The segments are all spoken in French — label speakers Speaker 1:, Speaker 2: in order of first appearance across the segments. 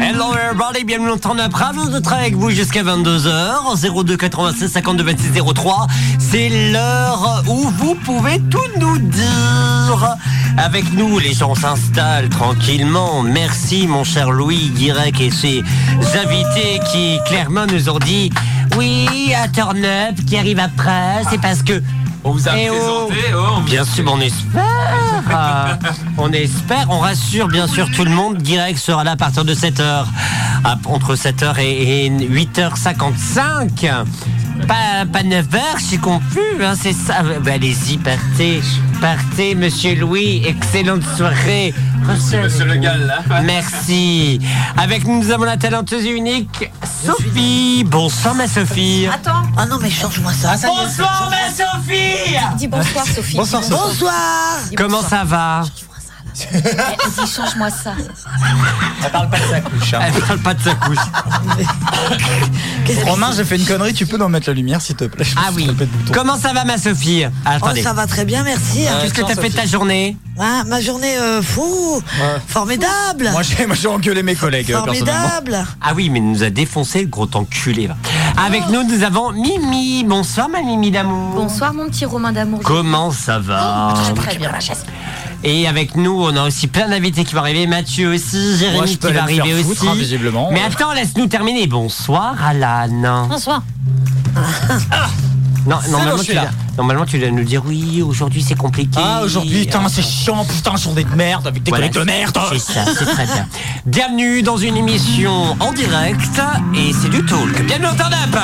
Speaker 1: Hello everybody, bienvenue dans Turn Up Radio de travail avec vous jusqu'à 22h 02 96 52 26 03 C'est l'heure où vous pouvez tout nous dire Avec nous, les gens s'installent tranquillement Merci mon cher Louis Guirec et ses invités qui clairement nous ont dit Oui, à Turn Up qui arrive après, c'est parce que...
Speaker 2: On vous a
Speaker 1: Eh oh.
Speaker 2: présenté, oh, on vous
Speaker 1: Bien
Speaker 2: a-
Speaker 1: sûr, mais on espère. Ah, on espère, on rassure bien sûr tout le monde. Guirec sera là à partir de 7h, entre 7h et, et 8h55. Pas, pas 9h, je suis confus, hein, c'est ça. Bah, Allez-y, partez, partez, monsieur Louis. Excellente soirée.
Speaker 2: Monsieur Le Gall,
Speaker 3: hein.
Speaker 2: là.
Speaker 1: Merci. Avec nous, nous avons la talenteuse et unique Sophie. Bonsoir, ma Sophie.
Speaker 4: Attends.
Speaker 5: Ah non, mais change-moi ça.
Speaker 1: Bonsoir, ma Sophie.
Speaker 4: Dis bonsoir, Sophie.
Speaker 3: Bonsoir,
Speaker 4: Dis bonsoir.
Speaker 5: Bonsoir.
Speaker 4: Dis
Speaker 1: Comment
Speaker 4: bonsoir.
Speaker 1: ça va
Speaker 4: Eh, Dis change-moi ça.
Speaker 3: Ça parle pas de sa couche. hein.
Speaker 1: Elle parle pas de sa couche.
Speaker 3: Romain, j'ai fait une connerie, tu peux nous mettre la lumière s'il te plaît. Je me
Speaker 1: Ah
Speaker 3: suis
Speaker 1: oui.
Speaker 3: trompé de bouton.
Speaker 1: Comment ça va ma Sophie Ah,
Speaker 5: Oh,
Speaker 1: Attendez.
Speaker 5: ça va très bien, merci. hein.
Speaker 1: Qu'est-ce que t'as fait de ta journée
Speaker 5: Ah, ma journée, euh, fou, formidable,
Speaker 3: Moi j'ai moi, j'ai engueulé mes collègues euh, personnellement.
Speaker 5: formidable.
Speaker 1: Ah oui, mais il nous a défoncé le gros enculé. va. Avec
Speaker 4: Oh.
Speaker 1: nous, nous avons Mimi. Bonsoir ma Mimi d'amour.
Speaker 4: Bonsoir, mon petit Romain d'amour. Oh,
Speaker 1: Comment ça va
Speaker 4: Très très bien.
Speaker 1: Et avec nous, on a aussi plein d'invités qui vont arriver. Mathieu aussi,
Speaker 3: Moi,
Speaker 1: Jérémy
Speaker 3: je peux
Speaker 1: qui va
Speaker 3: aller me
Speaker 1: arriver
Speaker 3: faire
Speaker 1: aussi.
Speaker 3: foutre, hein, visiblement.
Speaker 1: Mais
Speaker 3: Euh.
Speaker 1: attends, laisse-nous terminer. Bonsoir Alan.
Speaker 4: Bonsoir.
Speaker 1: Non,
Speaker 3: bon,
Speaker 1: normalement,
Speaker 3: je
Speaker 1: tu
Speaker 3: suis
Speaker 1: dois,
Speaker 3: là.
Speaker 1: normalement, tu dois nous dire oui, aujourd'hui c'est compliqué.
Speaker 3: Ah aujourd'hui putain c'est chiant putain journée de merde avec des
Speaker 1: Voilà,
Speaker 3: collègues de merde.
Speaker 1: C'est ça, c'est très bien. Bienvenue dans une émission en direct et c'est du talk. Bienvenue au Turn Up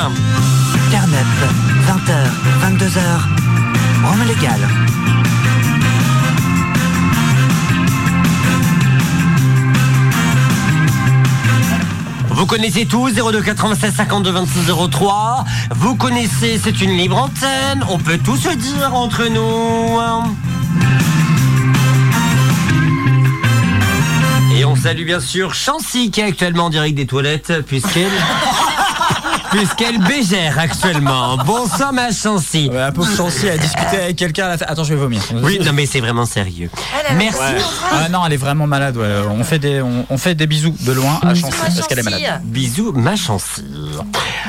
Speaker 5: Turn up, 20h, 22h, Rome légal.
Speaker 1: Vous connaissez tous 02 96 52 26 03. Vous connaissez, c'est une libre antenne. On peut tout se dire entre nous. hein. Et on salue bien sûr Chancy qui est actuellement en direct des toilettes puisqu'elle puisqu'elle bégère actuellement. Bonsoir ma Chancy.
Speaker 3: Ouais, La pauvre Chancy a discuté avec quelqu'un. à la fin- Attends, je vais vomir.
Speaker 1: Oui, non mais c'est vraiment sérieux. Merci.
Speaker 3: Ouais. Ah non, elle est vraiment malade. ouais. On fait des, on, on fait des bisous de loin à Chancy parce qu'elle est malade.
Speaker 1: Bisous, ma chance.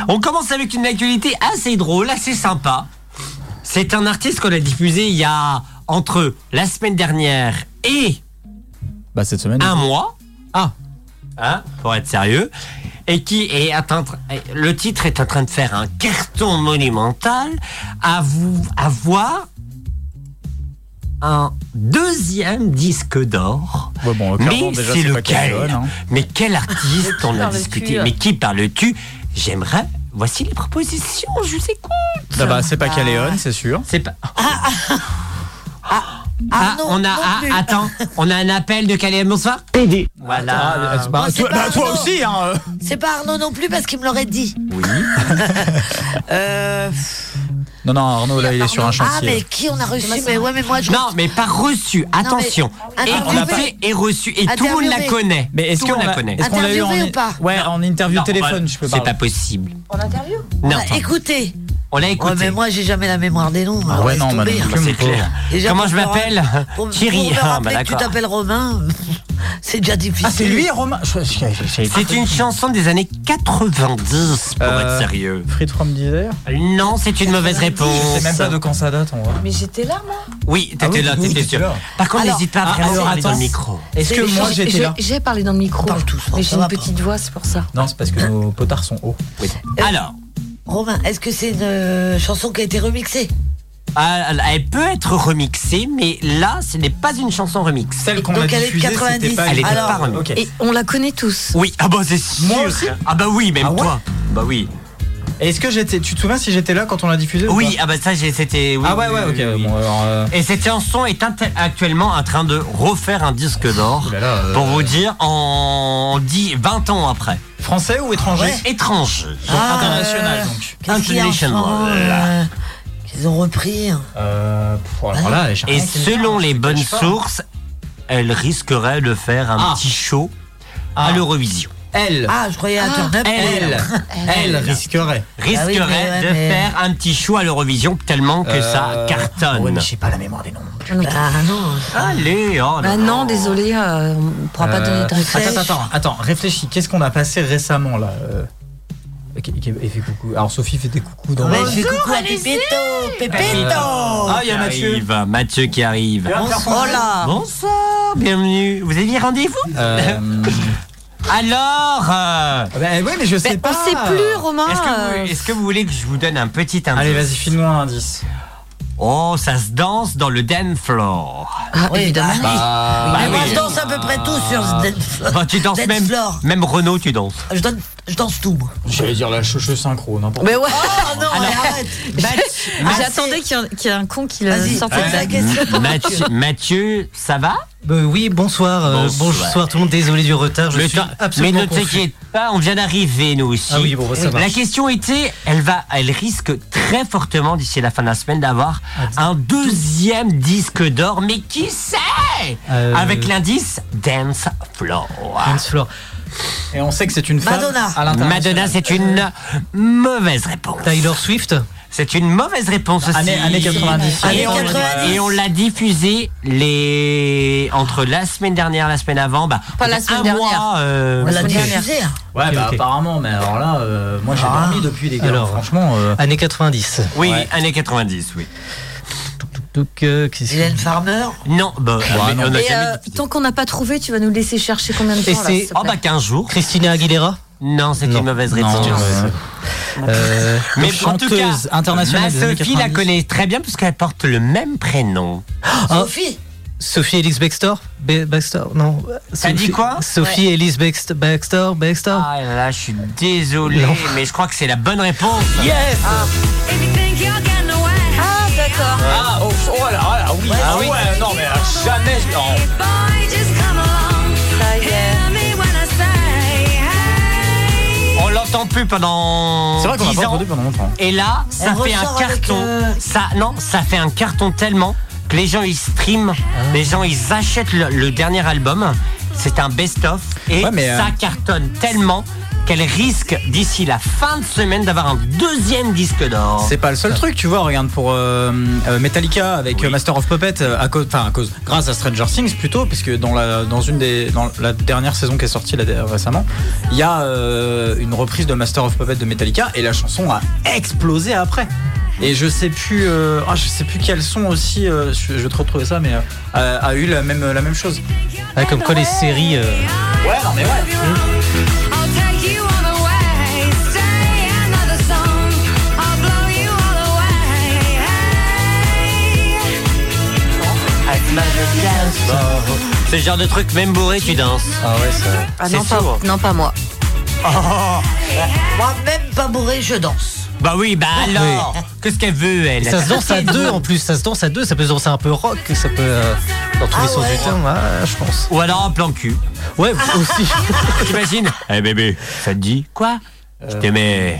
Speaker 1: On commence avec une actualité assez drôle, assez sympa. C'est un artiste qu'on a diffusé il y a entre la semaine dernière et
Speaker 3: Bah cette semaine.
Speaker 1: un mois,
Speaker 3: Ah,
Speaker 1: hein, pour être sérieux, et qui est atteint. Le titre est en train de faire un carton monumental. À vous avoir un deuxième disque d'or.
Speaker 3: ouais, bon, euh, clairement,
Speaker 1: Mais
Speaker 3: déjà,
Speaker 1: c'est
Speaker 3: pas
Speaker 1: lequel
Speaker 3: Capone, hein.
Speaker 1: Mais quel artiste on a
Speaker 4: parles-tu
Speaker 1: discuté Mais qui parles-tu J'aimerais. Voici les propositions, je vous écoute.
Speaker 3: Bah, bah, c'est pas Caléon, c'est sûr.
Speaker 1: C'est pas. Ah,
Speaker 5: Ah, non,
Speaker 1: on a.
Speaker 5: non
Speaker 1: ah,
Speaker 5: plus.
Speaker 1: attends, on a un appel de Calais. Bonsoir. PD. Voilà.
Speaker 3: Ah, bah,
Speaker 5: c'est
Speaker 3: toi,
Speaker 5: pas
Speaker 3: bah,
Speaker 5: un
Speaker 3: toi
Speaker 5: nom.
Speaker 3: aussi, hein. euh.
Speaker 5: C'est pas Arnaud non plus parce qu'il me l'aurait dit.
Speaker 1: Oui.
Speaker 5: Euh,
Speaker 3: Non, non, Arnaud, là, il est sur un
Speaker 5: ah, mais
Speaker 3: chantier.
Speaker 5: qui on a reçu Mais ouais, mais moi je.
Speaker 1: Non, mais pas reçu. Attention.
Speaker 5: mais-
Speaker 1: Écoutée et reçue. Et tout le monde la
Speaker 5: Interviewé.
Speaker 1: connaît.
Speaker 3: Mais est-ce
Speaker 1: Tout le
Speaker 3: qu'on
Speaker 1: monde la
Speaker 3: l'a
Speaker 1: connaît
Speaker 3: est-ce qu'on l'a eu en
Speaker 5: Interviewé ou pas
Speaker 3: Ouais, en interview
Speaker 1: Non,
Speaker 3: téléphone,
Speaker 1: bah,
Speaker 3: je peux
Speaker 1: C'est
Speaker 3: parler.
Speaker 1: pas possible.
Speaker 4: En interview
Speaker 1: Non,
Speaker 5: Ah,
Speaker 1: attends,
Speaker 5: écoutez.
Speaker 1: on l'a
Speaker 5: Ouais,
Speaker 1: écouté.
Speaker 5: mais moi j'ai jamais la mémoire des noms.
Speaker 3: Ah
Speaker 5: alors
Speaker 3: ouais,
Speaker 5: laisse
Speaker 3: non, bah,
Speaker 5: tomber,
Speaker 3: non
Speaker 5: hein.
Speaker 3: plus.
Speaker 1: C'est clair.
Speaker 5: Déjà,
Speaker 1: Comment
Speaker 5: pour
Speaker 1: je
Speaker 5: me
Speaker 1: m'appelle
Speaker 5: Pour,
Speaker 1: Thierry.
Speaker 5: pour me
Speaker 1: Ah, bah,
Speaker 5: rappeler que tu
Speaker 1: d'accord.
Speaker 5: t'appelles Romain, c'est déjà difficile.
Speaker 3: Ah, c'est lui, Romain Je- je- je- je-
Speaker 1: C'est une chanson des années 90, pour
Speaker 3: Euh,
Speaker 1: être sérieux.
Speaker 3: Free from Desire
Speaker 1: Non, c'est une mauvaise
Speaker 3: Je
Speaker 1: réponse.
Speaker 3: sais même pas de quand ça date, on voit.
Speaker 4: Mais j'étais là, moi.
Speaker 1: Oui, t'étais
Speaker 3: Ah oui,
Speaker 1: là,
Speaker 3: oui,
Speaker 1: t'étais
Speaker 3: oui,
Speaker 1: sûr.
Speaker 3: là.
Speaker 1: Par contre,
Speaker 5: Alors,
Speaker 1: n'hésite pas à
Speaker 3: ah,
Speaker 1: prévenir
Speaker 3: alors,
Speaker 1: dans le
Speaker 3: attends.
Speaker 1: micro.
Speaker 3: Est-ce que
Speaker 4: Mais
Speaker 3: moi
Speaker 4: j'ai-
Speaker 3: j'étais
Speaker 4: je-
Speaker 3: là
Speaker 4: J'ai parlé dans le micro.
Speaker 5: Parle tous, hein,
Speaker 4: Mais
Speaker 5: ça
Speaker 4: j'ai une
Speaker 5: va
Speaker 4: petite voix, c'est pour ça.
Speaker 3: Non, c'est parce que nos potards sont hauts.
Speaker 1: Alors,
Speaker 5: Romain, est-ce que c'est une euh, chanson qui a été remixée
Speaker 1: ah, elle peut être remixée, mais là, ce n'est pas une chanson remixée.
Speaker 3: Celle qu'on
Speaker 5: Donc
Speaker 3: a
Speaker 5: elle est de
Speaker 3: diffusée, c'était
Speaker 5: 90.
Speaker 3: pas
Speaker 1: Elle était
Speaker 5: Alors,
Speaker 1: pas remixée.
Speaker 3: Ok.
Speaker 4: Et on la connaît tous.
Speaker 1: Oui, ah bah c'est sûr.
Speaker 3: Moi aussi
Speaker 1: ah bah oui, même
Speaker 3: Ah ouais
Speaker 1: toi. Bah oui.
Speaker 3: Est-ce que j'étais Tu te souviens si j'étais là quand on l'a diffusée ou
Speaker 1: Oui,
Speaker 3: pas
Speaker 1: ah bah ça, j'ai- c'était. oui,
Speaker 3: Ah ouais
Speaker 1: oui,
Speaker 3: ouais
Speaker 1: oui, oui,
Speaker 3: ok.
Speaker 1: oui.
Speaker 3: Bon alors. euh,
Speaker 1: Et cette chanson est inté- actuellement en train de refaire un disque d'or.
Speaker 3: Ouh là là, euh,
Speaker 1: Pour vous dire, en 10, 20 ans après.
Speaker 3: Français ou étranger
Speaker 5: Ouais.
Speaker 1: Étrange.
Speaker 3: Donc,
Speaker 5: Ah,
Speaker 3: international
Speaker 5: euh,
Speaker 3: donc.
Speaker 5: Qu'est-ce qu'il y a en ce
Speaker 4: Oh
Speaker 5: moment, euh, Qu'ils ont repris. hein.
Speaker 3: Euh, pff, alors là, j'ai
Speaker 1: Hein Et
Speaker 3: rien qui me vient,
Speaker 1: selon
Speaker 3: je
Speaker 1: les
Speaker 3: te
Speaker 1: bonnes
Speaker 3: cache pas.
Speaker 1: sources, elle risquerait de faire un
Speaker 3: Ah.
Speaker 1: petit show
Speaker 3: Ah.
Speaker 1: à l'Eurovision. elle,
Speaker 5: Ah, je croyais à Turnup.
Speaker 1: elle, elle, risque-
Speaker 3: Risquerait.
Speaker 1: risquerait
Speaker 5: Ah oui, mais ouais,
Speaker 1: de
Speaker 5: mais-
Speaker 1: faire un petit show à l'Eurovision tellement que ça
Speaker 3: Euh,
Speaker 1: cartonne.
Speaker 3: Ouais, mais j'ai pas la mémoire des noms.
Speaker 4: Ah, non.
Speaker 5: Ah non.
Speaker 1: Allez, oh
Speaker 4: Bah non, désolé, euh, on ne pourra pas donner de
Speaker 3: Euh,
Speaker 4: réponse.
Speaker 3: Attends, attends, attends, réfléchis. Qu'est-ce qu'on a passé récemment là euh, qui- qui- Elle fait coucou. Alors Sophie fait des coucous dans
Speaker 5: Ouais,
Speaker 3: le-
Speaker 5: je fais coucou à Pépito. Pépito.
Speaker 3: Ah, il y a
Speaker 1: Mathieu.
Speaker 3: Mathieu.
Speaker 1: Mathieu qui arrive.
Speaker 5: Oh là.
Speaker 1: Bonsoir, bienvenue. Vous aviez rendez-vous
Speaker 3: Euh,
Speaker 1: Alors, euh,
Speaker 3: bah, ouais, mais je sais
Speaker 4: Mais
Speaker 3: pas.
Speaker 4: on sait plus, Romain.
Speaker 1: est-ce que,
Speaker 4: euh,
Speaker 1: vous- est-ce que vous voulez que je vous donne un petit indice
Speaker 3: Allez, vas-y, file-moi un indice.
Speaker 1: Oh, ça se danse dans le dance floor.
Speaker 4: Ah,
Speaker 5: Oui,
Speaker 4: évidemment.
Speaker 5: bah,
Speaker 1: Bah
Speaker 5: Mais moi,
Speaker 1: oui.
Speaker 5: je danse à peu près tout sur ce dance-
Speaker 1: Bah, tu danses
Speaker 5: dance
Speaker 1: même,
Speaker 5: floor.
Speaker 1: même Renault, tu danses.
Speaker 5: Je donne- je danse tout. moi.
Speaker 3: J'allais dire la chouchou synchro, n'importe
Speaker 4: Mais ouais,
Speaker 5: Oh non, mais arrête.
Speaker 4: j'attendais qu'il y ait- qu'il y ait un con qui le
Speaker 5: Vas-y,
Speaker 4: sorte
Speaker 5: pose
Speaker 3: Ah,
Speaker 4: de
Speaker 5: la
Speaker 4: la
Speaker 5: question.
Speaker 1: Mathieu, Mathieu, ça va
Speaker 6: Euh, oui, bonsoir, euh,
Speaker 1: Bonsoir.
Speaker 6: bonsoir. tout le monde. Désolé du retard, je
Speaker 1: Le
Speaker 6: suis
Speaker 1: temps- Mais
Speaker 6: absolument
Speaker 1: ne
Speaker 6: confus.
Speaker 1: t'inquiète pas, on vient d'arriver nous aussi.
Speaker 6: Ah oui, bon, bah, ça
Speaker 1: La
Speaker 6: marche.
Speaker 1: question était, elle va, elle risque très fortement d'ici la fin de la semaine d'avoir
Speaker 6: Ah,
Speaker 1: un deuxième disque d'or, mais qui sait
Speaker 6: Euh,
Speaker 1: Avec l'indice Dance Floor.
Speaker 6: Dance floor.
Speaker 3: Et on sait que c'est une femme.
Speaker 5: Madonna.
Speaker 3: à l'international.
Speaker 1: Madonna, c'est une mauvaise réponse.
Speaker 6: Tyler Euh, Swift
Speaker 1: C'est une mauvaise réponse
Speaker 6: Ah,
Speaker 1: aussi.
Speaker 3: Année- année 90.
Speaker 1: Et on-
Speaker 5: Année 90.
Speaker 1: Et on l'a diffusé les entre la semaine dernière, la semaine avant, bah
Speaker 4: Pas la semaine
Speaker 1: un
Speaker 4: dernière.
Speaker 1: mois. euh,
Speaker 5: On l'a
Speaker 4: semaine dernière.
Speaker 5: diffusé. hein.
Speaker 3: Ouais,
Speaker 6: Ok,
Speaker 3: bah
Speaker 6: ok.
Speaker 3: apparemment, mais alors là, euh, moi j'ai
Speaker 5: Ah.
Speaker 3: dormi depuis les gars.
Speaker 6: Alors.
Speaker 3: franchement. euh,
Speaker 6: Années 90.
Speaker 1: Oui,
Speaker 3: Ouais.
Speaker 1: années 90, oui.
Speaker 6: Donc, euh, qu'est-ce que-
Speaker 5: Hélène Farmer.
Speaker 1: Non, bah, mais
Speaker 3: non.
Speaker 1: on a
Speaker 4: Et
Speaker 1: jamais
Speaker 4: euh,
Speaker 1: dit-
Speaker 4: tant qu'on n'a pas trouvé, tu vas nous laisser chercher combien de temps
Speaker 6: Et
Speaker 4: là,
Speaker 6: c'est-
Speaker 4: s'il te
Speaker 3: Ah,
Speaker 1: Oh
Speaker 4: plaît
Speaker 1: bah 15 jours.
Speaker 6: Christina Aguilera
Speaker 1: Non, c'est
Speaker 6: Non.
Speaker 1: une mauvaise
Speaker 3: non,
Speaker 1: réponse.
Speaker 3: euh,
Speaker 6: Euh,
Speaker 1: mais en tout cas,
Speaker 3: chanteuse
Speaker 1: ma
Speaker 3: internationale. des années
Speaker 1: Sophie la
Speaker 3: 90.
Speaker 1: connaît très bien puisqu'elle porte le même prénom.
Speaker 5: Sophie.
Speaker 6: Sophie Elise Bextor Be- Baxter Non.
Speaker 1: Ça
Speaker 6: Sophie-
Speaker 1: dit quoi
Speaker 6: Sophie Elise Bext- Baxter Baxter
Speaker 1: Ah là là, je suis désolé,
Speaker 6: Non.
Speaker 1: mais je crois que c'est la bonne réponse.
Speaker 3: Yes
Speaker 4: Ah, d'accord.
Speaker 3: Ah, oh, oh, là, là, là, oui, ah, oui. ouais, non, mais à jamais je. non.
Speaker 4: Ça y est.
Speaker 1: On l'entend plus pendant
Speaker 3: C'est vrai qu'on
Speaker 1: 10
Speaker 3: a pas
Speaker 1: ans.
Speaker 3: entendu pendant longtemps.
Speaker 1: Et là, ça
Speaker 5: Elle
Speaker 1: fait un
Speaker 5: ressort avec,
Speaker 1: carton.
Speaker 5: euh,
Speaker 1: Ça, non, ça fait un carton tellement que les gens ils streament,
Speaker 3: Ah.
Speaker 1: les gens ils achètent le, le dernier album. C'est un best-of et
Speaker 3: Ouais, mais, euh,
Speaker 1: ça cartonne tellement qu'elle risque d'ici la fin de semaine d'avoir un deuxième disque
Speaker 6: Oh,
Speaker 1: d'or.
Speaker 3: C'est pas le seul truc, tu vois. Regarde pour euh, euh, Metallica avec euh, Master of Puppets, euh, à cause, enfin à cause, grâce à Stranger Things plutôt, puisque dans la dans une des dans la dernière saison qui est sortie là, récemment, il y a euh, une reprise de Master of Puppets de Metallica et la chanson a explosé après. Et je sais plus, euh, ah, je sais plus quel son aussi. euh, je, je vais te retrouver ça, mais euh, a, a eu la même la même chose.
Speaker 6: Ah, Comme quoi les séries. euh, Hmm.
Speaker 3: Ouais, non mais ouais.
Speaker 1: C'est le genre de truc même bourré tu danses.
Speaker 3: Ah ouais, ça.
Speaker 4: Ah
Speaker 1: C'est
Speaker 4: non pas,
Speaker 1: sourd.
Speaker 4: non, pas moi.
Speaker 3: Oh.
Speaker 5: Moi, même pas bourré, je danse.
Speaker 1: Bah oui, bah alors, qu'est-ce qu'elle veut elle
Speaker 6: Ça se danse à deux en plus, ça se danse à deux, ça peut se danser un peu rock, ça peut. euh, dans tous
Speaker 5: Ah
Speaker 6: les sens
Speaker 5: ouais.
Speaker 6: du terme, ouais, je pense.
Speaker 1: Ou alors un plan cul.
Speaker 6: Ouais, aussi.
Speaker 1: T'imagines Eh bébé, ça te dit Quoi Je t'aimais.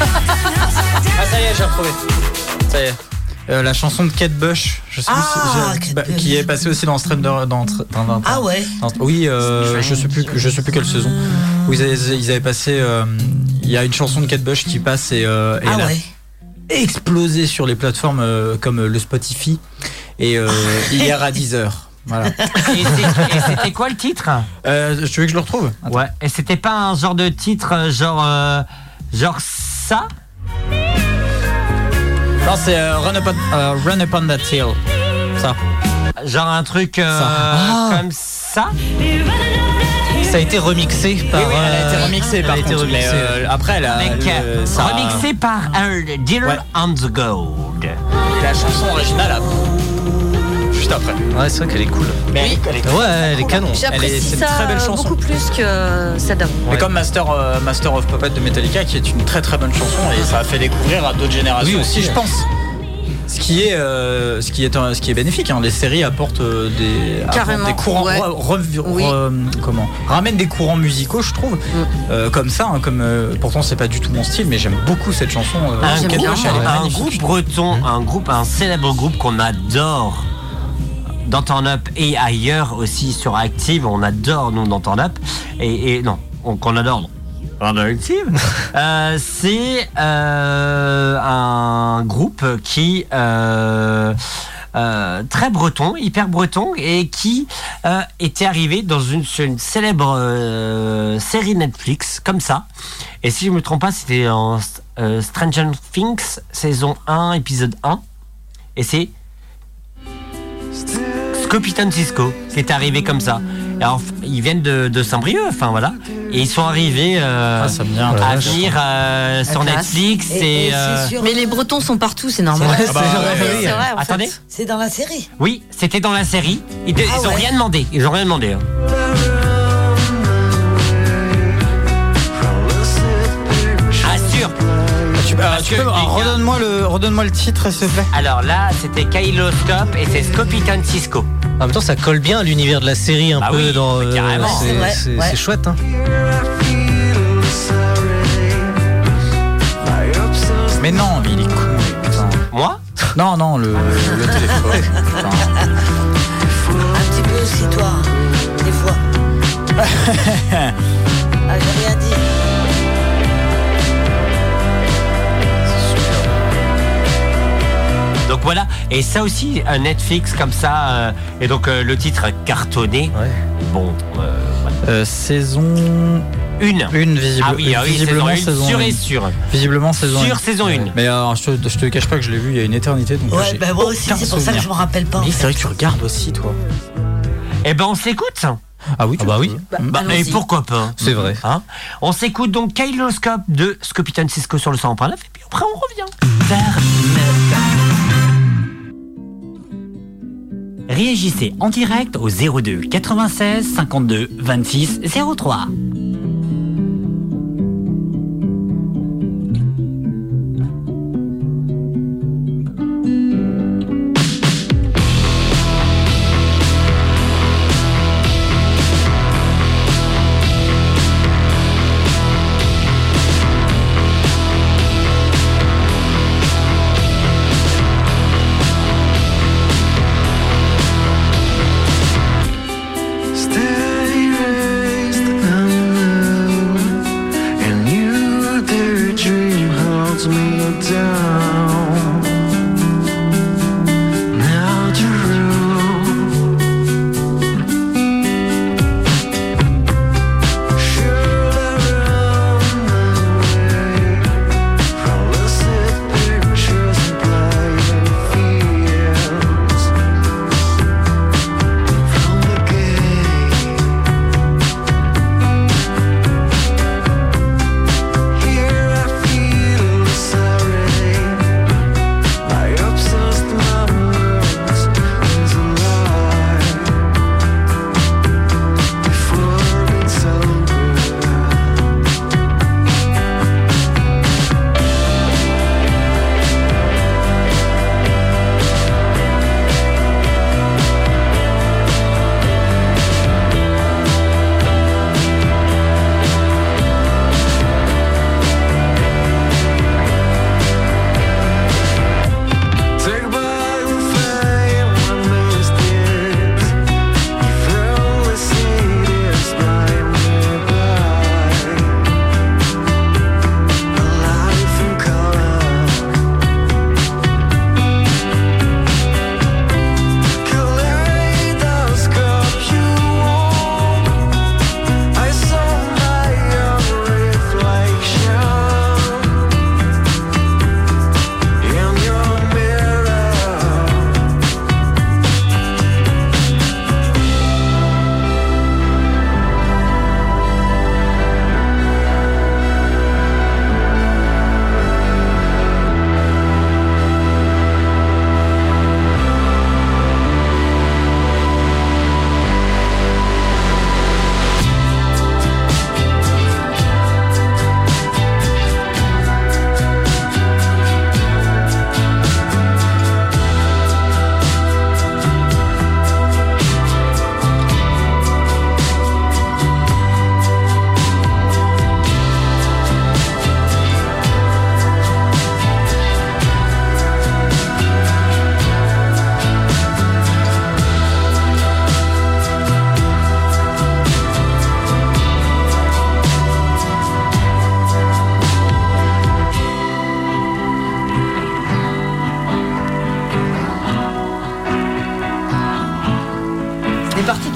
Speaker 3: Ah ça y est, j'ai retrouvé. Ça y est. Euh, la chanson de Kate Bush, je sais plus
Speaker 5: Ah,
Speaker 3: si- je-
Speaker 5: Kate
Speaker 3: bah,
Speaker 5: Bush.
Speaker 3: qui est passée aussi dans Stranger dans, dans- dans-
Speaker 5: Ah ouais.
Speaker 3: dans- oui, euh, je sais plus, je sais plus quelle saison.
Speaker 5: Ah.
Speaker 3: Où ils avaient, ils avaient passé, euh, il y a une chanson de Kate Bush qui passe et, euh, et
Speaker 5: Ah
Speaker 3: elle a
Speaker 5: ouais.
Speaker 3: explosé sur les plateformes euh, comme le Spotify et euh, hier à 10h. Voilà.
Speaker 1: Et c'est- et c'était quoi le titre
Speaker 3: Euh, tu veux que je le retrouve
Speaker 1: Ouais, et c'était pas un genre de titre euh, genre euh, genre ça
Speaker 3: Non, c'est euh, Run, Upon- euh, Run Upon That Hill. Ça.
Speaker 1: Genre un truc euh,
Speaker 3: Ça. Ah.
Speaker 1: comme ça
Speaker 6: ça a été remixé par.
Speaker 3: Oui, elle a été
Speaker 6: euh,
Speaker 3: remixée par
Speaker 6: elle a été
Speaker 3: contre, mais,
Speaker 6: remixée,
Speaker 3: euh, après elle a
Speaker 1: Avec,
Speaker 3: le-
Speaker 1: euh,
Speaker 3: ça-
Speaker 1: remixé par un dealer
Speaker 3: Ouais.
Speaker 1: on the gold.
Speaker 3: la chanson originale juste après.
Speaker 6: Ouais, c'est vrai qu'elle est cool.
Speaker 3: Mais bah, elle est-
Speaker 6: Ouais, les canons.
Speaker 3: Elle est- c'est
Speaker 4: J'apprécie
Speaker 3: une
Speaker 4: ça
Speaker 3: très belle
Speaker 4: euh,
Speaker 3: chanson.
Speaker 4: beaucoup plus que euh, ça donne.
Speaker 3: Mais comme Master, euh, Master of Puppet de Metallica, qui est une très très bonne chanson et ça a fait découvrir à d'autres générations
Speaker 6: Oui,
Speaker 3: hein.
Speaker 6: aussi.
Speaker 3: je pense. Ce qui qui est, euh, ce qui est, un- ce qui est bénéfique. hein. Les séries apportent euh, des, apportent
Speaker 4: Carrément,
Speaker 3: des courants,
Speaker 4: ouais.
Speaker 3: re- re-
Speaker 4: Oui. Mm.
Speaker 3: re- comment, ramènent des courants musicaux, je trouve, Euh, comme ça. hein, comme euh, pourtant c'est pas du tout mon style, mais j'aime beaucoup cette chanson. euh,
Speaker 4: Ah,
Speaker 1: Un
Speaker 3: Rocket
Speaker 1: groupe,
Speaker 3: Rush, elle est
Speaker 1: un
Speaker 3: magnifique.
Speaker 1: groupe breton, un groupe, un célèbre groupe qu'on adore dans Turn Up et ailleurs aussi sur Active, on adore nous dans Turn Up et, et non, on- qu'on adore. non. Dans Active, euh, c'est euh, un groupe qui euh, euh, très breton, hyper breton, et qui euh, était arrivé dans une, sur une célèbre euh, série Netflix, comme ça. Et si je me trompe pas, c'était en euh, Stranger Things, saison 1, épisode 1. Et c'est Scopitan Cisco. C'est arrivé comme ça. Et alors, ils viennent de, de Saint-Brieuc, enfin voilà. Et ils sont arrivés euh,
Speaker 3: Ah, ça me vient,
Speaker 1: à
Speaker 3: ouais, je
Speaker 1: venir euh, sur
Speaker 5: Atlas.
Speaker 1: Netflix.
Speaker 5: Et-
Speaker 1: Et,
Speaker 5: et
Speaker 1: euh,
Speaker 5: c'est sur-
Speaker 4: Mais les Bretons sont partout, c'est normal.
Speaker 6: C'est vrai, Ah bah, c'est- ouais.
Speaker 4: C'est vrai, en fait.
Speaker 1: Attendez.
Speaker 5: C'est dans la série.
Speaker 1: Oui, c'était dans la série. Ils, n'ont
Speaker 5: Ah ouais.
Speaker 1: rien demandé. Ils ont rien demandé. hein. Assure.
Speaker 3: Tu- ah,
Speaker 1: Ah, Parce
Speaker 3: tu
Speaker 1: que
Speaker 3: peux-
Speaker 1: les
Speaker 3: ah,
Speaker 1: gars-
Speaker 3: Redonne-moi le, redonne-moi le titre, s'il te plaît.
Speaker 1: Alors là, c'était Kyloscope et c'est Scopitan Cisco.
Speaker 6: En même temps, ça colle bien à l'univers de la série un
Speaker 1: Bah
Speaker 6: peu
Speaker 1: oui,
Speaker 6: dans. euh,
Speaker 1: mais carrément.
Speaker 5: C'est vrai,
Speaker 6: c'est- c'est
Speaker 5: ouais.
Speaker 6: c'est chouette. Hein.
Speaker 3: Mais non, mais il est con. lui, putain.
Speaker 1: Moi
Speaker 3: Non, non, le, le téléphone. putain.
Speaker 5: Un petit peu aussi, toi, hein, des fois. ah, j'ai rien dit.
Speaker 1: Donc voilà. Et ça aussi, un Netflix comme ça. euh, et donc euh, le titre cartonné.
Speaker 6: Ouais.
Speaker 1: Bon, euh, voilà.
Speaker 3: Euh, saison
Speaker 1: une.
Speaker 3: 1, visible,
Speaker 1: Ah oui, ah oui, saison
Speaker 3: visiblement
Speaker 1: une,
Speaker 3: saison
Speaker 1: Sûr
Speaker 3: un.
Speaker 1: et sûr.
Speaker 3: Visiblement saison
Speaker 1: Sur
Speaker 3: un.
Speaker 1: saison
Speaker 3: Ouais.
Speaker 1: une.
Speaker 3: Mais alors, je te, je te cache pas que je l'ai vu il y a une éternité. Donc
Speaker 5: Ouais,
Speaker 3: j'ai
Speaker 5: bah moi aussi,
Speaker 3: aucun
Speaker 5: c'est pour ça que
Speaker 3: souvenir.
Speaker 5: je me rappelle pas. en
Speaker 3: Mais
Speaker 5: fait.
Speaker 3: c'est vrai que tu regardes aussi, toi.
Speaker 1: Eh ben, on s'écoute.
Speaker 3: Ah oui, tu
Speaker 6: Ah bah
Speaker 3: peux.
Speaker 6: oui.
Speaker 1: Bah, et
Speaker 4: Allons-y.
Speaker 1: pourquoi pas
Speaker 6: C'est vrai.
Speaker 1: Hein on s'écoute donc Kyloscope de Scopitan Cisco sur le 100.9 et puis après on revient. Vers- Réagissez en direct au 02 96 52 26 03.
Speaker 7: Steady raised and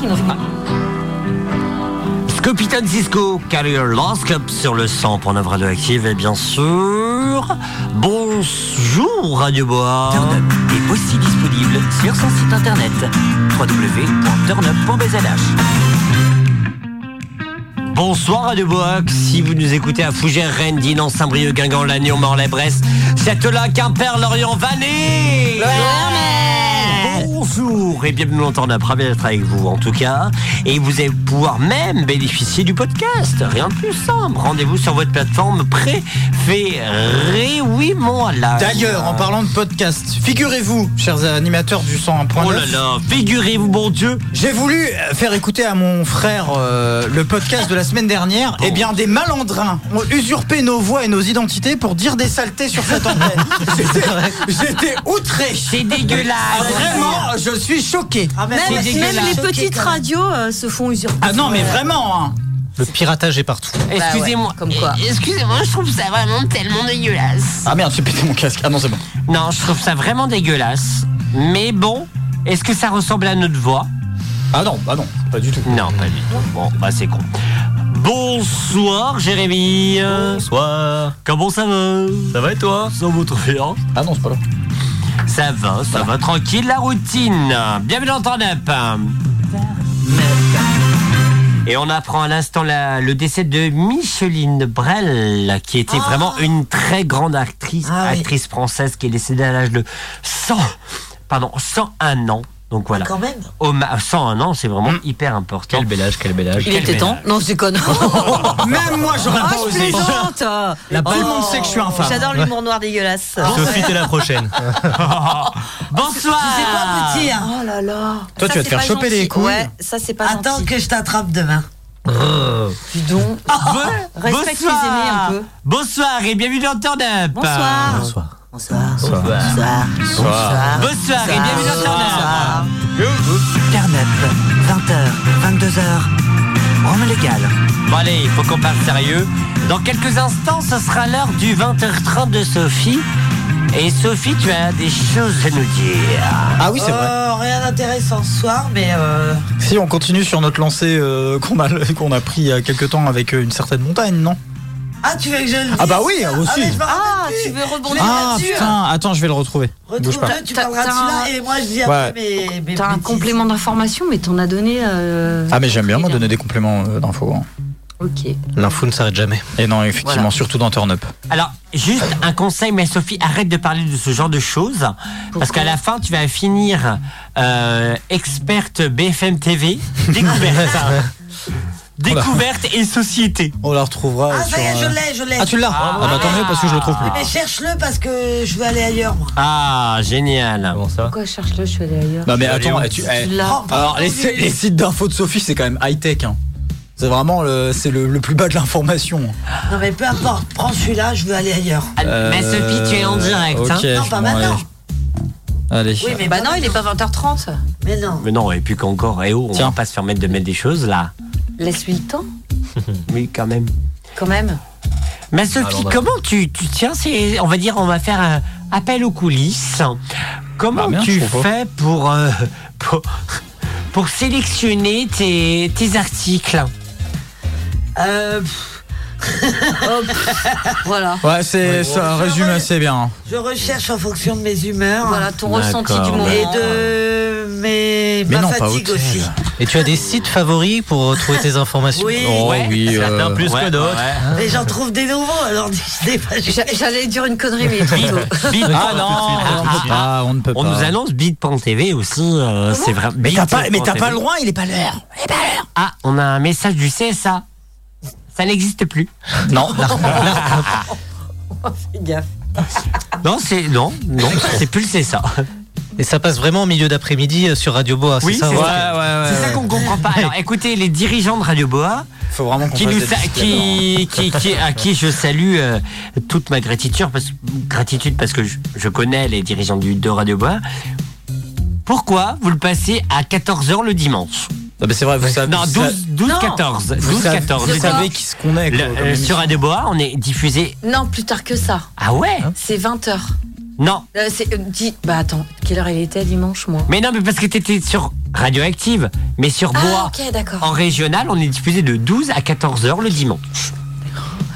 Speaker 4: qui m'ont fait mal.
Speaker 1: Capitaine Cisco, Carrier Lost Cup sur le 100 pour 9 Radio Active et bien sûr, bonjour Radio Boa.
Speaker 7: Turnup est aussi disponible sur son site internet www.turnup.bzh.
Speaker 1: Bonsoir à Deboac, si vous nous écoutez à Fougères, Rennes, Dinan, Saint-Brieuc, Guingamp, Lannion, Morlaix, Brest, Châtelain, Quimper, Lorient, Vannes Bonjour et bienvenue longtemps d'après d'être avec vous en tout cas. Et vous allez pouvoir même bénéficier du podcast. Rien de plus simple. Rendez-vous sur votre plateforme préférée. Oui, mon Allah.
Speaker 3: D'ailleurs, en parlant de podcast, figurez-vous, chers animateurs du 101.9.
Speaker 1: Oh là là, figurez-vous, bon Dieu.
Speaker 3: J'ai voulu euh, faire écouter à mon frère euh, le podcast de la semaine dernière. Bon. Eh bien, des malandrins ont usurpé nos voix et nos identités pour dire des saletés sur cette antenne. J'étais outré.
Speaker 1: C'est dégueulasse.
Speaker 3: Ah, vraiment, je suis choqué.
Speaker 4: Ah, même, même les petites radios euh, se font usurper.
Speaker 3: Ah non, mais vraiment. Hein.
Speaker 6: Le piratage est partout.
Speaker 4: Bah Excusez-moi. Ouais, comme quoi.
Speaker 8: Excusez-moi, je trouve ça vraiment tellement dégueulasse.
Speaker 3: Ah merde, j'ai pété mon casque. Ah non, c'est bon.
Speaker 1: Non, je trouve ça vraiment dégueulasse. Mais bon, est-ce que ça ressemble à notre voix
Speaker 3: Ah non, bah non, pas du tout.
Speaker 1: Non, pas du tout. Bon, bah c'est con. Bonsoir Jérémy.
Speaker 9: Bonsoir.
Speaker 1: Comment ça va
Speaker 9: Ça va et toi
Speaker 1: Ça va très bien.
Speaker 3: Ah non, c'est pas là.
Speaker 1: Ça va, ça voilà. va tranquille la routine. Bienvenue dans ton app. Et on apprend à l'instant le décès de Micheline Brel, qui était ah. vraiment une très grande actrice, ah, actrice oui. française, qui est décédée à l'âge de 100, pardon, 101 ans. Donc voilà.
Speaker 5: Quand même.
Speaker 1: Au 101 ans, c'est vraiment mmh. hyper important.
Speaker 6: Mm. Quel bel âge, quel
Speaker 1: euh,
Speaker 6: bel âge.
Speaker 4: Il
Speaker 6: quel
Speaker 4: était temps. Non, c'est con.
Speaker 3: même moi, j'aurais
Speaker 4: oh,
Speaker 3: pas
Speaker 4: je
Speaker 3: osé.
Speaker 4: Plaisante.
Speaker 3: La oh, Tout le monde sait que je suis un fan.
Speaker 4: J'adore l'humour noir dégueulasse.
Speaker 6: Sophie, t'es la prochaine.
Speaker 1: Bonsoir.
Speaker 5: Je sais hein pas vous dire.
Speaker 4: Oh là là.
Speaker 3: Toi,
Speaker 4: ça,
Speaker 3: tu vas te faire choper
Speaker 4: gentil.
Speaker 3: les couilles.
Speaker 4: Ouais, ça c'est pas
Speaker 5: Attends
Speaker 4: gentil.
Speaker 5: que je t'attrape demain.
Speaker 1: Euh.
Speaker 4: Dis donc. Respecte les aînés un peu.
Speaker 1: Bonsoir et bienvenue dans Turn Up.
Speaker 4: Bonsoir.
Speaker 6: Bonsoir.
Speaker 5: Bonsoir. Bonsoir. Bonsoir.
Speaker 1: Bonsoir. Bonsoir. et bienvenue dans Turn
Speaker 7: Turn 20h, 22h, Rome légal.
Speaker 1: Bon allez, il faut qu'on parle sérieux. Dans quelques instants, ce sera l'heure du 20h30 de Sophie. Et Sophie, tu as des choses à nous dire.
Speaker 3: Ah oui, c'est vrai.
Speaker 5: Euh, rien d'intéressant ce soir, mais. Euh...
Speaker 3: Si, on continue sur notre lancée euh, qu'on a, qu'on a pris il y a quelques temps avec euh, une certaine montagne, non
Speaker 5: ah, tu veux que je le dise
Speaker 3: Ah, bah oui, aussi.
Speaker 4: Ah, ah tu veux rebondir
Speaker 3: Ah, putain, attends, je vais le retrouver.
Speaker 5: Retrouve-le, tu parleras de celui-là et moi je dis après ouais. mes. mes
Speaker 4: T'as un complément d'information, mais t'en as donné. Euh,
Speaker 3: ah, mais j'aime bien, moi, donner des compléments euh, d'infos. Hein.
Speaker 4: Ok.
Speaker 6: L'info ne s'arrête jamais.
Speaker 3: Et non, effectivement, voilà. surtout dans Turn Up.
Speaker 1: Alors, juste un conseil, mais Sophie, arrête de parler de ce genre de choses. Pourquoi parce qu'à la fin, tu vas finir euh, experte BFM TV, découverte. Découverte et société.
Speaker 3: On la retrouvera.
Speaker 5: Ah, ça y est, je l'ai, je l'ai. Ah,
Speaker 3: Ah, tu l'as Ah, bah tant mieux parce que je le trouve plus.
Speaker 5: Mais Eh ben, cherche-le parce que je veux aller ailleurs, moi.
Speaker 1: Ah, génial.
Speaker 6: Bon, ça.
Speaker 4: Pourquoi cherche-le, je suis allé ailleurs
Speaker 3: Non, mais attends, tu. hein. eh, Alors, les, sites d'infos de Sophie, c'est quand même high-tech, hein. C'est vraiment le, c'est le, plus bas de l'information. hein.
Speaker 5: Non mais peu importe, prends celui-là, je veux aller ailleurs.
Speaker 3: Euh.
Speaker 1: Mais Bah, Sophie, tu es en direct. hein.
Speaker 5: non, pas maintenant.
Speaker 3: Allez.
Speaker 4: Oui, mais bah non, il est pas 20h30.
Speaker 5: Mais non.
Speaker 1: Mais non, et puis qu'encore, eh oh, on va pas se permettre de mettre des choses là.
Speaker 4: Laisse-lui le temps.
Speaker 1: oui, quand même.
Speaker 4: Quand même.
Speaker 1: Mais Sophie, Alors, comment tu, tu tiens On va dire, on va faire un appel aux coulisses. Comment bah, tu fais pour, euh, pour, pour, sélectionner tes, tes articles
Speaker 5: euh,
Speaker 4: Hop. voilà.
Speaker 3: Ouais, c'est ouais, ça résume assez bien. hein.
Speaker 5: Je recherche en fonction de mes humeurs.
Speaker 4: Voilà, ton ressenti du moment.
Speaker 5: Et de mes, mais ma non, fatigue aussi.
Speaker 6: Et tu as des sites favoris pour trouver tes informations
Speaker 5: Oui,
Speaker 3: oh, ouais. oui
Speaker 6: certains euh, plus ouais, que d'autres.
Speaker 5: Mais j'en trouve des nouveaux, alors je sais pas.
Speaker 4: Ah. J'allais dire une connerie, mais
Speaker 1: trop tôt.
Speaker 3: ah non, ah, on ne peut pas.
Speaker 1: On nous annonce Bid.tv aussi. Euh, c'est vrai.
Speaker 3: Mais t'as pas, mais as pas le droit, il est pas l'heure. Il est pas l'heure.
Speaker 1: Ah, on a un message du CSA. Ça n'existe plus.
Speaker 3: Non.
Speaker 5: Fais gaffe.
Speaker 6: Hein
Speaker 1: Non, c'est non, non, c'est plus c'est ça.
Speaker 6: Et ça passe vraiment au milieu d'après-midi euh, sur Radio Boa,
Speaker 1: oui,
Speaker 6: c'est ça
Speaker 1: Oh,
Speaker 6: hein
Speaker 1: C'est ouais, ouais, ouais, ça qu'on comprend pas. Alors écoutez, les dirigeants de Radio Boa,
Speaker 3: Faut vraiment qu
Speaker 1: qui, nous, qui, qui, qui, à qui je salue euh, toute ma gratitude parce, gratitude parce que je, je connais les dirigeants du, de Radio Boa. Pourquoi vous le passez à 14h le dimanche
Speaker 3: non, Ah, mais c'est vrai, vous savez.
Speaker 1: Non, 12, 12 non. 14. 12,
Speaker 3: vous savez,
Speaker 1: 14.
Speaker 3: Vous savez qui se qu'on est. Quoi,
Speaker 1: Le, euh, sur Adéboa, on est diffusé.
Speaker 4: Non, plus tard que ça.
Speaker 1: Ah ouais hein
Speaker 4: C'est 20h.
Speaker 1: Non.
Speaker 4: Euh, c'est. Euh, dit. Bah attends, quelle heure il était dimanche, moi
Speaker 1: Mais non, mais parce que t'étais sur radioactive. Mais sur
Speaker 9: Ah,
Speaker 1: Bois,
Speaker 9: ok, d'accord.
Speaker 1: en régional, on est diffusé de 12 à 14 heures le dimanche.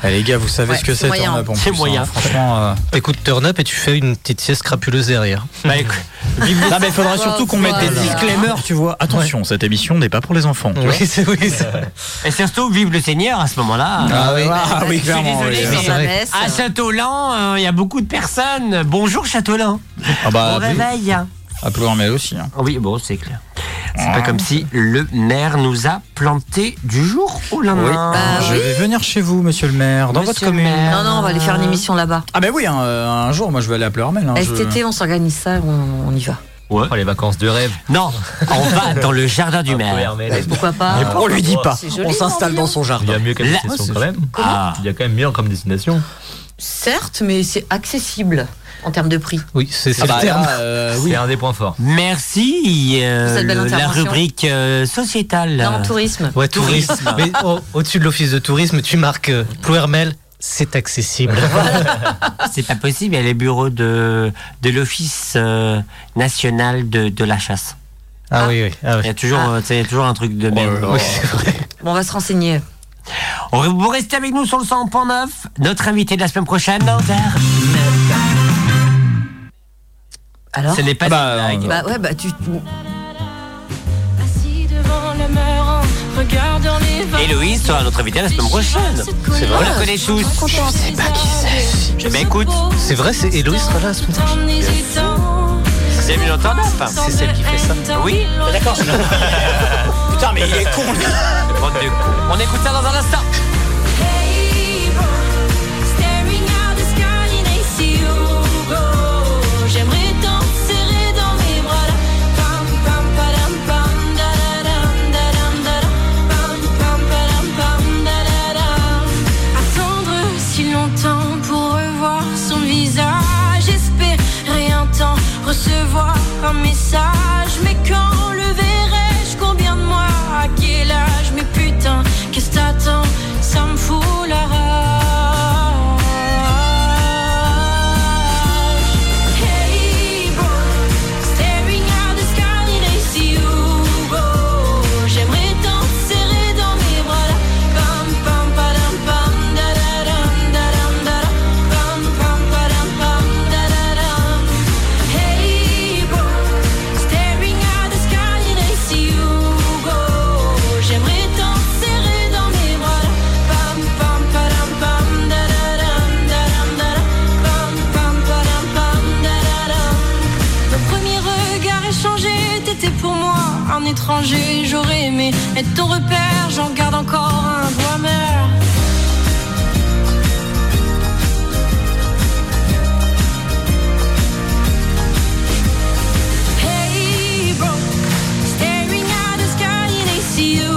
Speaker 3: les gars, vous savez
Speaker 1: Ouais,
Speaker 3: ce que
Speaker 1: c'est
Speaker 3: c'est,
Speaker 1: moyen.
Speaker 3: Turn Up. en
Speaker 1: C'est
Speaker 3: plus, hein.
Speaker 1: moyen.
Speaker 3: Franchement, euh,
Speaker 6: T'écoutes Turn Up et tu fais une petite sieste crapuleuse derrière.
Speaker 1: Bah écoute,
Speaker 3: Non, mais il faudra surtout qu'on mette des
Speaker 6: Voilà.
Speaker 3: disclaimers, tu vois. Attention, cette émission n'est pas pour les enfants. tu vois.
Speaker 6: Oui, c'est oui, c'est-
Speaker 1: Et surtout, vive le Seigneur à ce moment-là.
Speaker 3: Ah oui. Ah oui,
Speaker 1: Je suis
Speaker 3: clairement,
Speaker 1: désolé,
Speaker 3: oui,
Speaker 1: mais
Speaker 3: oui, c'est vrai.
Speaker 1: à Châteaulin, euh, il y a beaucoup de personnes. Bonjour Châteaulin.
Speaker 3: Ah bah,
Speaker 1: Bon
Speaker 3: oui.
Speaker 1: réveil.
Speaker 3: à Plouarmel aussi. hein.
Speaker 1: Ah Oui, bon, c'est clair. C'est pas comme si le maire nous a planté du jour au lendemain.
Speaker 3: Oui. Ah, je vais venir chez vous, monsieur le maire, dans votre
Speaker 1: Monsieur le
Speaker 3: commune.
Speaker 1: maire.
Speaker 4: Bah Non, non, on va aller faire une émission Bah, là-bas.
Speaker 3: Ah ben oui, un, euh, un jour, moi je vais aller à Plouarmel. Hein, je-
Speaker 4: STT, on s'organise ça, on, on y va.
Speaker 1: Ouais.
Speaker 6: Oh, les vacances de rêve.
Speaker 1: Non, on va
Speaker 3: bah,
Speaker 1: dans le
Speaker 3: ah,
Speaker 1: jardin du maire.
Speaker 4: Et pourquoi pas
Speaker 3: Et euh, on lui dit pas.
Speaker 9: C'est joli,
Speaker 3: On s'installe dans son
Speaker 10: Il y
Speaker 3: jardin.
Speaker 10: a mieux comme
Speaker 1: La-
Speaker 10: destination quand même.
Speaker 1: Ah.
Speaker 10: Il y a quand même mieux comme destination.
Speaker 4: Certes, mais c'est accessible en termes de prix.
Speaker 6: Oui, c'est c'est
Speaker 3: Ah
Speaker 6: le
Speaker 3: bah,
Speaker 6: terme.
Speaker 3: là, euh,
Speaker 10: C'est
Speaker 3: oui.
Speaker 10: un des points forts.
Speaker 1: Merci. euh,
Speaker 4: Pour cette belle
Speaker 1: le- la
Speaker 4: intervention.
Speaker 1: rubrique euh, sociétale.
Speaker 4: Non, tourisme.
Speaker 6: Ouais, tourisme. Mais au- au-dessus de l'office de tourisme, tu marques euh, Plouermel, c'est accessible.
Speaker 1: C'est pas possible, il y a les bureaux de, de l'Office euh, national de, de la chasse.
Speaker 6: Ah, oui, oui. Ah,
Speaker 1: Il y
Speaker 6: oui.
Speaker 1: a toujours, euh, tu sais, il y a toujours un truc de merde.
Speaker 6: Oui, c'est vrai.
Speaker 4: Bon, on va se renseigner.
Speaker 1: On re- Vous restez avec nous sur le 100.9. Notre invité de la semaine prochaine,
Speaker 4: Alors
Speaker 1: ce n'est pas
Speaker 3: Bah,
Speaker 1: une blague.
Speaker 4: Bah ouais, bah tu.
Speaker 9: Assis devant le mur en regardant les
Speaker 6: euh,
Speaker 9: vagues.
Speaker 1: Héloïse sera notre invitée la semaine prochaine.
Speaker 9: C'est
Speaker 1: vrai. On la connaît tous.
Speaker 9: Je sais pas qui c'est.
Speaker 1: Bah, écoute,
Speaker 6: C'est vrai, c'est Héloïse sera là à ce moment
Speaker 1: C'est 1909.
Speaker 9: C'est celle qui fait ça.
Speaker 1: Oui, Ah, d'accord. Putain, mais il est con, lui. Bande de cons. On écoute ça dans un instant.
Speaker 9: J'aimerais t'en serrer dans mes bras là. Pam, pam, padam, pam, dadadam, dadam, dadam. Pam, pam, padam, pam, dadadam. Attendre si longtemps pour revoir son visage. Espérer un temps recevoir un message. Mais quand le verrai-je Combien de mois À quel âge Mais putain, qu'est-ce t'attends Ça me fout la rage. Hey bro, staring at the sky, and I see you go. J'aimerais t'en serrer dans mes bras là. Pam pam padam pam da da dam da dam da dam. Pam pam padam pam da da dam. Hey bro, staring at the sky, and I see you go. J'aimerais t'en serrer dans mes bras là. Pam pam padam pam da da dam da dam da dam. Pam pam padam pam da da dam. Mon premier regard échangé, t'étais pour moi un étranger. J'aurais aimé être ton repère, j'en garde encore un goût amer. Hey bro, staring at the sky and I see you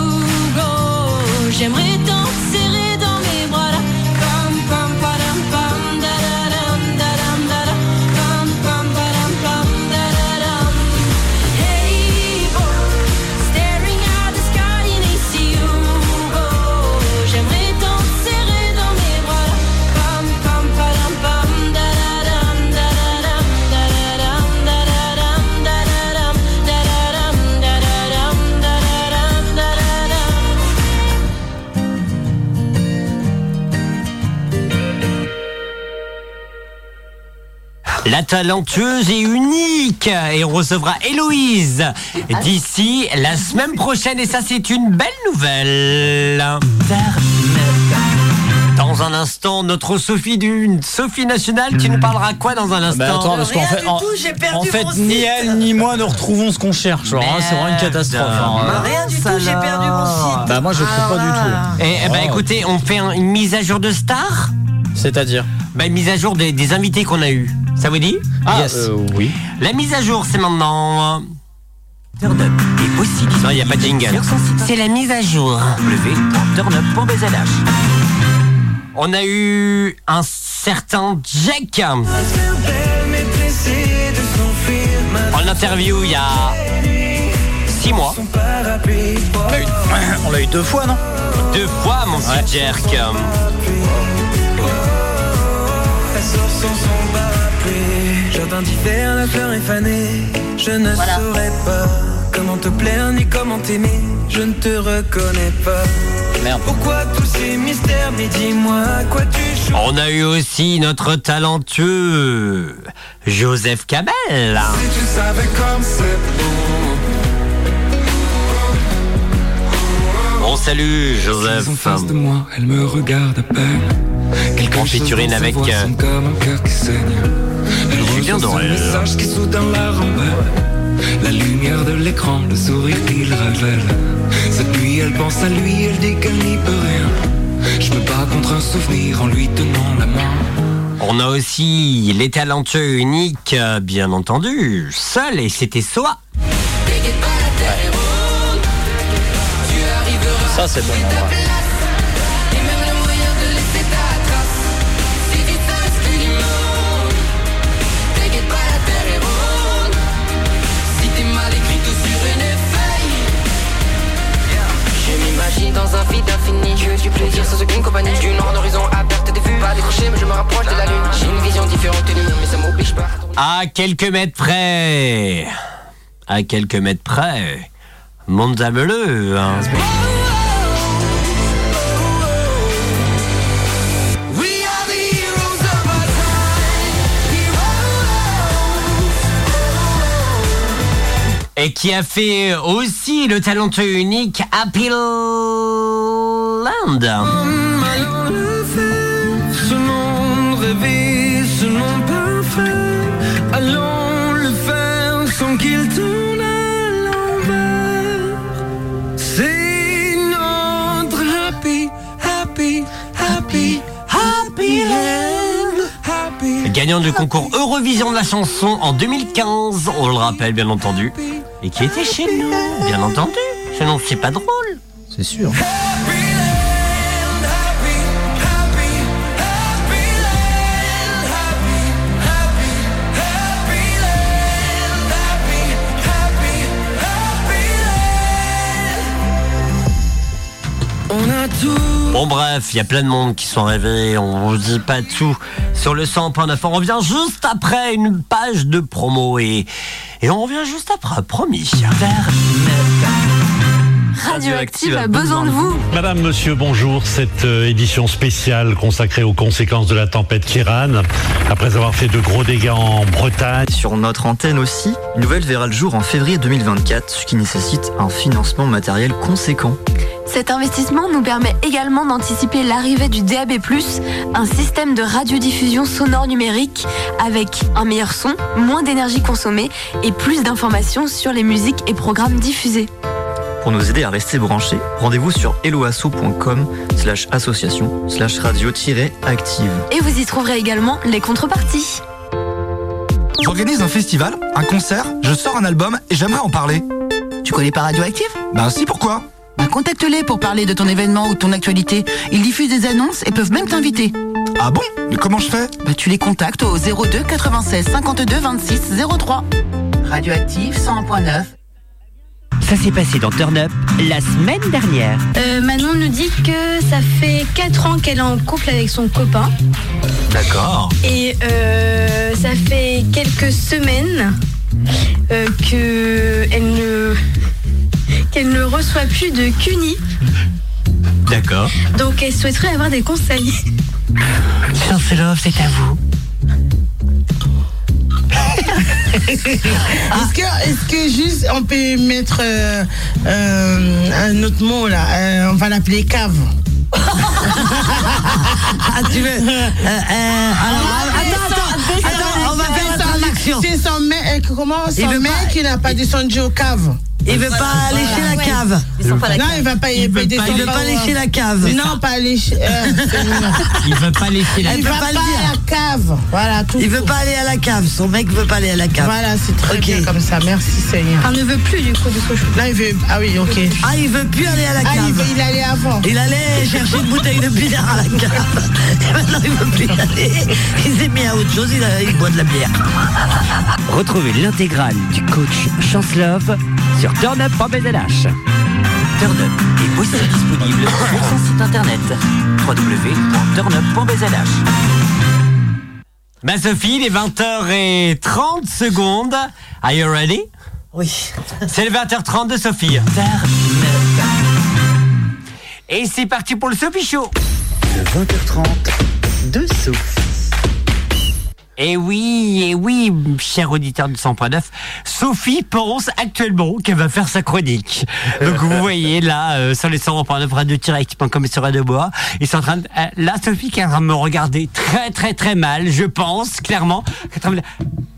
Speaker 9: go. J'aimerais t'en serrer dans mes bras là. Pam pam padam pam da da dam da dam da dam. Pam pam padam pam da da dam. Hey bro, staring at the sky and I see you go. J'aimerais t'en serrer dans mes bras là. Pam pam padam pam da da dam da da dam da da dam da da dam da da dam da da dam da da dam da da dam da da dam.
Speaker 1: La talentueuse et unique. Et on recevra Héloïse d'ici la semaine prochaine. Et ça, c'est une belle nouvelle. Dans un instant, notre Sophie d'une Sophie nationale, tu nous parleras quoi dans un instant
Speaker 3: Bah, attends, parce qu'en
Speaker 5: Rien
Speaker 3: fait,
Speaker 5: du
Speaker 3: en,
Speaker 5: tout, j'ai perdu
Speaker 3: en fait
Speaker 5: mon
Speaker 3: ni
Speaker 5: site.
Speaker 3: elle ni moi ne retrouvons ce qu'on cherche. genre, hein, c'est vraiment une catastrophe. hein.
Speaker 1: Merde.
Speaker 5: Rien du tout, j'ai perdu mon
Speaker 1: alors.
Speaker 5: site.
Speaker 3: Bah moi je trouve pas du tout.
Speaker 1: Eh, eh ben,
Speaker 3: Oh.
Speaker 1: écoutez, on fait un- une mise à jour de star
Speaker 3: C'est-à-dire
Speaker 1: bah, Une mise à jour des, des invités qu'on a eus. Ça vous dit
Speaker 3: Ah
Speaker 6: Yes.
Speaker 3: euh, oui.
Speaker 1: La mise à jour, c'est maintenant. euh,
Speaker 7: Turn Up est aussi disponible
Speaker 1: Non, il n'y a pas de jingle.
Speaker 7: sur son site
Speaker 1: C'est la mise à jour.
Speaker 7: www.turnup.bzh.
Speaker 1: On a eu un certain Jack. En interview il y a 6 mois.
Speaker 3: On l'a eu, on l'a eu deux fois non
Speaker 1: Deux fois, mon petit Jack.
Speaker 11: Jardin d'hiver, la fleur est fanée. Je ne
Speaker 4: Voilà.
Speaker 11: saurais pas
Speaker 2: comment te plaire ni comment t'aimer, je ne te reconnais pas.
Speaker 1: Merde.
Speaker 2: Pourquoi tous ces mystères, mais dis-moi à quoi tu joues
Speaker 1: On a eu aussi notre talentueux Joseph Cabel.
Speaker 2: Si tu savais comme c'est beau.
Speaker 1: On salue Joseph.
Speaker 2: En face de moi, elle me regarde à peine. Quelque
Speaker 1: En
Speaker 2: chose
Speaker 1: featuring
Speaker 2: dans sa
Speaker 1: avec,
Speaker 2: voix
Speaker 1: euh,
Speaker 2: sonne comme un cœur qui saigne. Elle
Speaker 1: Julien
Speaker 2: reçoit ce
Speaker 1: Dorel.
Speaker 2: message qui soudain la remballe. La lumière de l'écran, le sourire qu'il révèle. Cette nuit, elle pense à lui, elle dit qu'elle n'y peut rien. Je me bats contre un souvenir en lui tenant la main.
Speaker 1: On a aussi les talentueux uniques, euh, bien entendu. Seul et c'était Soa.
Speaker 10: Ça, c'est bon.
Speaker 12: T'inquiète pas, la terre est ronde. Si t'es mal écrit tout sur une feuille.
Speaker 9: Je m'imagine dans un vide infini Je veux du plaisir sans aucune compagnie D'une grande horizon à perte de vue Pas décroché mais je me rapproche de la lune J'ai une vision différente de l'une Mais ça m'oblige pas
Speaker 1: À quelques mètres près. À quelques mètres près. Mondameleux. hein.
Speaker 2: Ah,
Speaker 12: We are the heroes of our time.
Speaker 1: Et qui a fait aussi le talentueux unique Happy Land.
Speaker 2: Ce monde rêvé, ce monde parfait, allons le faire sans qu'il tourne à l'envers. C'est notre happy, happy, happy, happy end, happy.
Speaker 1: Gagnant du concours Eurovision de la chanson en 2015, on le rappelle bien entendu. Et qui était chez nous, bien entendu. Sinon, c'est pas drôle. C'est sûr. Bon bref, il y a plein de monde qui sont rêvés, on vous dit pas tout sur le 100.9. On revient juste après une page de promo et, et on revient juste après, promis.
Speaker 13: Radioactive a besoin de vous.
Speaker 14: Madame, monsieur, bonjour. Cette euh, édition spéciale consacrée aux conséquences de la tempête Kiran, après avoir fait de gros dégâts en Bretagne.
Speaker 3: Sur notre antenne aussi, une nouvelle verra le jour en février 2024, ce qui nécessite un financement matériel conséquent.
Speaker 13: Cet investissement nous permet également d'anticiper l'arrivée du DAB+, un système de radiodiffusion sonore numérique avec un meilleur son, moins d'énergie consommée et plus d'informations sur les musiques et programmes diffusés.
Speaker 3: Pour nous aider à rester branchés, rendez-vous sur eloasso.com slash association slash radio-active.
Speaker 13: Et vous y trouverez également les contreparties.
Speaker 15: J'organise un festival, un concert, je sors un album et j'aimerais en parler.
Speaker 16: Tu connais pas Radioactive
Speaker 15: Bah si, pourquoi
Speaker 16: Bah, Contacte-les pour parler de ton événement ou de ton actualité. Ils diffusent des annonces et peuvent même t'inviter.
Speaker 15: Ah bon Mais comment je fais
Speaker 16: Bah, tu les contactes au 02 96 52 26 03. Radioactive 101.9.
Speaker 17: Ça s'est passé dans Turn Up la semaine dernière.
Speaker 18: Euh, Manon nous dit que ça fait 4 ans qu'elle est en couple avec son copain.
Speaker 1: D'accord.
Speaker 18: Et euh, ça fait quelques semaines euh, que elle ne qu'elle ne reçoit plus de CUNY.
Speaker 1: D'accord.
Speaker 18: Donc elle souhaiterait avoir des conseils.
Speaker 17: Chancelov, c'est à vous.
Speaker 19: Est-ce que, est-ce que juste on peut mettre euh, euh, un autre mot là Euh, On va l'appeler cave.
Speaker 5: Ah, tu veux euh, euh,
Speaker 1: Ah,
Speaker 5: alors, Attends, attends, attends, on va faire la traduction.
Speaker 19: C'est son mec, euh, comment
Speaker 5: Il
Speaker 19: son
Speaker 5: veut
Speaker 19: mec qui n'a pas descendu au cave.
Speaker 5: Il veut pas aller chez la cave. Ils sont pas la
Speaker 19: non,
Speaker 5: cave.
Speaker 19: il va pas,
Speaker 5: Il veut pas-
Speaker 19: descendre
Speaker 5: il veut pas
Speaker 19: au-
Speaker 5: aller chez la cave.
Speaker 19: Non, pas aller chez.
Speaker 5: euh,
Speaker 1: Il veut pas laisser
Speaker 19: Il va pas à la cave. Voilà, tout
Speaker 5: Il veut pas aller à la cave. Son mec veut pas aller à la cave.
Speaker 19: Voilà, c'est très bien comme ça. Merci Seigneur.
Speaker 18: On ne veut plus du coup de ce
Speaker 19: Là, il veut. Ah oui, ok.
Speaker 5: Ah, il veut plus aller à la
Speaker 19: Ah, il
Speaker 5: cave.
Speaker 19: veut- il allait avant.
Speaker 5: Il allait chercher une bouteille de bière à la cave. Et maintenant, il veut plus y aller. Il s'est mis à autre chose. Il, a- il boit de la bière.
Speaker 17: Retrouvez l'intégrale du coach Chancelov sur turnup.bzlh. Turn Up est aussi disponible sur son site internet www.turnup.bzlh.
Speaker 1: Ben, Ma Sophie, il est 20h30 secondes. Are you ready Oui. C'est le 20h32, Sophie. Et c'est parti pour le Sophie Show. Le 20h30 de Sophie. Et Eh oui, et oui, cher auditeur du 100.9, Sophie pense actuellement qu'elle va faire sa chronique. Donc vous voyez là, euh, sur les 100.9 radio-active.com et sur Radio Bois, ils sont en train de... euh, là, Sophie qui est en train de me regarder très très très mal, je pense, clairement.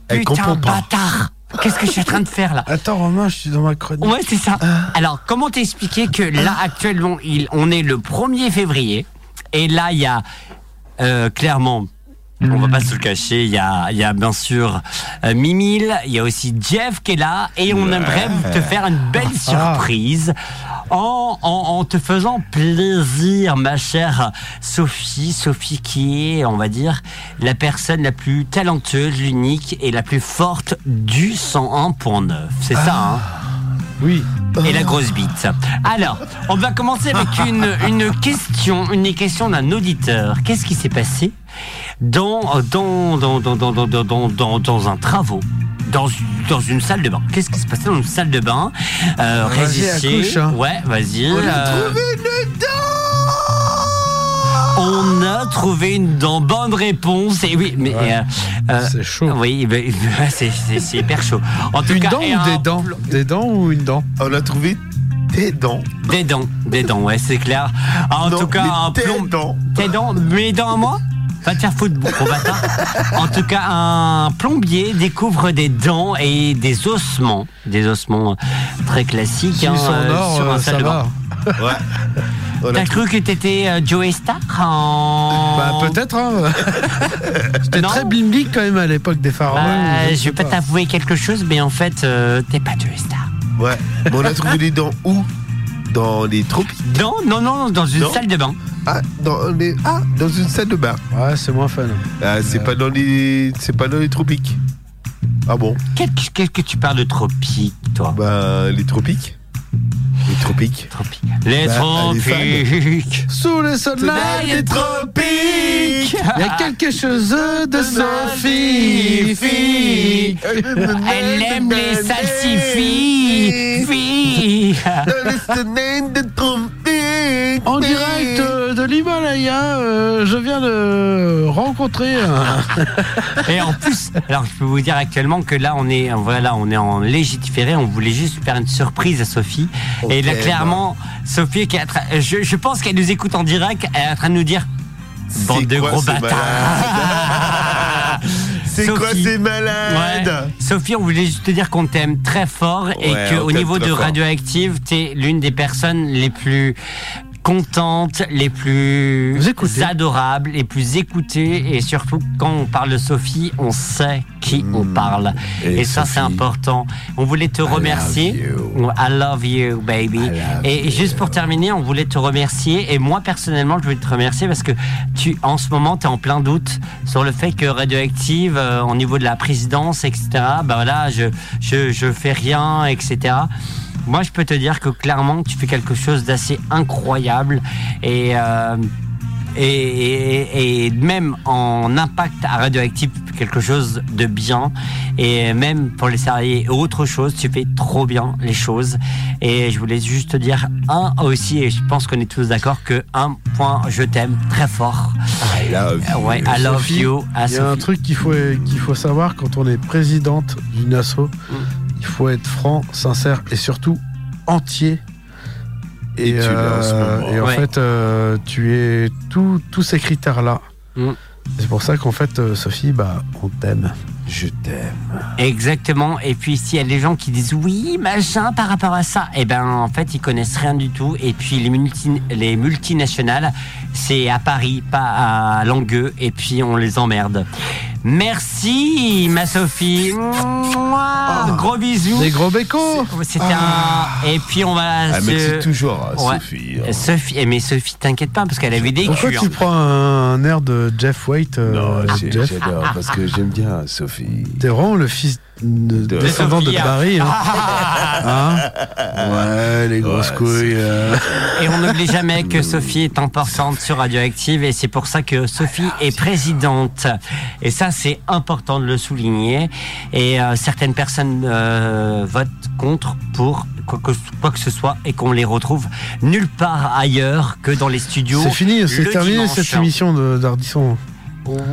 Speaker 19: Elle
Speaker 1: Putain,
Speaker 19: comprend pas.
Speaker 1: bâtard Qu'est-ce que je suis en train de faire là
Speaker 19: Attends, Romain, je suis dans ma chronique. Ah.
Speaker 1: Ouais, c'est ça. Alors, comment t'expliquer que là, actuellement, il, on est le 1er février, et là, il y a euh, clairement. On va pas se le cacher, il y a, il y a bien sûr euh, Mimile, il y a aussi Jeff qui est là et on
Speaker 19: Ouais.
Speaker 1: aimerait te faire une belle surprise en, en- en te faisant plaisir, ma chère Sophie. Sophie qui est, on va dire, la personne la plus talentueuse, l'unique et la plus forte du 101.9. C'est ça, hein oui. Et la grosse bite. Alors, on va commencer avec une, une question, une question d'un auditeur. Qu'est-ce qui s'est passé dans, dans, dans, dans, dans, dans, dans- dans, dans, dans un travaux dans, une- dans une salle de bain. Qu'est-ce qui s'est passé dans une salle de bain euh,
Speaker 19: Ah, Vas-y,
Speaker 1: Régissez.
Speaker 19: accouche, hein.
Speaker 1: Ouais, vas-y.
Speaker 19: On a
Speaker 1: euh,
Speaker 19: trouvé une dent
Speaker 1: on a trouvé une dent. Bonne réponse. Et oui, mais. c'est chaud. Oui, ben, c'est- c'est c'est hyper chaud. En tout
Speaker 19: Une
Speaker 1: cas,
Speaker 19: dent
Speaker 1: et
Speaker 19: ou
Speaker 1: un
Speaker 19: des dents Des dents ou une dent On a trouvé des dents.
Speaker 1: Des dents, des dents, ouais, c'est clair. Ah, En
Speaker 19: Non,
Speaker 1: tout cas,
Speaker 19: mais
Speaker 1: un
Speaker 19: tes
Speaker 1: plomb.
Speaker 19: dents.
Speaker 1: Tes dents, mes dents à moi Va te faire foutre, bon gros bâtard. En tout cas, un plombier découvre des dents et des ossements. Des ossements très classiques
Speaker 19: S'ils
Speaker 1: hein,
Speaker 19: sont en
Speaker 1: euh,
Speaker 19: or,
Speaker 1: sur
Speaker 19: euh,
Speaker 1: un
Speaker 19: ça
Speaker 1: salle de bain.
Speaker 19: va.
Speaker 1: Ouais. T'as cru que t'étais euh, Joey Star en...
Speaker 19: Bah peut-être, hein. C'était
Speaker 1: Non.
Speaker 19: très Ah blimblique quand même à l'époque des pharaons.
Speaker 1: Bah, je vais pas
Speaker 19: taper.
Speaker 1: t'avouer quelque chose, mais en fait, euh, t'es pas Joey Star.
Speaker 20: Ouais. Mais on a trouvé les dents où Dans les tropiques
Speaker 1: Non, non, non, dans une salle de bain.
Speaker 20: Ah, dans les... ah, dans une salle de bain.
Speaker 19: Ouais, c'est moins fun.
Speaker 20: Ah, c'est pas dans les, c'est pas dans les tropiques. Ah bon
Speaker 1: Qu'est-ce qu'est-ce que tu parles de tropiques, toi
Speaker 20: Bah, les tropiques. Les tropiques.
Speaker 1: Les
Speaker 20: Bah, les femmes.
Speaker 1: tropiques
Speaker 19: Sous le soleil
Speaker 9: Soleil
Speaker 19: des tropiques, il y a quelque chose de sophifique.
Speaker 9: Elle aime les
Speaker 1: salsifis. Filles.
Speaker 19: En direct euh, de l'Himalaya, euh, je viens de rencontrer euh, un.
Speaker 1: Et en plus, alors je peux vous dire actuellement que là on est voilà, on est en légitiféré, on voulait juste faire une surprise à Sophie. et là
Speaker 20: bah.
Speaker 1: clairement, Sophie qui est en train- je, je pense qu'elle nous écoute en direct, elle est en train de nous dire bande de
Speaker 20: quoi
Speaker 1: gros
Speaker 20: ce
Speaker 1: bâtards.
Speaker 20: C'est quoi
Speaker 1: Sophie.
Speaker 20: ces malades
Speaker 1: Ouais. Sophie, on voulait juste te dire qu'on t'aime très fort et
Speaker 20: Ouais, on
Speaker 1: qu'au
Speaker 20: t'aime
Speaker 1: niveau
Speaker 20: très
Speaker 1: de
Speaker 20: fort.
Speaker 1: Radioactive, t'es l'une des personnes les plus contentes, les plus adorables, les plus écoutées et surtout quand on parle de Sophie, on sait qui on parle. Et,
Speaker 20: Et
Speaker 1: ça, c'est important. On voulait te remercier. I love you, baby. Et juste pour terminer, on voulait te remercier. Et moi, personnellement, je voulais te remercier parce que tu, en ce moment, tu es en plein doute sur le fait que Radioactive, euh, au niveau de la présidence, etc., ben voilà, je, je, je fais rien, etc. Moi, je peux te dire que clairement, tu fais quelque chose d'assez incroyable. Et. euh, et, et- et même en impact à Radioactive, quelque chose de bien. Et même pour les salariés, autre chose, tu fais trop bien les choses. Et je voulais juste te dire un aussi, et je pense qu'on est tous d'accord, que un point, je t'aime très fort.
Speaker 19: Ah,
Speaker 1: I love you. Ouais, I love
Speaker 19: Sophie,
Speaker 1: you. à
Speaker 19: Il y a un
Speaker 1: Sophie.
Speaker 19: truc qu'il faut, qu'il faut savoir quand on est présidente d'une asso, il faut être franc, sincère et surtout entier. Et,
Speaker 20: tu l'es en ce
Speaker 19: euh,
Speaker 20: moment.
Speaker 19: et en
Speaker 20: Ouais.
Speaker 19: fait, euh, tu es tout- tous ces critères-là. C'est pour ça qu'en fait, euh, Sophie, bah, on t'aime. Je t'aime.
Speaker 1: Exactement. Et puis s'il y a des gens qui disent oui, machin, par rapport à ça, eh ben en fait ils connaissent rien du tout. Et puis les, multi- les multinationales, c'est à Paris, pas à Langueux. Et puis on les emmerde. Merci, ma Sophie. Mouah,
Speaker 20: Ah.
Speaker 1: Gros bisous. Des
Speaker 19: gros bécos.
Speaker 1: C'était un. Et puis on va.
Speaker 20: Elle
Speaker 1: se-
Speaker 20: m'excite toujours, hein, Sophie, hein.
Speaker 1: Sophie. eh, Mais Sophie, t'inquiète pas, parce qu'elle avait des
Speaker 19: Pourquoi
Speaker 1: culs,
Speaker 19: tu
Speaker 1: hein.
Speaker 19: prends un air de Jeff White euh,
Speaker 20: Non, j'ai-
Speaker 19: Jeff
Speaker 20: j'adore parce que j'aime bien Sophie.
Speaker 19: T'es vraiment le fils de- descendant de
Speaker 1: Sophia.
Speaker 19: Barry. hein.
Speaker 1: Ah.
Speaker 19: Hein ouais, les grosses couilles. euh.
Speaker 1: Et on n'oublie jamais que Sophie est importante sur Radioactive et c'est pour ça que Sophie est présidente. Et ça, c'est important de le souligner. Et euh, certaines personnes euh, votent contre pour quoi que, quoi que ce soit et qu'on les retrouve nulle part ailleurs que dans les studios.
Speaker 19: C'est fini, c'est
Speaker 1: le
Speaker 19: terminé
Speaker 1: dimanche. hein.
Speaker 19: cette émission de- d'Ardisson.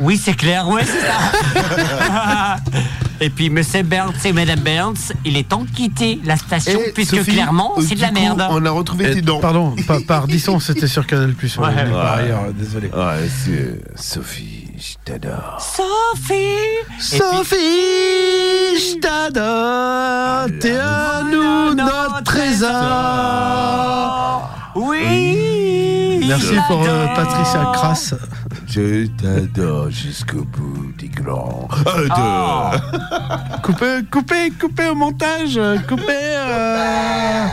Speaker 1: Oui, c'est clair, ouais, c'est ça. et puis, monsieur Burns et madame Burns, il est temps de quitter la station
Speaker 19: Et
Speaker 1: puisque
Speaker 19: Sophie,
Speaker 1: clairement,
Speaker 19: euh,
Speaker 1: c'est de
Speaker 19: du
Speaker 1: la
Speaker 19: coup,
Speaker 1: merde.
Speaker 19: on a retrouvé
Speaker 20: tes dents.
Speaker 19: Pardon, pas par Ardisson, c'était sur Canal Plus.
Speaker 20: Ouais.
Speaker 19: Par
Speaker 20: Ouais.
Speaker 19: ailleurs, désolé.
Speaker 20: Ouais, c'est- Sophie, je t'adore.
Speaker 1: Sophie
Speaker 9: Sophie, je
Speaker 19: Ah,
Speaker 9: t'adore, t'es à nous notre trésor.
Speaker 1: Oui.
Speaker 19: Merci pour euh, Patricia Crass.
Speaker 20: Je t'adore jusqu'au bout des grands. Euh,
Speaker 21: Ah.
Speaker 20: Adore.
Speaker 19: Ah, Coupez, coupez, coupez au montage, euh, coupez. euh.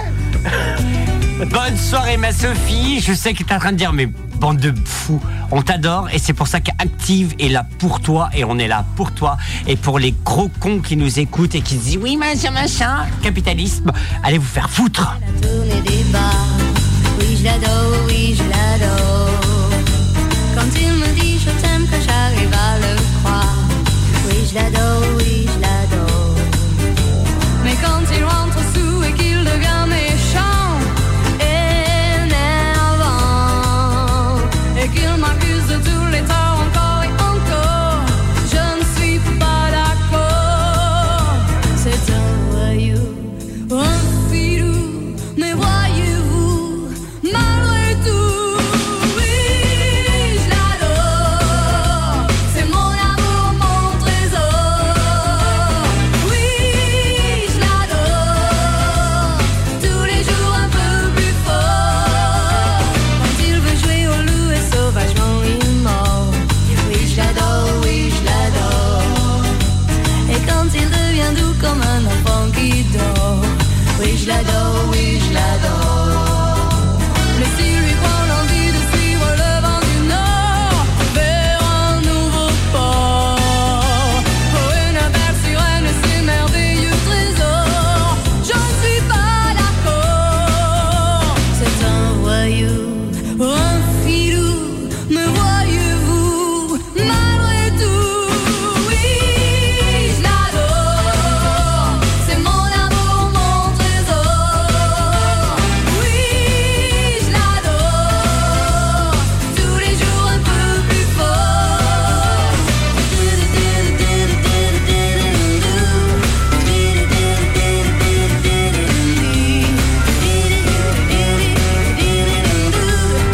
Speaker 1: Bonne soirée, ma Sophie. Je sais que t'es en train de dire, mais bande de fous, on t'adore et c'est pour ça qu'Active est là pour toi et on est là pour toi et pour les gros cons qui nous écoutent et qui se disent oui, machin, machin, capitalisme, allez vous faire foutre.
Speaker 2: tourner des bars. Oui, je l'adore, oui, je l'adore. Quand il me dit je t'aime, que j'arrive à le croire. Oui, je l'adore, oui, je l'adore. Mais quand il rentre sous et qu'il devient méchant, énervant, et qu'il m'accuse de tous les torts encore et encore, je ne suis pas d'accord. C'est un voyou, un filou. Mais voyez-vous, malgré tout, oui, je l'adore. C'est mon amour, mon trésor. Oui, je l'adore. Tous les jours un peu plus fort. Quand il veut jouer au loup et sauvagement il mord. Oui, je l'adore, oui, je l'adore. Et quand il devient doux comme un enfant qui dort Oui je l'adore, oui je l'adore Mais si lui prend l'envie de suivre le vent du nord Vers un nouveau port Pour une aperçurée de ses merveilleux trésors J'en suis pas d'accord C'est un voyou, un filou me voyez-vous malgré tout Oui, je l'adore C'est mon amour, mon trésor Oui, je l'adore Tous les jours un peu plus fort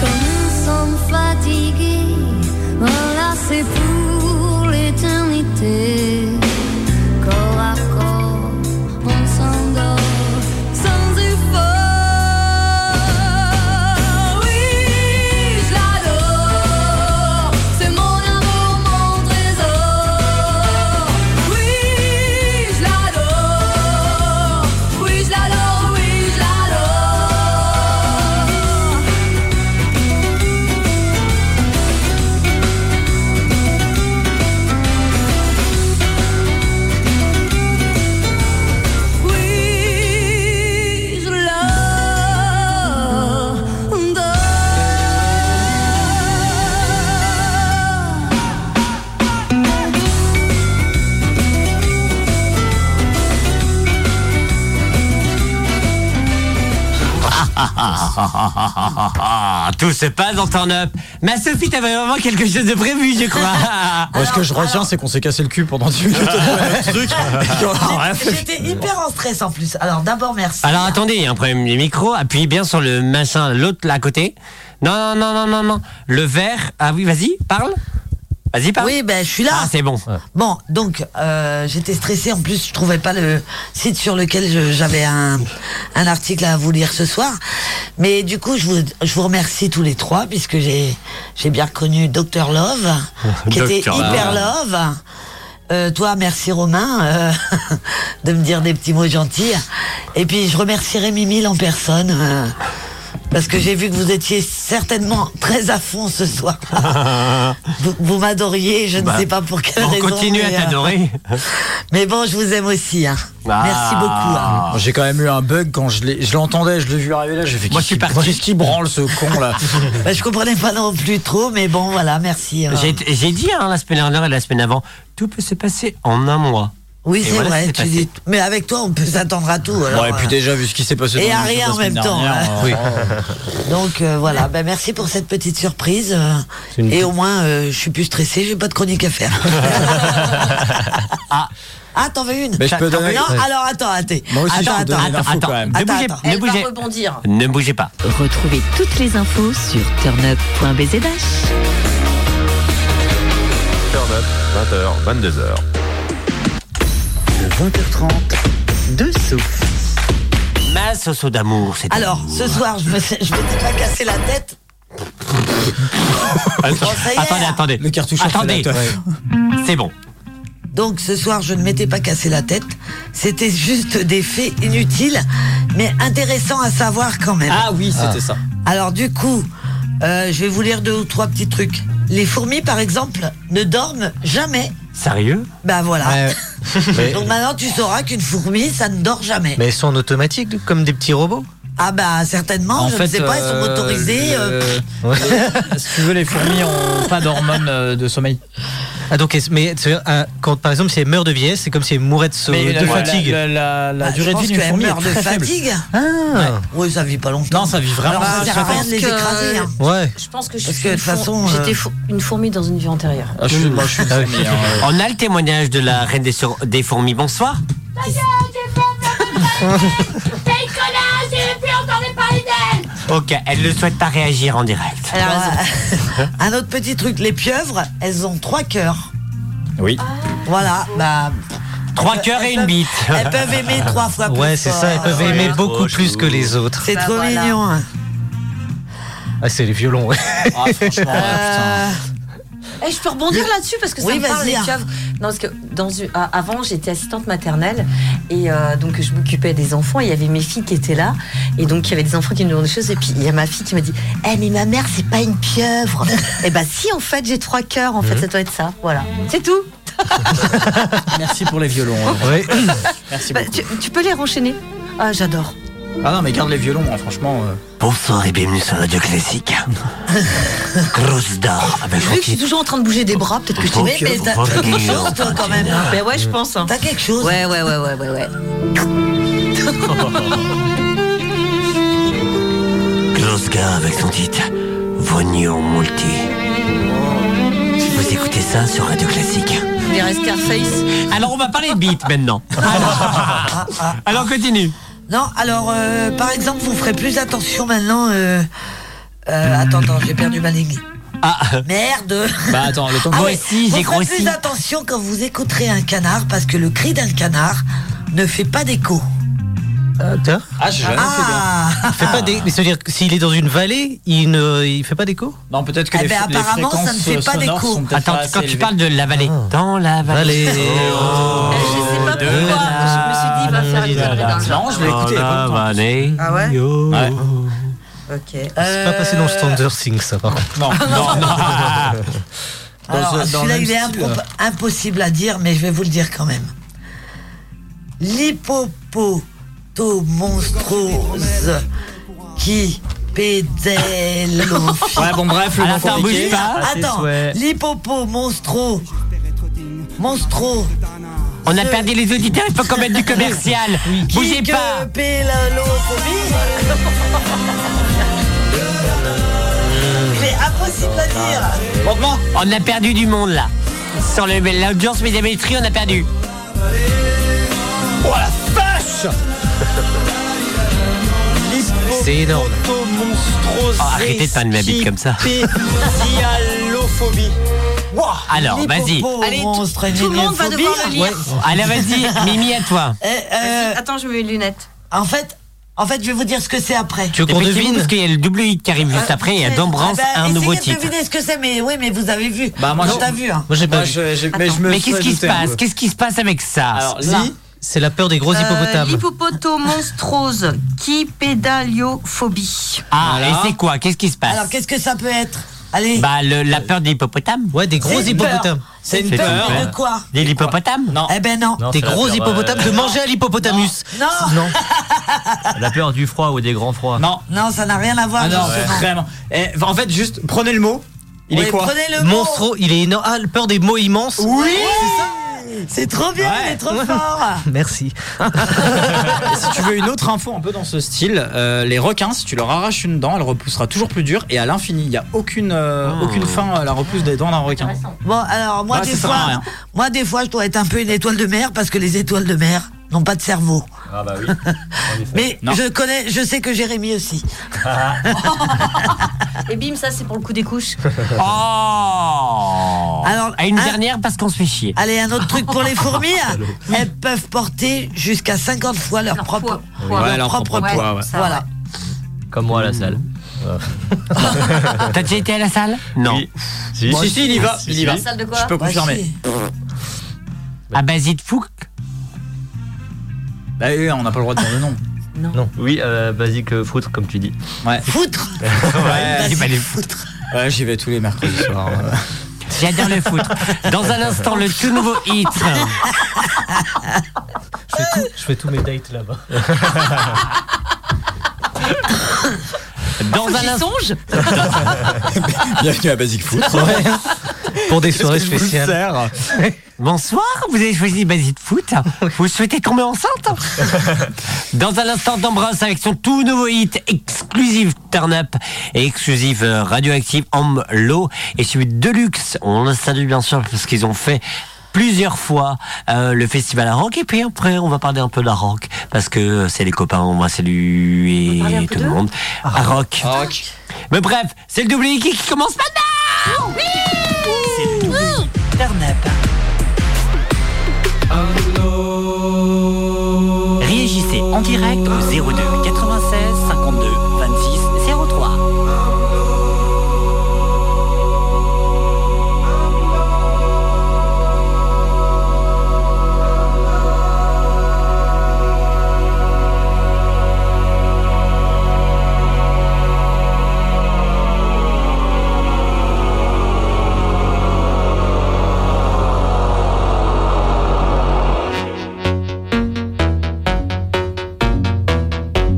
Speaker 2: Quand nous sommes fatigués, voilà c'est pour l'éternité. Corps à corps, on s'endort sans effort. Oui, je l'adore, c'est mon amour, mon trésor. Oui, je l'adore, oui, je l'adore, oui, je l'adore. Oui, je
Speaker 1: Tout se passe dans Turn Up. Ma Sophie, t'avais vraiment quelque chose de prévu, je crois.
Speaker 3: Moi, ce que je retiens, c'est qu'on s'est cassé le cul pendant 10 minutes. Le truc. et qu'on a rien fait.
Speaker 5: J'étais hyper en stress en plus. Alors d'abord, merci.
Speaker 1: Alors attendez, il y a un problème du micro. Appuyez bien sur le machin, l'autre là à côté. Non, non, non, non, non, non. Le vert. Ah oui, vas-y, parle. Vas-y, parle.
Speaker 5: Oui, ben je suis là.
Speaker 1: Ah, c'est bon.
Speaker 5: Bon, donc euh, j'étais stressée. En plus, je trouvais pas le site sur lequel je- j'avais un, un article à vous lire ce soir. Mais du coup, je vous, je vous remercie tous les trois puisque j'ai j'ai bien connu Dr Love, qui était
Speaker 9: Dr. Love.
Speaker 5: hyper love. Euh, toi, merci Romain euh, de me dire des petits mots gentils. Et puis, je remercierai Mimile en personne. euh, parce que j'ai vu que vous étiez certainement très à fond ce soir. vous vous m'adoriez, je ne
Speaker 1: Bah,
Speaker 5: sais pas pour quelle
Speaker 1: on
Speaker 5: raison.
Speaker 1: continue à
Speaker 5: mais, euh,
Speaker 1: t'adorer.
Speaker 5: mais bon, je vous aime aussi. hein.
Speaker 3: Ah.
Speaker 5: Merci beaucoup. hein.
Speaker 3: J'ai quand même eu un bug quand je l'ai- je l'entendais, je l'ai vu arriver là, j'ai fait. Moi je suis parti. Qu'est-ce qui branle ce con là
Speaker 5: Bah, je comprenais pas non plus trop, mais bon, voilà, merci. hein.
Speaker 1: J'ai j'ai dit hein, la semaine dernière et la semaine avant, tout peut se passer en un mois.
Speaker 5: Oui,
Speaker 1: Et
Speaker 5: c'est
Speaker 1: voilà ce
Speaker 5: vrai.
Speaker 1: qui s'est
Speaker 5: tu
Speaker 1: passé.
Speaker 5: dis- Mais avec toi, on peut s'attendre à tout. alors,
Speaker 3: Ouais, et puis
Speaker 5: euh,
Speaker 3: déjà vu ce qui s'est passé.
Speaker 5: Et
Speaker 3: dans
Speaker 5: à
Speaker 3: le jeu
Speaker 5: rien
Speaker 3: la
Speaker 5: en même
Speaker 3: semaine
Speaker 5: temps.
Speaker 3: dernière,
Speaker 5: hein.
Speaker 3: euh,
Speaker 5: Donc euh, voilà, Ben, merci pour cette petite surprise. euh,
Speaker 3: C'est une
Speaker 5: et
Speaker 3: petite-
Speaker 5: au moins, euh, je suis plus stressée, j'ai pas de chronique à faire. ah. t'en veux une
Speaker 1: Mais Ben, je peux
Speaker 5: T'en veux
Speaker 1: donner-
Speaker 5: une
Speaker 1: Ouais.
Speaker 5: Non, alors attends, attends.
Speaker 1: Moi aussi, je
Speaker 5: attends,
Speaker 1: peux donner
Speaker 5: attends,
Speaker 1: l'info
Speaker 5: attends,
Speaker 1: quand même. Ne
Speaker 5: attends,
Speaker 1: bougez-
Speaker 5: attends.
Speaker 1: ne Elle va bougez.
Speaker 8: rebondir.
Speaker 1: Ne bougez pas.
Speaker 8: Retrouvez toutes les infos sur turnup.bzdash.
Speaker 10: Turn up, 20h, 22h.
Speaker 1: 20h30, deux souffles. Ma sauce d'amour, c'est
Speaker 5: Alors, ce soir, je me, suis- je m'étais pas cassé la tête. Ah,
Speaker 1: Attendez, attendez. Le cartouche Attendez. C'est bon.
Speaker 5: Donc ce soir, je ne m'étais pas cassé la tête. C'était juste des faits inutiles, mais intéressants à savoir quand même.
Speaker 3: Ah oui, c'était Ah. ça.
Speaker 5: Alors du coup, euh, je vais vous lire deux ou trois petits trucs. Les fourmis, par exemple, ne dorment jamais.
Speaker 1: Sérieux
Speaker 5: Bah voilà.
Speaker 6: Mais-
Speaker 5: Donc maintenant, tu sauras qu'une fourmi, ça ne dort jamais.
Speaker 6: Mais ils sont en automatique, comme des petits robots.
Speaker 5: Ah bah certainement,
Speaker 6: En
Speaker 5: je
Speaker 6: fait,
Speaker 5: ne sais pas, ils sont
Speaker 6: euh,
Speaker 5: autorisés. euh, Ah.
Speaker 3: Si tu veux, les fourmis ont pas d'hormones euh, de sommeil.
Speaker 6: Ah donc, est-ce- mais c'est- euh, quand par exemple si elle meurt de vieillesse, c'est comme si elle mourait de, so-
Speaker 3: Mais
Speaker 6: euh, de
Speaker 3: la- la-
Speaker 6: fatigue.
Speaker 3: la- la- la
Speaker 5: bah, je
Speaker 3: durée de
Speaker 5: pense
Speaker 3: vie d'une
Speaker 5: qu'elle
Speaker 3: fourmi est
Speaker 5: meurt de
Speaker 3: très faible. Ah.
Speaker 5: fatigue. Oui, ça vit pas longtemps.
Speaker 3: Non, ça vit vraiment.
Speaker 5: Alors ça sert à rien de les
Speaker 8: que-
Speaker 5: écraser. hein.
Speaker 6: Ah, Ouais.
Speaker 8: Je pense que je
Speaker 5: Parce
Speaker 8: suis
Speaker 5: que de
Speaker 8: une
Speaker 5: toute
Speaker 8: four-
Speaker 5: façon, euh,
Speaker 8: j'étais fou- une fourmi dans une vie antérieure.
Speaker 6: Ah,
Speaker 1: On a le témoignage de la reine des, sour- des fourmis. Bonsoir.
Speaker 9: Paye connasse, j'ai plus entendu parler d'elle
Speaker 1: Ok, elle ne souhaite pas réagir en direct.
Speaker 5: Alors, un autre petit truc, les pieuvres, elles ont trois cœurs.
Speaker 3: Oui.
Speaker 5: Voilà, bah.
Speaker 1: Trois cœurs et une bite.
Speaker 5: Elles peuvent aimer trois fois plus.
Speaker 6: Ouais, c'est ça, elles peuvent
Speaker 5: fort.
Speaker 6: aimer beaucoup plus que les autres.
Speaker 5: C'est trop mignon. hein.
Speaker 6: Ah, c'est les violons, ouais.
Speaker 3: Ah, franchement,
Speaker 8: Eh, je peux rebondir là-dessus parce que ça
Speaker 5: Ah, Oui,
Speaker 8: me parle
Speaker 5: vas-y,
Speaker 8: des
Speaker 5: hein.
Speaker 8: pieuvres. Non, parce que dans une- ah, avant, j'étais assistante maternelle et euh, donc je m'occupais des enfants. Il y avait mes filles qui étaient là et donc il y avait des enfants qui nous demandaient des choses. Et puis il y a ma fille qui m'a dit Eh, mais ma mère, c'est pas une pieuvre. et bah, si, en fait, j'ai trois cœurs. En fait,
Speaker 3: Mhm.
Speaker 8: ça doit être ça. Voilà. C'est tout.
Speaker 3: Merci pour les violons. hein. Merci
Speaker 8: Bah,
Speaker 3: beaucoup.
Speaker 8: tu, tu peux les renchaîner. Ah, j'adore.
Speaker 3: Ah non, mais garde les violons, hein, franchement. euh.
Speaker 1: Bonsoir et bienvenue sur Radio Classique. hein. Grosse d'or avec
Speaker 8: Vu que je suis toujours en train de bouger des bras, peut-être que je t'ai
Speaker 1: Ok,
Speaker 8: Mais- mais t'as
Speaker 1: ok,
Speaker 8: quelque chose, toi, quand même.
Speaker 1: ok.
Speaker 8: Mais ouais, je pense. T'as
Speaker 5: quelque chose
Speaker 8: Ouais, ouais, ouais, ouais, ouais. ouais.
Speaker 1: Klosga avec son titre Vognon Multi. Vous écoutez ça sur Radio Classique.
Speaker 8: Derrière Scarface.
Speaker 1: Alors on va parler de beat maintenant. Alors, alors, continue.
Speaker 5: Non, alors, euh, par exemple, vous ferez plus attention maintenant. euh, euh, attends, attends, j'ai perdu ma ligne.
Speaker 1: Ah
Speaker 5: Merde
Speaker 3: Bah attends, le temps que-
Speaker 5: Ah ouais,
Speaker 3: Grossi,
Speaker 5: vous
Speaker 3: j'ai
Speaker 5: ferez
Speaker 3: grossi.
Speaker 5: plus attention quand vous écouterez un canard parce que le cri d'un canard ne fait pas d'écho.
Speaker 3: Ah, j'ai jamais fait
Speaker 5: Ah.
Speaker 3: gaffe.
Speaker 6: Fait pas des... Mais ça veut dire que s'il est dans une vallée, il ne il fait pas d'écho
Speaker 3: Non, peut-être
Speaker 1: que Eh les- ben, les apparemment, ça fréquences ne
Speaker 3: euh,
Speaker 1: fait pas sonores d'écho. sont peut-être Attends, pas quand assez tu élevées. parles de la vallée. Dans la vallée.
Speaker 8: Euh, Je sais pas
Speaker 3: Euh,
Speaker 8: pourquoi. Je me suis dit, va faire une soirée dans le genre.
Speaker 1: Ah ouais
Speaker 8: Ok.
Speaker 6: C'est pas passé
Speaker 5: euh,
Speaker 6: dans Stranger Things, ça, par contre.
Speaker 3: Non,
Speaker 5: non, non.
Speaker 6: Dans
Speaker 5: Alors,
Speaker 6: ce- dans
Speaker 5: celui-là,
Speaker 6: le même
Speaker 5: il est
Speaker 6: style.
Speaker 5: impro- impossible à dire, mais je vais vous le dire quand même. L'hippopotomonstrose qui pédèle au fil.
Speaker 3: Ouais, bon, bref, le nom
Speaker 5: Attends,
Speaker 3: compliqué.
Speaker 5: bouge pas.
Speaker 3: Ah, c'est
Speaker 5: Attends,
Speaker 3: souhait.
Speaker 5: l'hippopo monstro. Monstro.
Speaker 1: On a perdu les auditeurs, il faut qu'on mette du commercial. Bougez pas.
Speaker 5: Il est impossible à dire.
Speaker 1: On a perdu du monde là. Sur le- l'audience médiamétrie, on a perdu.
Speaker 3: Oh la vache
Speaker 6: C'est énorme.
Speaker 1: Oh, arrêtez de parler de ma bite comme ça.
Speaker 3: Dialophobie.
Speaker 1: Alors,
Speaker 5: Les
Speaker 1: vas-y.
Speaker 5: popos
Speaker 8: Allez,
Speaker 5: auront
Speaker 8: tout- tout le monde va
Speaker 5: strémiophobie.
Speaker 8: devoir le lire. Ouais.
Speaker 1: Allez, vas-y, Mimi, à toi.
Speaker 8: Attends, je mets une lunette.
Speaker 5: Euh, En fait, en fait, je vais vous dire ce que c'est après. Euh,
Speaker 1: Tu veux qu'on devine Parce qu'il y a le double hit qui arrive juste après, il y a Dombrance,
Speaker 5: Ah bah,
Speaker 1: un nouveau
Speaker 5: essayez de
Speaker 1: titre.
Speaker 5: deviner ce que c'est, mais oui, mais vous avez vu.
Speaker 1: Bah, moi,
Speaker 5: Non,
Speaker 1: je-
Speaker 5: t'as vu. hein.
Speaker 1: moi, j'ai pas
Speaker 3: Moi,
Speaker 1: vu.
Speaker 3: je- je- mais
Speaker 1: Attends.
Speaker 3: je me
Speaker 1: Mais qu'est-ce qui se
Speaker 3: souhaitais un
Speaker 1: passe
Speaker 3: peu.
Speaker 1: Qu'est-ce qui se passe avec ça
Speaker 3: Alors, là,
Speaker 6: c'est la peur des gros
Speaker 8: Euh,
Speaker 6: hippopotames.
Speaker 8: L'hippopoto monstrose qui pédaliophobie.
Speaker 1: Ah, et c'est quoi Qu'est-ce qui se passe
Speaker 5: Alors, qu'est-ce que ça peut être Allez.
Speaker 1: Bah, le- la peur des hippopotames.
Speaker 6: Ouais, des
Speaker 5: gros C'est une peur. hippopotames. C'est une peur de quoi
Speaker 1: Des hippopotames
Speaker 6: Non.
Speaker 5: Eh ben non.
Speaker 6: Non, Des c'est la gros peur, hippopotames euh, de manger à l'hippopotamus.
Speaker 5: Non.
Speaker 6: Non.
Speaker 3: La peur du froid ou des grands froids. Non.
Speaker 5: Non, ça n'a rien à voir.
Speaker 3: Ah non,
Speaker 5: justement.
Speaker 3: vraiment. Eh, en fait, juste prenez le mot. Il
Speaker 5: Oui,
Speaker 3: est quoi
Speaker 5: prenez le mot.
Speaker 6: Monstro, il est énorme. Ah, le peur des mots immenses.
Speaker 5: Oui. C'est trop bien, il est trop fort.
Speaker 6: Merci.
Speaker 3: Et si tu veux une autre info un peu dans ce style, euh, les requins, si tu leur arraches une dent, elle repoussera toujours plus dur et à l'infini. Il n'y a aucune, euh, aucune fin à la repousse des dents d'un requin.
Speaker 5: Bon, alors moi
Speaker 1: Ah,
Speaker 3: Ouais,
Speaker 5: des
Speaker 3: ça sert à
Speaker 5: fois,
Speaker 3: rien.
Speaker 5: moi des fois, je dois être un peu une étoile de mer parce que les étoiles de mer n'ont pas de cerveau.
Speaker 3: Ah bah oui.
Speaker 5: Mais
Speaker 3: Non.
Speaker 5: je connais, je sais que Jérémy aussi.
Speaker 8: Et bim, ça c'est pour le coup des couches.
Speaker 1: Oh
Speaker 5: Alors,
Speaker 1: à une
Speaker 5: un-
Speaker 1: dernière parce qu'on se fait chier.
Speaker 5: Allez, un autre truc pour les fourmis. Elles peuvent porter jusqu'à 50 fois leur, propre
Speaker 3: poids. Ouais, leur propre
Speaker 5: poids.
Speaker 3: poids, ouais.
Speaker 5: Voilà.
Speaker 7: Comme moi à la
Speaker 6: Hmm.
Speaker 7: salle.
Speaker 1: T'as déjà été à la salle Non.
Speaker 7: Si.
Speaker 3: Si, si, il y va. Il y va.
Speaker 8: La salle de quoi
Speaker 3: Je peux
Speaker 8: Bah,
Speaker 3: confirmer.
Speaker 8: si.
Speaker 1: À
Speaker 6: bah,
Speaker 1: Basile Fouque
Speaker 3: Bah oui, on n'a pas le droit de dire le nom.
Speaker 7: Non. Oui, euh, basique euh, foutre, comme tu dis.
Speaker 3: Ouais.
Speaker 5: Foutre
Speaker 3: Ouais, j'y vais les Ouais, j'y vais tous les mercredis soirs. euh.
Speaker 1: J'adore le foot. Dans un instant, le tout nouveau hit.
Speaker 6: Je fais, tout- je fais tous mes dates là-bas.
Speaker 1: Dans un instant.
Speaker 3: Bienvenue à Basic Foot.
Speaker 6: Pour des
Speaker 1: Qu'est-ce
Speaker 6: soirées
Speaker 1: que je vous
Speaker 6: spéciales.
Speaker 1: Bonsoir, vous avez choisi Basile Foot. Vous souhaitez tomber enceinte Dans un instant, d'embrasse avec son tout nouveau hit exclusif Turn Up et exclusif euh, Radioactive Amlo et celui de Deluxe. On le salue bien sûr parce qu'ils ont fait plusieurs fois euh, le festival à rock et puis après on va parler un peu de la rock parce que euh, c'est les copains on va saluer
Speaker 7: parler un peu
Speaker 1: tout le
Speaker 7: d'eux Ah.
Speaker 1: monde à rock. mais bref c'est le double hit qui qui commence maintenant C'est le double hit.
Speaker 5: Turn up.
Speaker 7: Réagissez en direct au 02 96 52 26 03.
Speaker 9: J'ai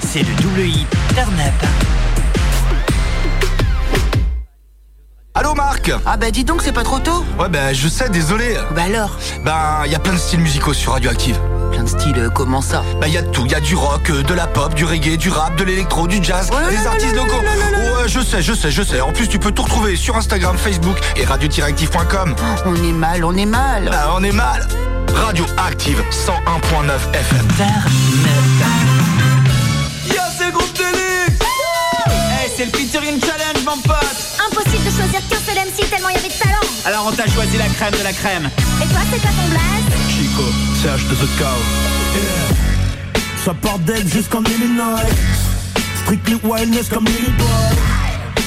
Speaker 7: c'est le double hit Turn Up.
Speaker 16: Allô Marc
Speaker 22: Ah bah dis donc, c'est pas trop tôt
Speaker 16: Ouais bah je sais, désolé.
Speaker 22: Bah alors
Speaker 16: Bah y a plein de styles musicaux sur Radioactive.
Speaker 22: Plein de styles, euh, comment ça
Speaker 16: Bah y a de tout, y a du rock, euh, de la pop, du reggae, du rap, de l'électro, du jazz, des artistes locaux. Ouais je sais, je sais, je sais. En plus tu peux tout retrouver sur Instagram, Facebook et radio-active.com.
Speaker 22: On est mal, on est mal
Speaker 16: Bah on est mal Radio Active 101.9 FM.
Speaker 4: Yo, c'est groupe Deluxe Hey, c'est le featuring challenge, mon pote
Speaker 23: Impossible de choisir qu'un seul MC tellement il y avait de talent.
Speaker 4: Alors, on t'a choisi la crème de la crème
Speaker 23: Et toi, c'est pas ton blast
Speaker 4: Chico, Serge de The
Speaker 21: Ça part d'elle jusqu'en Illinois Strictly wildness comme Lily Boy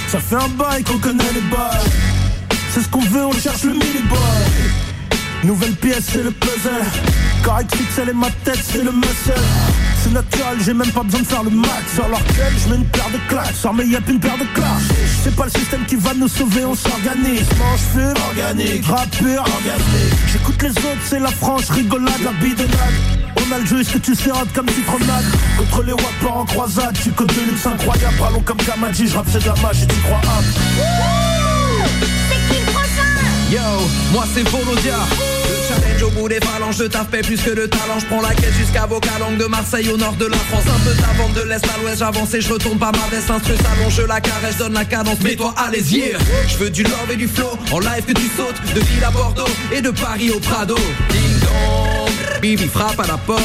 Speaker 21: Ça fait un bail qu'on connaît les bails C'est ce qu'on veut, on cherche le mini boy Nouvelle pièce, c'est le puzzle Correct fixe, elle est ma tête, c'est le muscle C'est naturel, j'ai même pas besoin de faire le max Sur leur gueule, je mets une paire de claques Sur mes yep, une paire de claques C'est pas le système qui va nous sauver, on s'organise Mange fume, organique, rappeur, orgasmique J'écoute les autres, c'est la franche rigolade, la bidonnade on a le jeu, est-ce que tu sirotes comme citronade Contre les wappers en croisade, tu connais luxe incroyable Ballon comme Kamadji, je rappe c'est de la magie, tu crois hâte
Speaker 23: C'est qui le prochain
Speaker 4: Yo, moi c'est Volodia Le challenge au bout des phalanges, je tape plus que le talent Je prends la quête jusqu'à Bocalangue, de Marseille au nord de la France Un peu d'avant, de l'est à l'ouest, j'avance et je retourne pas ma veste Instru salon, je la caresse, donne la cadence, mets-toi à les yeux Je veux du love et du flow, en live que tu sautes De Ville à Bordeaux et de Paris au Prado Ding dong, Bibi frappe à la porte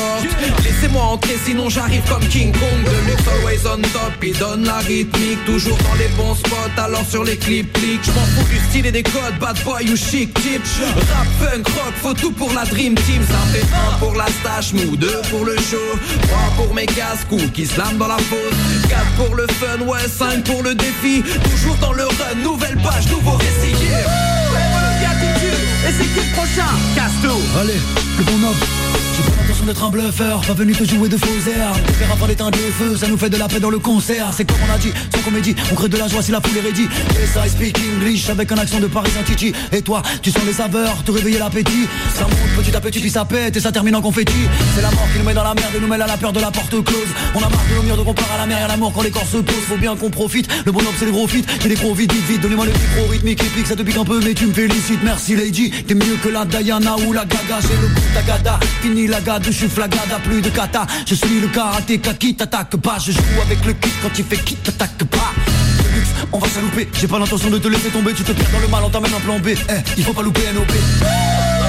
Speaker 4: Laissez-moi entrer sinon j'arrive comme King Kong De luxe always on top, il donne la rythmique Toujours dans les bons spots, alors sur les clips clics Je m'en fous du style et des codes, bad boy ou chic type Rap, funk, rock, faut tout pour la dream team Ça fait un pour la stache mou, deux pour le show Trois pour mes casse-coups qui slament dans la fosse Quatre pour le fun, ouais, cinq pour le défi Toujours dans le run, nouvelle page, nouveau récit yeah. Ouais, voilà, bien foutu. Et c'est qui le prochain Casse-tout
Speaker 21: Allez, le bon homme J'ai pas l'intention d'être un bluffeur, pas venu te jouer de faux airs Te faire apprendre d'éteindre le feu, ça nous fait de la paix dans le concert C'est comme on a dit, sans comédie, on crée de la joie si la foule est ready Yes, I speak English avec un accent de Paris Saint-Titi Et toi, tu sens les saveurs, te réveiller l'appétit Ça monte petit à petit, puis ça pète et ça termine en confetti C'est la mort qui nous met dans la merde et nous mêle à la peur de la porte close On a marre de nos murs, donc on part à la mer et à la mort quand les corps se posent Faut bien qu'on profite, le bonhomme c'est les gros feats, j'ai des gros vite, vite, vite Donnez-moi le micro rythmique qui pique, ça te pique un peu mais tu me félicites Merci Lady, t'es mieux que la Diana ou la Gaga J'ai le goût d'Agada, fini la gade, je suis flagada, plus de kata Je suis le karatéka qui t'attaque pas, je joue avec le kit quand il fait qui t'attaque pas Le luxe, on va se louper, j'ai pas l'intention de te laisser tomber Tu te perds dans le mal, on t'amène un plan B, eh, il faut pas louper NOP
Speaker 23: Excellent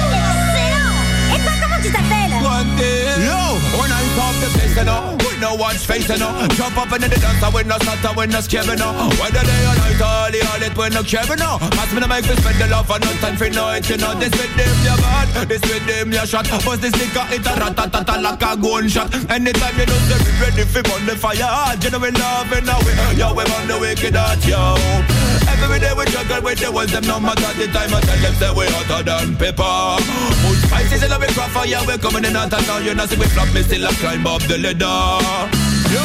Speaker 23: Et toi, comment tu t'appelles
Speaker 4: One day.
Speaker 21: Yo,
Speaker 4: when I talk the place, you know, we no one's face, you know. Jump up and in the dance, I win no start, I win no scare, you know. Whether day or night, all the all it, we no care, you know. Mass me no make me spend the love and no time for no it, you know. This with them, your bad, this with them, your shot. Bust this nigga, it a ratatata like a gunshot. Anytime you know, they be ready for burn the fire. Genuine love in a way, yo, we burn the wicked out, yo. Every day we juggle with the ones, them no matter the time, I tell them, say we hotter than paper. Food spices in a big crop fire, we coming in hot and now you know see we flop, me still a climb up the ladder. Yo,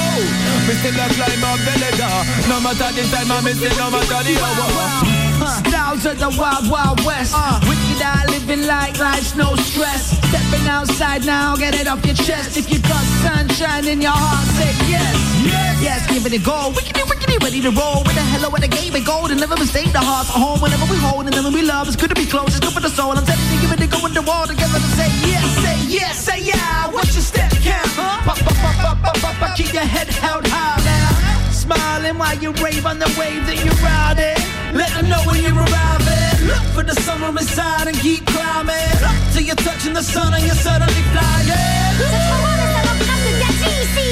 Speaker 4: me still a climb up the ladder. No matter the time, I me still no matter the hour.
Speaker 24: Styles of the wild, wild west. Wicked eye living like life's no stress. Stepping outside now, get it off your chest. If you got sunshine in your heart, say yes. Yes, yes give it a go. Wickedy, wickedy, ready to roll. With a hello and a game of gold. And never mistake the heart for home. Whenever we hold and whenever we love, it's good to be close. It's good for the soul. I'm telling you, give it a go in the wall together to say yes, say yes, say yeah. What's your step count? Pop, pop, pop, pop, pop, pop, pop. Keep your head held high now. Smiling while you rave on the wave that you're riding. Let them know when you're arriving. Look for the summer inside and keep climbing. Up till you're touching the sun and you're suddenly flying.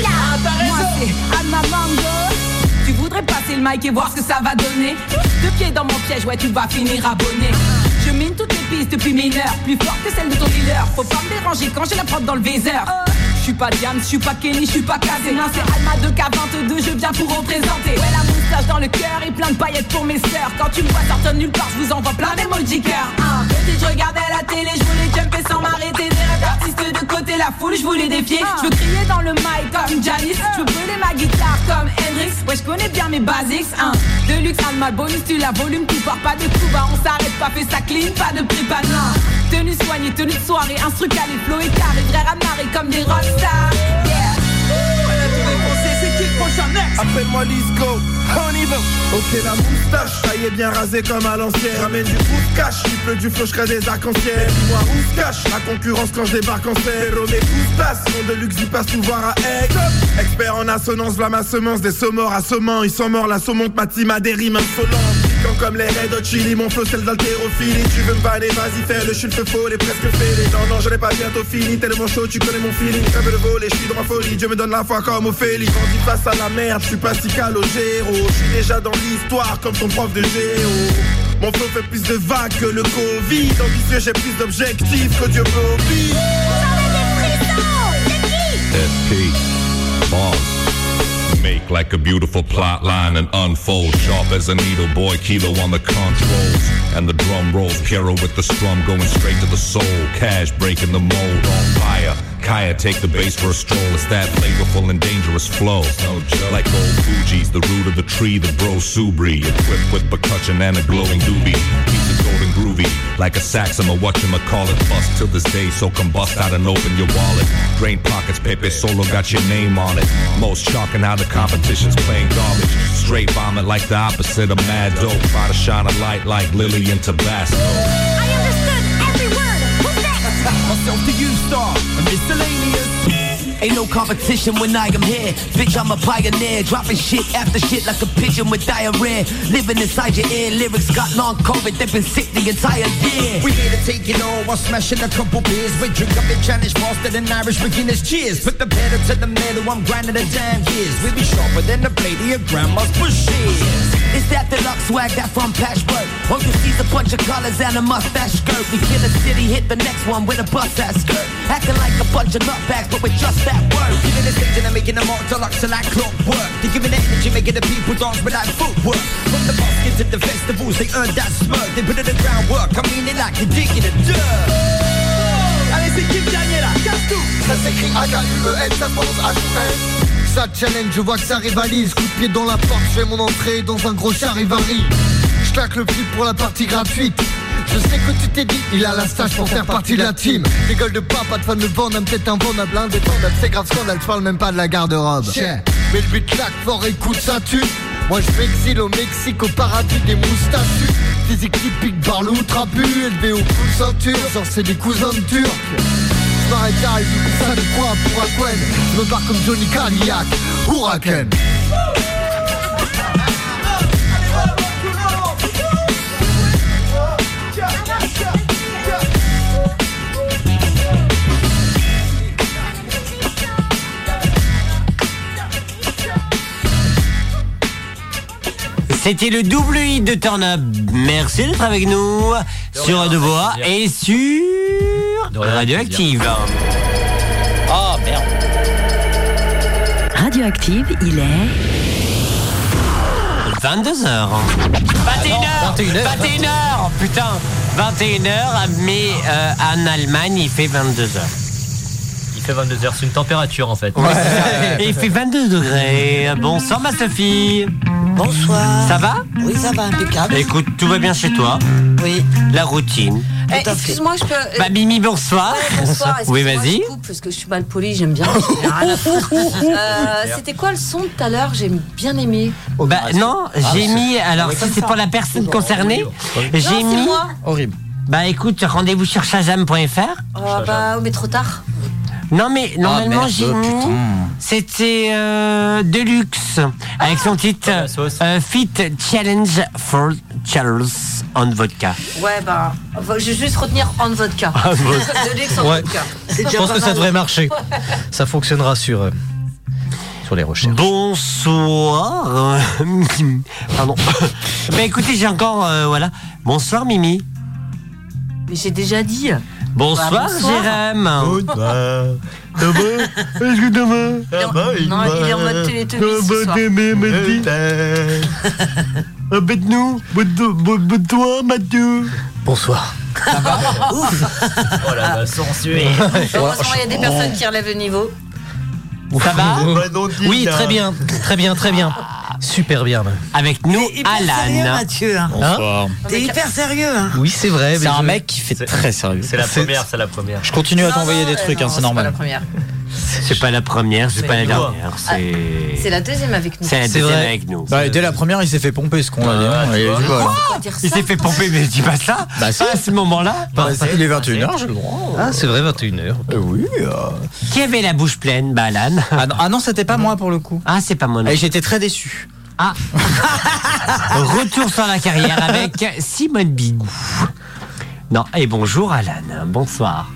Speaker 23: Ah,
Speaker 24: t'as raison. Moi, c'est Anna Lango. Tu voudrais passer le mic et voir ce que ça va donner. Deux pieds dans mon piège, ouais, tu vas finir abonné. Je mine toutes les pistes depuis mineur, plus fort que celle de ton dealer. Faut pas me déranger quand j'ai la prod dans le viseur. Je suis pas Diane, je suis pas Kenny, je suis pas Kazé. Non, c'est Alma de K22, je viens pour représenter. Ouais, la moustache dans le cœur et plein de paillettes pour mes sœurs. Quand tu me vois sortir de nulle part, je vous envoie plein d'emoji cœur. Hein. Petit, je regardais la télé, je voulais jumper sans m'arrêter. Des rêves d'artistes de côté, la foule, je voulais défier. Je veux crier dans le mic comme Janis, je veux brûler ma guitare comme Hendrix. Ouais, je connais bien mes basics, hein. De luxe, Alma, bonus, tu la volume, tu pars pas de Cuba. On s'arrête pas, fait ça clean, pas de prépa, non. Tenue soignée, tenue de soirée, instru calé, flow et carré, vrai ramarré comme des rockstars. Yeah.
Speaker 4: Voilà tout défoncé, c'est qui le
Speaker 20: Appelle-moi Lisco, on y va Ok la moustache, taillée bien rasée comme à l'ancienne Ramène du coup de cash, il pleut du feu, je crée des arcs-en-ciel Dis-moi où se cache la concurrence quand je débarque en scène Pero mes coustas, mon de luxe, ils passent tout voir à Aix Expert en assonance, v'là ma semence, des sommorts assommants Ils sont morts, la saumon ma team a des rimes insolentes Piquant comme les Red Hot Chili, mon flow c'est l'haltérophilie Tu veux me vanner, vas-y fais-le, je suis le feu faux, les presque fêlé Non, non, je n'ai pas bientôt fini, tellement chaud, tu connais mon feeling Rêve de voler, je suis dans ma folie, Dieu me donne la foi comme Ophélie Grandis face à la merde, je suis pas si calogéro Je suis déjà dans l'histoire comme ton prof de géo Mon flow fait plus de vagues que le Covid Ambitieux, j'ai plus d'objectifs que Dieu m'oblige
Speaker 11: SP. Boss. Make like a beautiful plot line and unfold. Sharp as a needle, boy, kilo on the controls. And the drum rolls, Piero with the strum going straight to the soul. Cash breaking the mold on fire. Kaya take the bass for a stroll. It's that flavorful and dangerous flow. Like old Fuji's, the root of the tree, the bro Subri. Equipped with percussion and a glowing doobie. Piece of golden groovy, like a saxum or whatchamacallit. Bust till this day, so combust out and open your wallet. Drain pockets, Pepe Solo got your name on it. Most shocking how the competition's playing garbage. Straight vomit like the opposite of mad dope. Try to shine a light like Lillian Tabasco.
Speaker 25: Myself to you, star, a miscellaneous. Ain't no competition when I am here. Bitch, I'm a pioneer. Dropping shit after shit like a pigeon with diarrhea. Living inside your ear. Lyrics got long COVID. They've been sick the entire year.
Speaker 26: We here to take it all while smashing a couple beers. We drink up in Chinese faster than Irish beginners. Cheers. Put the pedal to the metal. I'm grinding the damn years. We be sharper than the blade of your grandma's bushes.
Speaker 25: It's that deluxe swag, that from patchwork. All you see's a bunch of colors and a mustache skirt. We kill a city, hit the next one with a bust that skirt. Acting like a bunch of nutbags, but with just that word.
Speaker 26: Giving the attention and making them all deluxe and like clockwork. They giving the energy, making the people dance with that footwork. From the basket to the festivals, they earned that smirk. They put in the groundwork. I mean, they like to dig in the dirt.
Speaker 25: Allez, c'est Kim Daniela, casse tout
Speaker 26: Ça s'écrit
Speaker 27: E
Speaker 26: H-A-U-E-N, ça se prononce h
Speaker 27: Ça challenge, je vois que ça rivalise. Coup de pied dans la porte, je fais mon entrée dans un gros charivari. Je claque le prix pour la partie gratuite. Je sais que tu t'es dit, il a la stache pour faire partie de la team. Les gueules de pain, pas de fan de Vandame, peut-être un Vandame, l'indépendable, c'est grave scandale, je parle même pas de la garde-robe. Yeah. Mais le but claque fort, écoute ça tue. Moi je m'exile au Mexique, au paradis des moustachus. Physique typique, barre l'outrabu, élevé au coup de ceinture, genre c'est des cousins de turcs. Je m'arrête là, et du coup, ça de quoi pour un Gwen Je me barre comme Johnny Cadillac, Huracan
Speaker 1: C'était le double hit de Turn Up. Merci d'être avec nous sur Devoa et sur Radioactive. Oh,
Speaker 3: Ah merde.
Speaker 1: Radioactive, il est 22h. 21h. 21h. Putain, 21h mais euh, en Allemagne, il fait 22h.
Speaker 28: Il fait 22h, c'est une température en fait.
Speaker 1: Et il fait 22 degrés. Bonsoir ma Sophie. Bonsoir. Ça va
Speaker 5: Oui, ça va impeccable.
Speaker 1: Écoute, tout va bien chez toi
Speaker 5: Oui.
Speaker 1: La routine.
Speaker 8: Eh, Excuse-moi, je peux. euh,
Speaker 1: Bah Mimi, bonsoir.
Speaker 8: Ouais, bonsoir.
Speaker 1: Oui,
Speaker 8: Excuse-moi,
Speaker 1: vas-y.
Speaker 8: je coupe Parce que je suis mal polie, j'aime bien. J'ai rien à foutre. Euh, C'était quoi le son de tout à l'heure J'ai bien aimé.
Speaker 1: Bah non,
Speaker 8: Ah,
Speaker 1: j'ai
Speaker 8: c'est-
Speaker 1: mis. Alors,
Speaker 8: Ouais,
Speaker 1: si
Speaker 8: comme
Speaker 1: c'est
Speaker 8: ça.
Speaker 1: pas la personne
Speaker 8: Non,
Speaker 1: concernée,
Speaker 8: Non,
Speaker 1: j'ai
Speaker 8: c'est
Speaker 1: mis.
Speaker 8: moi.
Speaker 1: Horrible. Bah écoute, rendez-vous sur shazam.fr.
Speaker 8: Ah bah, mais trop tard.
Speaker 1: Non mais normalement
Speaker 8: merde,
Speaker 1: j'ai mis. C'était euh, Deluxe avec son titre euh, Fit Challenge for Charles on vodka.
Speaker 8: Ouais, bah, va- je vais juste retenir en vodka.
Speaker 1: Ah, bon.
Speaker 8: De l'ex en
Speaker 6: Ouais.
Speaker 8: vodka.
Speaker 6: Je pense que ça devrait marcher. Ça fonctionnera sur, euh, sur les recherches.
Speaker 1: Bonsoir. Oh, euh, Pardon. bah écoutez, j'ai encore euh, voilà. Bonsoir Mimi.
Speaker 8: Mais j'ai déjà dit.
Speaker 1: Bonsoir,
Speaker 8: Bah, bonsoir.
Speaker 1: Jérém.
Speaker 28: Bonsoir.
Speaker 1: Est-ce que demain
Speaker 8: Non, il est en mode Teletubbies ce soir.
Speaker 1: Euh, Bête-nous, bête-toi, Mathieu.
Speaker 6: Bonsoir.
Speaker 8: Ah,
Speaker 28: Oh là là, sensué.
Speaker 8: bah. Heureusement, il y a des personnes qui relèvent le niveau.
Speaker 1: Ça va
Speaker 6: Oui, très bien, très bien, très bien. Super bien. même.
Speaker 1: Avec nous,
Speaker 5: sérieux,
Speaker 6: Alan.
Speaker 5: Mathieu. hein.
Speaker 6: Bonsoir.
Speaker 5: T'es hyper sérieux. Hein.
Speaker 6: Oui, c'est vrai.
Speaker 3: C'est un mec qui fait très sérieux.
Speaker 28: C'est la première, c'est la première.
Speaker 3: Je continue à
Speaker 5: Non,
Speaker 3: t'envoyer
Speaker 5: non,
Speaker 3: des
Speaker 5: euh,
Speaker 3: trucs,
Speaker 5: non,
Speaker 3: hein, c'est
Speaker 5: c'est
Speaker 3: normal.
Speaker 5: pas la première.
Speaker 1: C'est pas la première, c'est
Speaker 8: Mais
Speaker 1: pas la
Speaker 8: nous,
Speaker 1: dernière.
Speaker 8: ah,
Speaker 1: C'est.
Speaker 8: C'est la deuxième avec nous.
Speaker 1: C'est la
Speaker 3: C'est
Speaker 1: deuxième
Speaker 3: vrai.
Speaker 1: avec nous.
Speaker 3: Bah, dès la première, il s'est fait pomper ce qu'on a dit.
Speaker 1: tu vois. Il s'est fait pomper, mais dis pas ça.
Speaker 3: Bah, si.
Speaker 1: à ce moment-là.
Speaker 3: Bah, si, il est 21h, j'ai le droit.
Speaker 1: Ah, c'est vrai, 21h. oui. Qui avait la bouche pleine, Balan Ah non, c'était pas moi pour le coup. Ah, c'est pas moi.
Speaker 3: Et j'étais très déçu.
Speaker 1: Ah. Bah, Retour sur la carrière avec Simone Bigou. Non, et bonjour Alan, bonsoir.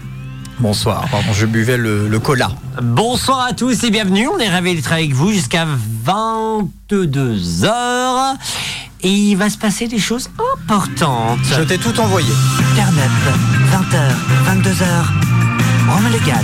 Speaker 3: Bonsoir, pardon, je buvais le, le cola.
Speaker 1: Bonsoir à tous et bienvenue, on est ravis d'être avec vous jusqu'à 22h. Et il va se passer des choses importantes.
Speaker 3: Je t'ai tout envoyé.
Speaker 7: Internet, 20h, 22h, Rome légal.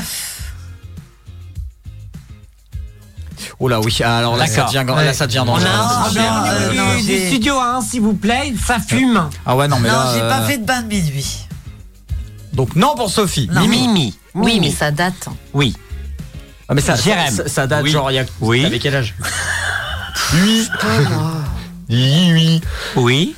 Speaker 3: Oh là, oui. Ah, Alors là, ça
Speaker 1: D'accord.
Speaker 3: devient, grand-
Speaker 1: Ouais.
Speaker 3: là, ça devient
Speaker 1: On a
Speaker 3: dangereux.
Speaker 1: un
Speaker 3: Ça devient,
Speaker 1: problème
Speaker 5: non,
Speaker 3: euh,
Speaker 1: du-
Speaker 5: non,
Speaker 1: du,
Speaker 5: j'ai-
Speaker 1: studio 1, s'il vous plaît, ça fume.
Speaker 3: Ah ouais, non, mais
Speaker 5: non,
Speaker 3: là.
Speaker 5: j'ai pas
Speaker 3: euh,
Speaker 5: fait de bain de minuit.
Speaker 3: Donc non pour Sophie.
Speaker 5: Non.
Speaker 3: Mimi.
Speaker 1: Mimi.
Speaker 8: Oui, mais
Speaker 1: Mimi.
Speaker 8: ça date.
Speaker 1: Oui.
Speaker 3: Ah, mais ça, ça,
Speaker 1: Jérém.
Speaker 3: ça- ça date
Speaker 29: Oui.
Speaker 3: genre il y a.
Speaker 1: Oui.
Speaker 3: Avec quel âge
Speaker 29: Oui,
Speaker 1: Oui.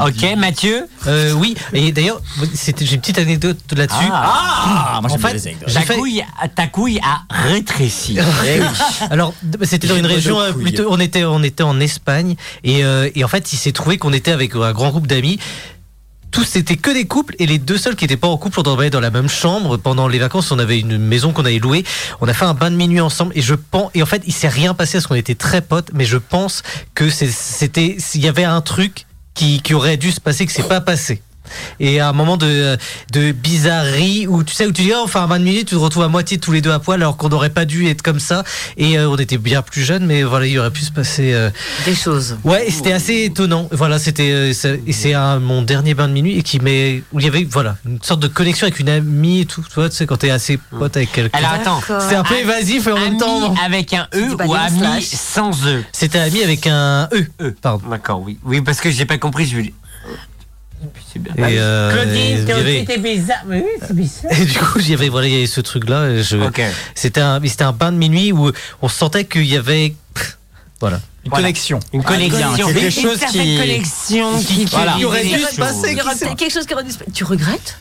Speaker 1: Ok, Mathieu.
Speaker 6: Euh, oui, et d'ailleurs, c'était- j'ai une petite anecdote là-dessus.
Speaker 3: Ah, moi
Speaker 6: en
Speaker 3: j'aime bien
Speaker 6: fait,
Speaker 3: les anecdotes.
Speaker 1: Ta
Speaker 6: J'ai fait-
Speaker 1: couille, ta couille a rétréci.
Speaker 3: Eh oui.
Speaker 6: Alors, d- c'était dans une
Speaker 3: J'ai
Speaker 6: région
Speaker 3: mal aux
Speaker 6: euh,
Speaker 3: couilles.
Speaker 6: plutôt. On était, on était en Espagne et, euh, et en fait, il s'est trouvé qu'on était avec un grand groupe d'amis. Tous c'était que des couples et les deux seuls qui n'étaient pas en couple, on dormait dans la même chambre pendant les vacances. On avait une maison qu'on avait louée. On a fait un bain de minuit ensemble et je pense et en fait, il s'est rien passé parce qu'on était très potes. Mais je pense que c'est- c'était, il y avait un truc qui, qui aurait dû se passer que c'est pas passé. Et à un moment de, de bizarrerie où tu sais où tu dis oh, enfin 20 minutes tu te retrouves à moitié tous les deux à poil alors qu'on n'aurait pas dû être comme ça et euh, on était bien plus jeunes mais voilà il aurait pu se passer euh,
Speaker 8: Des choses.
Speaker 6: ouais et c'était assez étonnant voilà c'était euh, ça- et c'est un- mon dernier bain de minuit et qui m'est où il y avait voilà une sorte de connexion avec une amie et tout tu vois tu sais quand t'es assez pote avec quelqu'un
Speaker 1: Alors Mm. attends.
Speaker 8: D'accord.
Speaker 6: c'est un peu
Speaker 1: Ami-
Speaker 6: évasif et en même
Speaker 1: Ami
Speaker 6: temps
Speaker 1: avec un
Speaker 8: C'est
Speaker 1: E
Speaker 8: pas
Speaker 1: ou
Speaker 8: des
Speaker 1: ami
Speaker 8: slash.
Speaker 1: sans E.
Speaker 6: c'était ami avec un E
Speaker 1: E.
Speaker 6: pardon
Speaker 1: D'accord, oui. Oui, parce que j'ai pas compris, je voulais-
Speaker 6: et, euh,
Speaker 1: Claudine,
Speaker 6: il y
Speaker 1: toi
Speaker 6: avait-
Speaker 1: aussi, t'es bizarre. Mais oui, c'est bizarre.
Speaker 6: et du coup il y avait voilà il y avait ce truc là je
Speaker 1: Ok.
Speaker 6: C'était un, mais c'était un bain de minuit où on sentait qu'il y avait. Voilà. Ah,
Speaker 3: Une
Speaker 1: Voilà.
Speaker 3: connexion.
Speaker 1: Une connexion.
Speaker 3: connexion. Quelque
Speaker 1: Une
Speaker 3: chose
Speaker 1: certaine
Speaker 3: qui-
Speaker 1: connexion qui, te
Speaker 3: Voilà.
Speaker 1: dit
Speaker 3: Il aurait
Speaker 1: des
Speaker 3: dû se
Speaker 1: choses.
Speaker 3: passer.
Speaker 8: Il y aura peut-être quelque chose qui aurait dû se Tu regrettes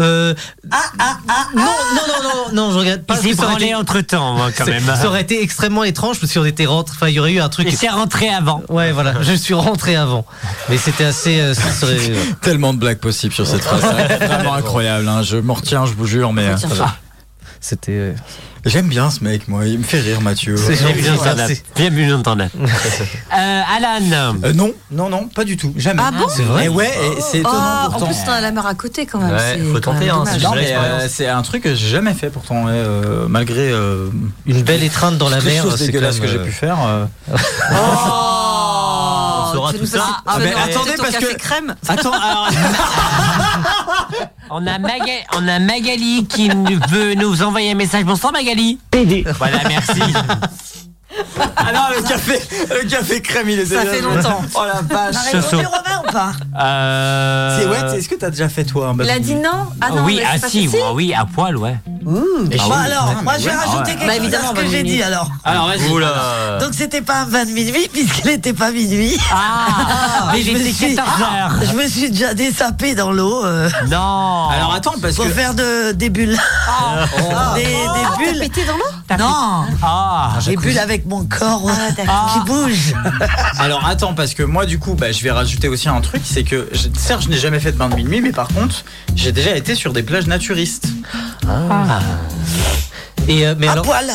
Speaker 6: Euh,
Speaker 8: Ah,
Speaker 6: non, non, non, non, non, je regarde pas.
Speaker 1: Il
Speaker 6: parce que
Speaker 1: s'est
Speaker 6: ça aurait été-
Speaker 1: branlé entre temps, quand
Speaker 6: c'est-
Speaker 1: même.
Speaker 6: Ça aurait été extrêmement étrange parce qu'on était rentré. Enfin, il y aurait eu un truc.
Speaker 1: Il s'est rentré avant.
Speaker 6: Ouais, voilà. Je suis rentré avant. Mais c'était assez. euh, ça serait-
Speaker 3: Tellement de blagues possibles sur cette phrase. hein. C'est vraiment incroyable. hein. Je m'en retiens, je vous jure, mais.
Speaker 8: Retiens
Speaker 3: euh,
Speaker 8: ça.
Speaker 6: C'était. euh,
Speaker 3: J'aime bien ce mec, moi. Il me fait rire, Mathieu.
Speaker 6: C'est
Speaker 1: Bien vu,
Speaker 6: Merci.
Speaker 1: Jordan. Bien vu, Jordan. Euh, Alan.
Speaker 3: Euh, non, non, non, pas du tout. Jamais.
Speaker 8: Ah bon
Speaker 6: C'est vrai
Speaker 3: Eh ouais, et c'est
Speaker 8: Oh,
Speaker 3: étonnant
Speaker 8: En
Speaker 3: pourtant.
Speaker 8: plus, t'en as la mer à côté quand même.
Speaker 29: Ouais,
Speaker 8: c'est
Speaker 29: faut
Speaker 8: quand
Speaker 29: tenter,
Speaker 8: même
Speaker 29: hein,
Speaker 8: dommage.
Speaker 29: c'est
Speaker 3: Non,
Speaker 29: J'ai
Speaker 3: mais
Speaker 29: l'expérience.
Speaker 3: euh, c'est un truc que j'ai jamais fait pourtant, ouais, euh, malgré euh,
Speaker 6: Une belle étreinte dans la
Speaker 3: toutes les
Speaker 6: mer.
Speaker 3: choses
Speaker 6: c'est
Speaker 3: dégueulasses
Speaker 6: quand
Speaker 3: que
Speaker 6: même,
Speaker 3: j'ai
Speaker 6: euh,
Speaker 3: pu faire. euh.
Speaker 8: Oh,
Speaker 29: On saura
Speaker 8: tu
Speaker 29: tout
Speaker 8: nous as-
Speaker 29: ça.
Speaker 8: tu
Speaker 3: Ah,
Speaker 8: nous
Speaker 3: mais
Speaker 8: as raconté
Speaker 3: attendez,
Speaker 8: ton
Speaker 3: parce
Speaker 8: café
Speaker 3: que-
Speaker 8: crème.
Speaker 3: Attends, alors,
Speaker 1: On a, Maga- on a Magali qui nous- veut nous envoyer un message. Bonsoir Magali. Voilà, merci.
Speaker 3: Ah non, le café, le café crème, il est
Speaker 5: Ça
Speaker 3: déjà-
Speaker 5: fait longtemps.
Speaker 3: Oh la vache.
Speaker 5: On a répondu Romain ou pas
Speaker 3: C'est ouais, est-ce que t'as déjà fait toi un
Speaker 8: Il a
Speaker 3: baptême
Speaker 8: dit non Ah non,
Speaker 29: oui,
Speaker 8: bah,
Speaker 29: ah
Speaker 8: c'est pas
Speaker 29: si,
Speaker 8: possible.
Speaker 29: moi, oui, à poil, ouais.
Speaker 1: Ah
Speaker 3: bah,
Speaker 5: Bon, alors, moi je vais
Speaker 6: Ah
Speaker 5: rajouter quelque
Speaker 8: Bah,
Speaker 5: chose à
Speaker 8: évidemment,
Speaker 5: ce que j'ai
Speaker 8: Valérie.
Speaker 5: dit alors.
Speaker 29: Alors vas-y. Euh.
Speaker 5: Donc c'était pas un vin de minuit puisqu'il n'était pas minuit.
Speaker 29: Ah, mais il était 14 heures.
Speaker 5: Je me suis déjà désapé dans l'eau. euh,
Speaker 29: Non. Ah.
Speaker 3: Alors attends, parce
Speaker 5: pour
Speaker 3: que.
Speaker 5: faire de, des bulles.
Speaker 29: Oh.
Speaker 5: Des, des bulles.
Speaker 8: pété dans l'eau
Speaker 5: Non.
Speaker 3: Ah,
Speaker 5: J'ai bulles avec mon corps
Speaker 29: Ah,
Speaker 5: euh, qui bouge.
Speaker 3: Alors attends, parce que moi du coup, bah, je vais rajouter aussi un truc, c'est que je- certes, je n'ai jamais fait de bain de minuit, mais par contre, j'ai déjà été sur des plages naturistes.
Speaker 6: Et euh, mais
Speaker 3: À
Speaker 6: alors,
Speaker 5: poil.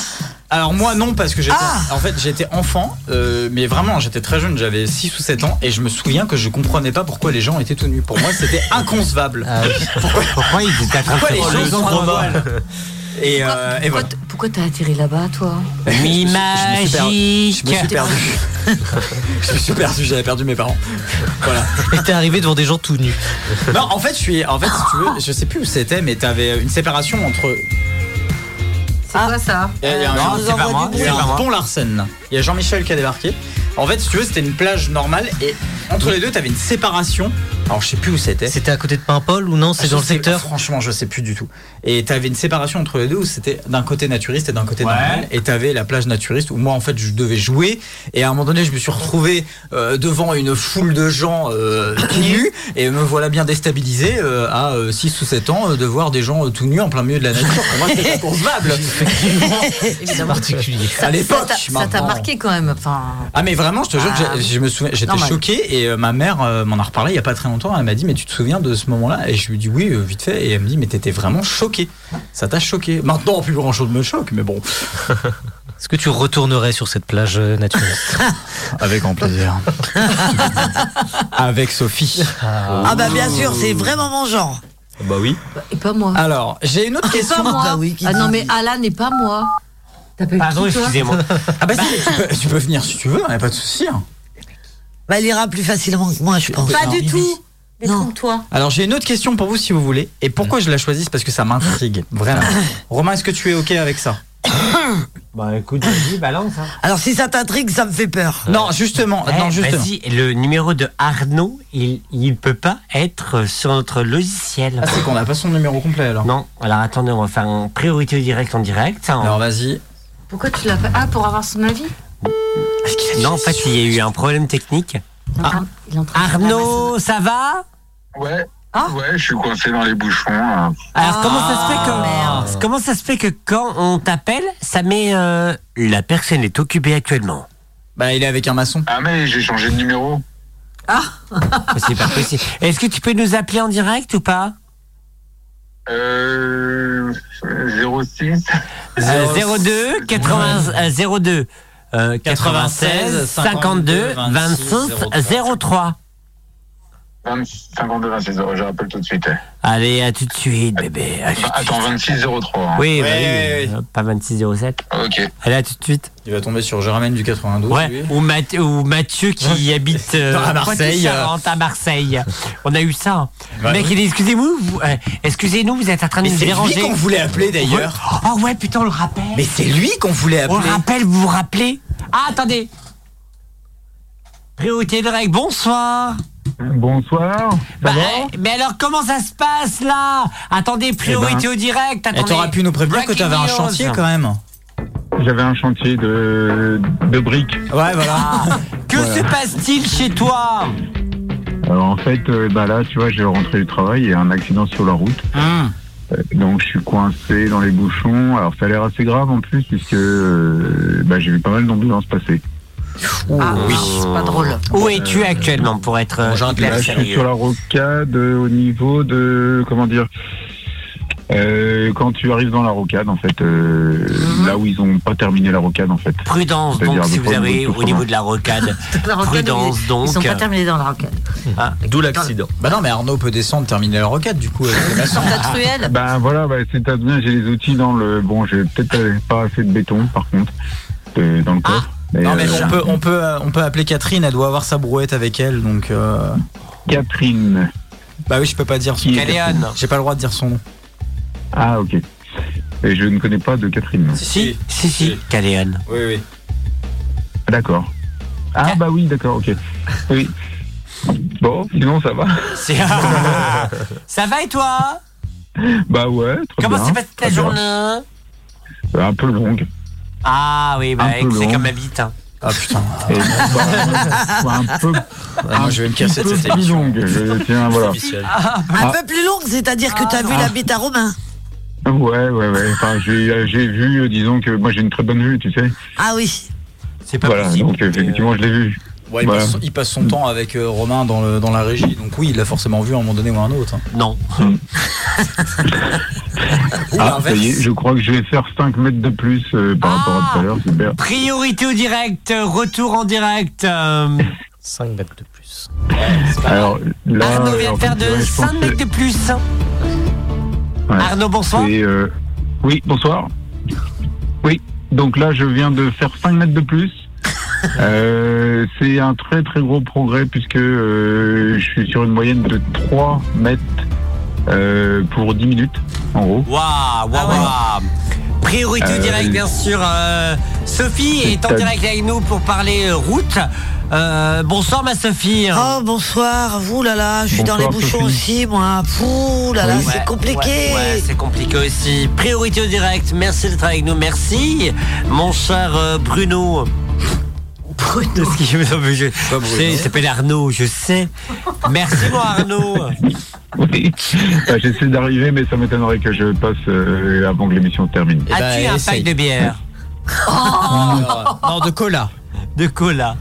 Speaker 3: Alors moi non parce que j'étais en fait j'étais enfant euh, mais vraiment j'étais très jeune j'avais 6 ou 7 ans et je me souviens que je comprenais pas pourquoi les gens étaient tout nus pour moi c'était inconcevable pourquoi,
Speaker 29: ils étaient à
Speaker 3: pourquoi les
Speaker 29: contre-
Speaker 3: gens
Speaker 29: le
Speaker 3: sont à
Speaker 29: combat.
Speaker 3: poil et, euh, et
Speaker 8: Pourquoi
Speaker 3: voilà
Speaker 8: t- Pourquoi t'as atterri là-bas, toi
Speaker 3: Je me suis- je me suis
Speaker 8: magique.
Speaker 3: perdu je me suis perdu j'avais perdu mes parents voilà
Speaker 6: et t'es arrivé devant des gens tout nus.
Speaker 3: non en fait je suis en fait si tu veux je sais plus où c'était mais t'avais une séparation entre
Speaker 8: C'est quoi ça
Speaker 3: Eh, Il y a- il y a un-
Speaker 8: Je vous envoie du
Speaker 3: Il y a
Speaker 8: bruit.
Speaker 3: un pont Larsen. Il y a Jean-Michel qui a débarqué. En fait, si tu veux, c'était une plage normale et entre les deux, t'avais une séparation. Alors, je sais plus où c'était. Ah,
Speaker 6: C'était à côté de Paimpol ou non C'est
Speaker 3: Je
Speaker 6: dans le
Speaker 3: sais-
Speaker 6: secteur
Speaker 3: Franchement, je sais plus du tout. Et t'avais une séparation entre les deux où c'était d'un côté naturiste et d'un côté normal. Et t'avais la plage naturiste où moi, en fait, je devais jouer. Et à un moment donné, je me suis retrouvé euh, devant une foule de gens euh, tout nus. Et me voilà bien déstabilisé euh, à 6 ou 7 ans euh, de voir des gens euh, tout nus en plein milieu de la nature. Pour moi, c'était inconcevable.
Speaker 8: Évidemment.
Speaker 6: particulier.
Speaker 8: Ça-
Speaker 3: À l'époque,
Speaker 8: ça t'a- ça t'a
Speaker 3: maintenant.
Speaker 8: marqué quand même. Enfin,
Speaker 3: Ah mais vraiment, je te jure, que
Speaker 8: Ah.
Speaker 3: j'ai- je me souviens, j'étais
Speaker 8: Normal.
Speaker 3: choqué et euh, ma mère euh, m'en a reparlé il y a pas très longtemps. Elle m'a dit mais tu te souviens de ce moment-là Et je lui dis oui, euh, vite fait. Et elle me dit mais t'étais vraiment choqué. Ça t'a choqué. Maintenant plus grand chose me choque, mais bon.
Speaker 6: Est-ce que tu retournerais sur cette plage euh, naturiste
Speaker 3: Avec grand plaisir. Avec Sophie.
Speaker 5: Ah bah bien sûr, c'est vraiment mon genre.
Speaker 3: Bah oui. bah
Speaker 8: et pas moi.
Speaker 3: Alors j'ai une autre
Speaker 8: Et
Speaker 3: question.
Speaker 8: Ah, pas moi. ah non, mais Alan n'est pas moi. T'appelles
Speaker 3: Pardon,
Speaker 8: qui, toi
Speaker 3: excusez-moi. Ah bah, si, tu, peux, tu peux venir si tu veux, y a pas de souci. hein.
Speaker 5: Bah, elle ira plus facilement que moi, je pense.
Speaker 3: Pas du
Speaker 5: tout.
Speaker 8: Détrompe-toi.
Speaker 3: Alors j'ai une autre question pour vous si vous voulez. Et pourquoi je la choisis c'est parce que ça m'intrigue vraiment. Romain, est-ce que tu es ok avec ça
Speaker 1: Bah écoute, vas-y, balance. hein.
Speaker 5: Alors si ça t'intrigue, ça me fait peur.
Speaker 3: Non, justement.
Speaker 1: Eh,
Speaker 3: non, justement.
Speaker 1: Vas-y, le numéro de Arnaud, il il peut pas être sur notre logiciel.
Speaker 3: Ah, c'est qu'on n'a pas son numéro complet alors.
Speaker 1: Non, alors attendez, on va faire en priorité direct en direct. hein.
Speaker 3: Alors vas-y.
Speaker 8: Pourquoi tu l'appelles Ah, pour avoir son avis
Speaker 1: Non, en fait, il y a eu un problème technique.
Speaker 3: Ah.
Speaker 8: Il est en train de
Speaker 1: Arnaud, ça va
Speaker 30: Ouais. Ouais, je suis coincé dans les bouchons. hein. là.
Speaker 1: Ah. Alors comment ça
Speaker 3: Ah,
Speaker 1: se
Speaker 30: Ah,
Speaker 1: fait que comment ça se fait que quand on t'appelle, ça met euh, la personne est occupée actuellement.
Speaker 3: Bah il est avec un maçon.
Speaker 30: Ah mais j'ai changé de numéro.
Speaker 1: C'est pas possible. Est-ce que tu peux nous appeler en direct ou pas
Speaker 30: Euh, 06.
Speaker 1: Euh, 02 80 euh, 02 euh, 96 52 26 03.
Speaker 30: 20, 52 26 euros, je rappelle tout de suite.
Speaker 1: Allez, à tout de suite, bébé.
Speaker 3: euh,
Speaker 1: À tout de
Speaker 30: Bah, attends, 26 03.
Speaker 1: Oui, bah
Speaker 30: Ouais,
Speaker 1: oui, euh, pas 2607.
Speaker 30: Ok.
Speaker 1: Allez, à tout de suite.
Speaker 3: Il va tomber sur Je ramène du 92.
Speaker 1: Ouais, ou, Math- ou Mathieu qui habite euh,
Speaker 3: À Marseille,
Speaker 1: Poitou-Charentes, à Marseille. On a eu ça. hein.
Speaker 3: Bah
Speaker 1: le mec,
Speaker 3: oui.
Speaker 1: il dit excusez-moi, vous- euh, excusez-nous, vous êtes en train de
Speaker 3: Mais
Speaker 1: nous
Speaker 3: c'est lui
Speaker 1: déranger.
Speaker 3: qu'on voulait appeler, d'ailleurs.
Speaker 1: Ouais. Ah ouais, putain, on le rappelle.
Speaker 3: Mais c'est lui qu'on voulait
Speaker 1: On
Speaker 3: appeler.
Speaker 1: le rappelle, vous vous rappelez Ah, attendez. Priorité de règle, bonsoir.
Speaker 30: Bonsoir.
Speaker 1: Bah, eh, mais alors, comment ça se passe là Attendez,
Speaker 3: Eh
Speaker 1: priorité au direct.
Speaker 3: Et
Speaker 1: Attendez.
Speaker 3: t'aurais ben, eh, pu nous prévenir que
Speaker 1: Breaking
Speaker 3: t'avais un
Speaker 1: news.
Speaker 3: chantier quand même.
Speaker 30: J'avais un chantier de, de briques.
Speaker 3: Ouais, voilà.
Speaker 1: Ah. Que
Speaker 30: Voilà.
Speaker 1: se passe-t-il chez toi
Speaker 30: Alors en fait, euh, bah là, tu vois, j'ai rentré du travail et un accident sur la route. Euh, Donc je suis coincé dans les bouchons. Alors ça a l'air assez grave en plus puisque euh, bah, j'ai vu pas mal d'ambulances passer.
Speaker 1: Ah, oui. c'est pas drôle. Où es-tu actuellement pour être euh,
Speaker 30: Là,
Speaker 1: hyper
Speaker 30: je suis
Speaker 1: sérieux
Speaker 30: sur la rocade euh, au niveau de comment dire. euh, quand tu arrives dans la rocade, en fait, euh, là où ils ont pas terminé la rocade, en fait.
Speaker 1: Mhm. Prudence, donc,
Speaker 30: C'est-à-dire
Speaker 1: si
Speaker 30: le
Speaker 1: vous avez
Speaker 30: problème de
Speaker 1: au niveau de la rocade.
Speaker 8: La rocade,
Speaker 1: Prudence,
Speaker 8: ils-
Speaker 1: donc.
Speaker 8: Ils sont pas terminés dans la rocade.
Speaker 3: D'où l'accident. Bah non, mais Arnaud peut descendre, terminer la roquette du coup. avec le maçon.
Speaker 8: Dans ta truelle.
Speaker 30: Ben voilà, bah, c'est pas bien, j'ai les outils dans le. Bon, j'ai peut-être euh, pas assez de béton, par contre, de- dans le coffre.
Speaker 3: Ah. Non mais
Speaker 30: euh,
Speaker 3: on peut, on peut, euh, on peut appeler Catherine. Elle doit avoir sa brouette avec elle, donc. euh,
Speaker 30: Catherine.
Speaker 3: Bah oui, je peux pas dire son
Speaker 30: Qui
Speaker 3: nom.
Speaker 30: est Catherine
Speaker 3: J'ai pas le droit de dire son nom.
Speaker 30: Ah, ok. Et je ne connais pas de Catherine.
Speaker 3: Si,
Speaker 1: si, si, Caléon.
Speaker 3: Oui, oui.
Speaker 30: d'accord. Ah bah oui, d'accord, ok. Oui. Bon, sinon ça va.
Speaker 1: Ça va et toi
Speaker 30: bah ouais, très
Speaker 1: Comment
Speaker 30: bien.
Speaker 1: s'est passée ta
Speaker 30: Très bien.
Speaker 1: journée
Speaker 30: hein Euh, Un peu longue.
Speaker 1: Ah oui, bah
Speaker 30: Un peu
Speaker 1: c'est
Speaker 30: long.
Speaker 1: comme ma bite. hein.
Speaker 3: Ah putain.
Speaker 30: Et, bah, un peu.
Speaker 3: moi, Ah, je vais me casser de
Speaker 30: un
Speaker 3: cette
Speaker 30: peu plus
Speaker 3: émission.
Speaker 30: longue. Je- Tiens, voilà.
Speaker 5: Ah, Un peu plus longue, c'est-à-dire
Speaker 29: Ah,
Speaker 5: que tu as vu la bite à Romain.
Speaker 30: Ouais, ouais, ouais. Enfin, j'ai euh, j'ai vu, euh, disons que moi j'ai une très bonne vue, tu sais.
Speaker 5: Ah oui.
Speaker 30: C'est pas voilà, donc euh, effectivement je l'ai vu.
Speaker 3: euh, Ouais, il,
Speaker 30: Voilà.
Speaker 3: passe, il passe son temps avec euh, Romain dans, le- dans la régie, donc oui, il l'a forcément vu à un moment donné ou à un autre. hein.
Speaker 1: Non.
Speaker 30: Hmm. Ah, ça y est, je crois que je vais faire 5 mètres de plus euh, par rapport à tout à l'heure, super.
Speaker 1: Priorité au direct, euh, retour en direct. euh,
Speaker 6: 5 mètres de plus.
Speaker 30: Alors là,
Speaker 1: Arnaud vient
Speaker 30: en
Speaker 1: de faire
Speaker 30: fait, ouais,
Speaker 1: de
Speaker 30: je pense
Speaker 1: 5 mètres de plus.
Speaker 30: Ouais.
Speaker 1: Arnaud, bonsoir.
Speaker 30: Et, euh, oui, bonsoir. Oui, donc là, je viens de faire 5 mètres de plus. Euh, c'est un très très gros progrès puisque euh, je suis sur une moyenne de 3 mètres euh, pour 10 minutes, en gros.
Speaker 1: Waouh, waouh,
Speaker 5: Ah
Speaker 1: waouh. Priorité au
Speaker 30: Euh,
Speaker 1: direct, bien sûr. euh, Sophie est en
Speaker 30: c'est-
Speaker 1: direct avec nous pour parler euh, route. Euh, bonsoir, ma Sophie.
Speaker 5: Oh, bonsoir. Vous là là, je suis dans les
Speaker 1: Bonsoir,
Speaker 5: bouchons aussi, moi. Pouh là là,
Speaker 1: Oui.
Speaker 5: c'est
Speaker 1: Ouais,
Speaker 5: compliqué.
Speaker 1: Ouais, ouais, c'est compliqué aussi. Priorité au direct. Merci d'être avec nous. Merci, mon cher euh, Bruno. Bruno. C'est s'appelle Arnaud, je sais. Merci, mon Arnaud.
Speaker 30: Oui. Bah, J'essaie d'arriver, mais ça m'étonnerait que je passe euh, avant que l'émission se termine.
Speaker 1: As-tu un pack de bière
Speaker 5: Oh.
Speaker 3: Non, de cola.
Speaker 1: De cola.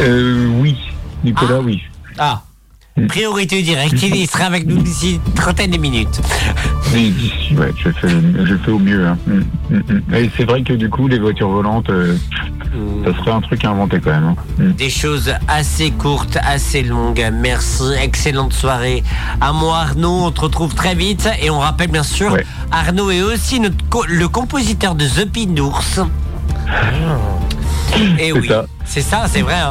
Speaker 30: Euh, oui, Nicolas, oui.
Speaker 3: Ah.
Speaker 30: Hmm.
Speaker 1: Priorité au direct. Il sera avec nous d'ici une trentaine de minutes.
Speaker 30: Oui, d'ici, ouais, je fais, je fais au mieux. hein. Mm, mm, mm. Et c'est vrai que du coup, les voitures volantes, euh, ça serait un truc à inventer quand même. hein. Mm.
Speaker 1: Des choses assez courtes, assez longues. Merci, excellente soirée. À moi Arnaud, on te retrouve très vite. Et on rappelle bien sûr, Arnaud est aussi notre co- le compositeur de The Pinours. Et
Speaker 30: Ah. C'est
Speaker 1: oui,
Speaker 30: ça.
Speaker 1: c'est ça, c'est vrai. hein.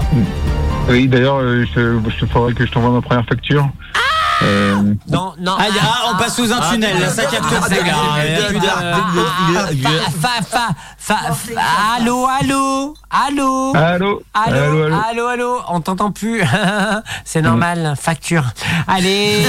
Speaker 30: Oui, d'ailleurs, euh, je je faudrait que je t'envoie ma première facture. Euh,
Speaker 1: Non, non. ah,
Speaker 3: Ah, il y a- ah, on passe sous un tunnel, là, ça capte pas, gars.
Speaker 1: ah, Fa, fa, fa, fa- Allô, allô, allô.
Speaker 30: Allô.
Speaker 1: Allô, Mm. allô, allô. On t'entend plus. C'est normal, facture. Allez.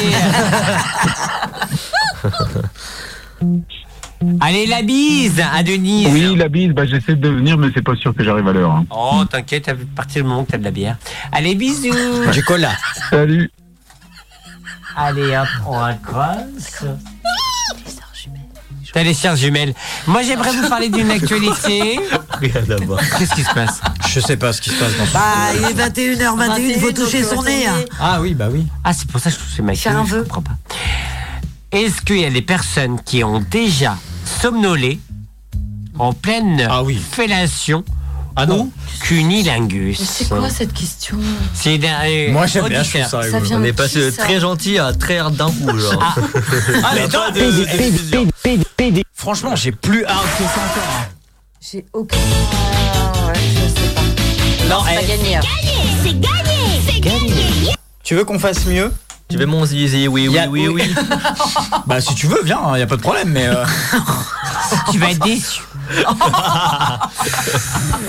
Speaker 1: Allez, la bise à Denise.
Speaker 30: Oui, la bise, bah, j'essaie de venir, mais c'est pas sûr que j'arrive à l'heure. hein.
Speaker 1: Oh, t'inquiète, à partir du moment que t'as de la bière. Allez, bisous.
Speaker 30: Du
Speaker 3: cola.
Speaker 30: Salut.
Speaker 1: Allez, hop, on raccroche. T'as les chères jumelles. Moi, j'aimerais vous parler d'une actualité.
Speaker 3: Rien à voir.
Speaker 1: Qu'est-ce qui se passe
Speaker 3: Je sais pas ce qui se passe dans ce
Speaker 5: Bah, il est 21h21, faut toucher son nez. hein.
Speaker 3: Ah oui, bah oui.
Speaker 1: Ah, c'est pour ça que je touchais ma
Speaker 5: Faire
Speaker 1: queue,
Speaker 5: un
Speaker 1: je
Speaker 5: vœu.
Speaker 1: comprends pas. Est-ce qu'il y a des personnes qui ont déjà somnolé en pleine
Speaker 3: Ah
Speaker 1: fellation ah non. ou cunilingus
Speaker 8: Mais c'est quoi cette question
Speaker 1: C'est d'un- euh,
Speaker 29: Moi, j'aime bien, je
Speaker 1: auditeur.
Speaker 29: trouve ça rigolo. Ça vient
Speaker 1: On
Speaker 29: de
Speaker 1: est
Speaker 29: qui,
Speaker 1: passé de
Speaker 29: ça
Speaker 1: très
Speaker 29: gentil à très hard d'un coup, genre.
Speaker 1: Ah. Ah, mais attends, PD, PD,
Speaker 3: Franchement, j'ai plus hard que ça encore. hein.
Speaker 8: J'ai aucun. Ah, ouais, je sais pas.
Speaker 3: Non,
Speaker 8: c'est pas
Speaker 3: eh.
Speaker 8: gagné.
Speaker 9: C'est gagné C'est gagné
Speaker 3: Tu veux qu'on fasse mieux
Speaker 29: Tu veux mon zizi, oui, oui, oui, oui.
Speaker 3: Bah, si tu veux, viens, hein, y a pas de problème, mais. euh,
Speaker 1: Tu vas être déçu.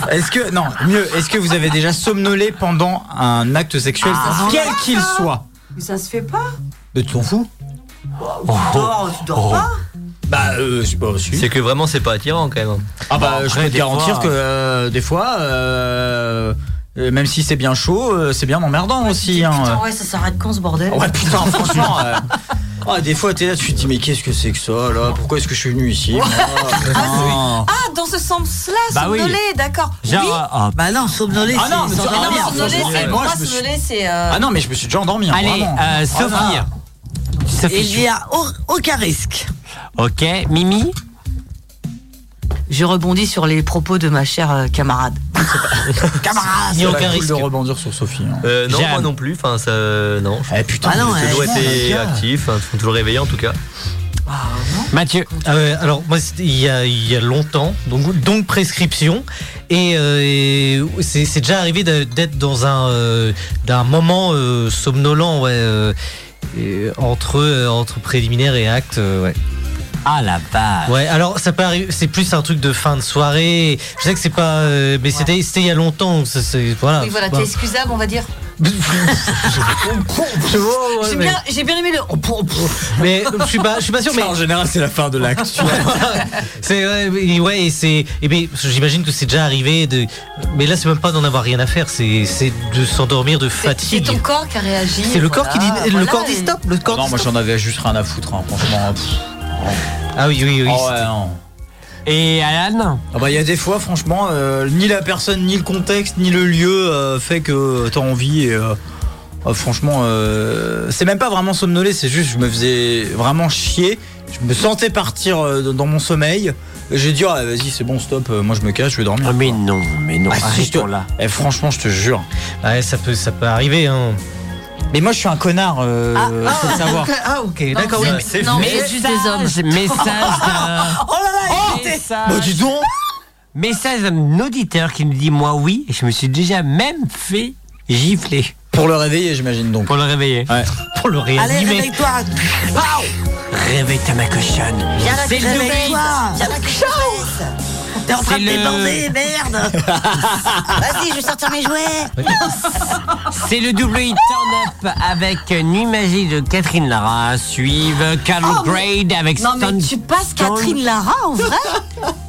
Speaker 3: Est-ce que. Non, mieux, est-ce que vous avez déjà somnolé pendant un acte sexuel,
Speaker 8: Ah.
Speaker 3: quel qu'il soit
Speaker 8: Mais ça se fait pas
Speaker 3: Mais tu t'en fous Oh.
Speaker 8: Tu dors, tu dors pas
Speaker 3: Bah, euh, c'est pas aussi.
Speaker 29: C'est que vraiment, c'est pas attirant quand même.
Speaker 3: Ah bah, je
Speaker 29: après,
Speaker 3: peux te
Speaker 29: des
Speaker 3: garantir
Speaker 29: fois,
Speaker 3: que euh, des fois, euh, euh, même si c'est bien chaud, euh, c'est bien emmerdant aussi. hein.
Speaker 8: Putain, Ah ouais, ça s'arrête quand ce bordel
Speaker 3: Ouais, putain, franchement. euh, ah, des fois, t'es là, tu te dis, mais qu'est-ce que c'est que ça là Pourquoi est-ce que je suis venu ici moi Putain.
Speaker 8: Ah, dans ce sens-là,
Speaker 3: Bah oui.
Speaker 8: somnolé, d'accord.
Speaker 3: Genre,
Speaker 8: oui.
Speaker 3: euh, ah,
Speaker 5: Bah non, somnolé,
Speaker 3: Ah non, mais
Speaker 5: c'est
Speaker 3: tu-
Speaker 8: Ah
Speaker 5: s'endormir.
Speaker 8: non, somnolé,
Speaker 3: franchement,
Speaker 8: c'est
Speaker 3: moi,
Speaker 8: moi,
Speaker 3: je me suis-
Speaker 8: somnolé, c'est. euh,
Speaker 3: Ah non, mais je me suis déjà endormi. hein,
Speaker 1: Allez,
Speaker 3: vraiment.
Speaker 1: euh,
Speaker 3: Ah,
Speaker 1: Sophie.
Speaker 3: non.
Speaker 1: Sophie,
Speaker 5: Il n'y a au- aucun risque.
Speaker 1: Ok, Mimi
Speaker 8: Je rebondis sur les propos de ma chère euh, camarade.
Speaker 3: camarade
Speaker 29: Ni
Speaker 3: C'est
Speaker 29: aucun
Speaker 3: pas cool
Speaker 29: risque.
Speaker 3: de rebondir sur Sophie. hein.
Speaker 29: Euh, non,
Speaker 3: J'aime.
Speaker 29: moi non plus. Enfin, ça. Non.
Speaker 3: Eh putain,
Speaker 29: ah
Speaker 3: non,
Speaker 29: le doigt
Speaker 3: eh,
Speaker 29: était
Speaker 3: non, les gars.
Speaker 29: actif. hein, Enfin, faut toujours réveiller en tout cas.
Speaker 1: Mathieu.
Speaker 6: Ah alors, moi, c'était il y, a, il y a longtemps, donc, donc prescription. Et, euh, et c'est c'est déjà arrivé de- d'être dans un, euh, d'un moment euh, somnolent, ouais, euh, et entre, euh, entre préliminaire et acte, euh, ouais.
Speaker 1: Ah la vache.
Speaker 6: Ouais, alors ça peut arriver- c'est plus un truc de fin de soirée. Je sais que c'est pas, euh, mais c'était c'était il y a longtemps. donc ça, c'est- voilà.
Speaker 8: Oui, voilà,
Speaker 6: Bon.
Speaker 8: t'es excusable, on va dire.
Speaker 6: Je vois, ouais,
Speaker 8: J'ai
Speaker 6: mais-
Speaker 8: bien, j'ai bien aimé le. Oh, pou, pou.
Speaker 6: Mais je suis pas, je suis pas sûr. Mais en
Speaker 3: général, c'est la fin de l'acte.
Speaker 6: c'est ouais, mais- ouais, et c'est. Et bien, j'imagine que c'est déjà arrivé de. Mais là, c'est même pas d'en avoir rien à faire. C'est, c'est de s'endormir de
Speaker 8: C'est
Speaker 6: fatigue.
Speaker 8: ton corps qui a réagi.
Speaker 6: C'est le corps qui dit- le corps dit
Speaker 8: et-
Speaker 6: stop, le corps
Speaker 3: Non, moi j'en avais juste rien à foutre, hein, Oh, franchement.
Speaker 6: Ah oui, oui, oui.
Speaker 3: hein.
Speaker 1: Et Alan
Speaker 3: Ah bah il y a des fois franchement euh, ni la personne ni le contexte ni le lieu euh, fait que t'as envie et, euh, euh, franchement euh, c'est même pas vraiment somnolé c'est juste je me faisais vraiment chier je me sentais partir euh, dans- dans mon sommeil Et j'ai dit ah, vas-y c'est bon stop euh, moi je me cache je vais
Speaker 6: Ah,
Speaker 3: dormir Ah,
Speaker 1: mais non mais non arrêtons là.
Speaker 3: Eh, franchement je te jure
Speaker 6: ouais ça peut ça peut arriver hein
Speaker 3: mais moi je suis un connard euh, faut le savoir
Speaker 6: Ah, ok, d'accord.
Speaker 3: Non,
Speaker 6: oui.
Speaker 3: c'est- non, mais c'est juste des hommes.
Speaker 1: Message d'un.
Speaker 6: Oh là là, il était-
Speaker 1: Bah dis donc Message d'un auditeur qui nous dit Moi oui, je me suis déjà même fait gifler.
Speaker 3: Pour le réveiller, j'imagine donc.
Speaker 1: Pour le réveiller.
Speaker 6: Pour le
Speaker 1: réanimer.
Speaker 5: Pow
Speaker 1: Réveille-toi, ma cochonne.
Speaker 5: Viens la
Speaker 1: C'est le
Speaker 5: crever, toi Viens la crever T'es en train de
Speaker 1: C'est le-
Speaker 5: déborder, merde Vas-y, je vais sortir mes jouets
Speaker 1: C'est le double hit turn up avec euh, Nuit Magie de Catherine Lara. Suivent Carl
Speaker 8: Oh, mais-
Speaker 1: Grade avec
Speaker 8: Non, mais
Speaker 1: Stone-
Speaker 8: tu passes Catherine Lara Ah, en vrai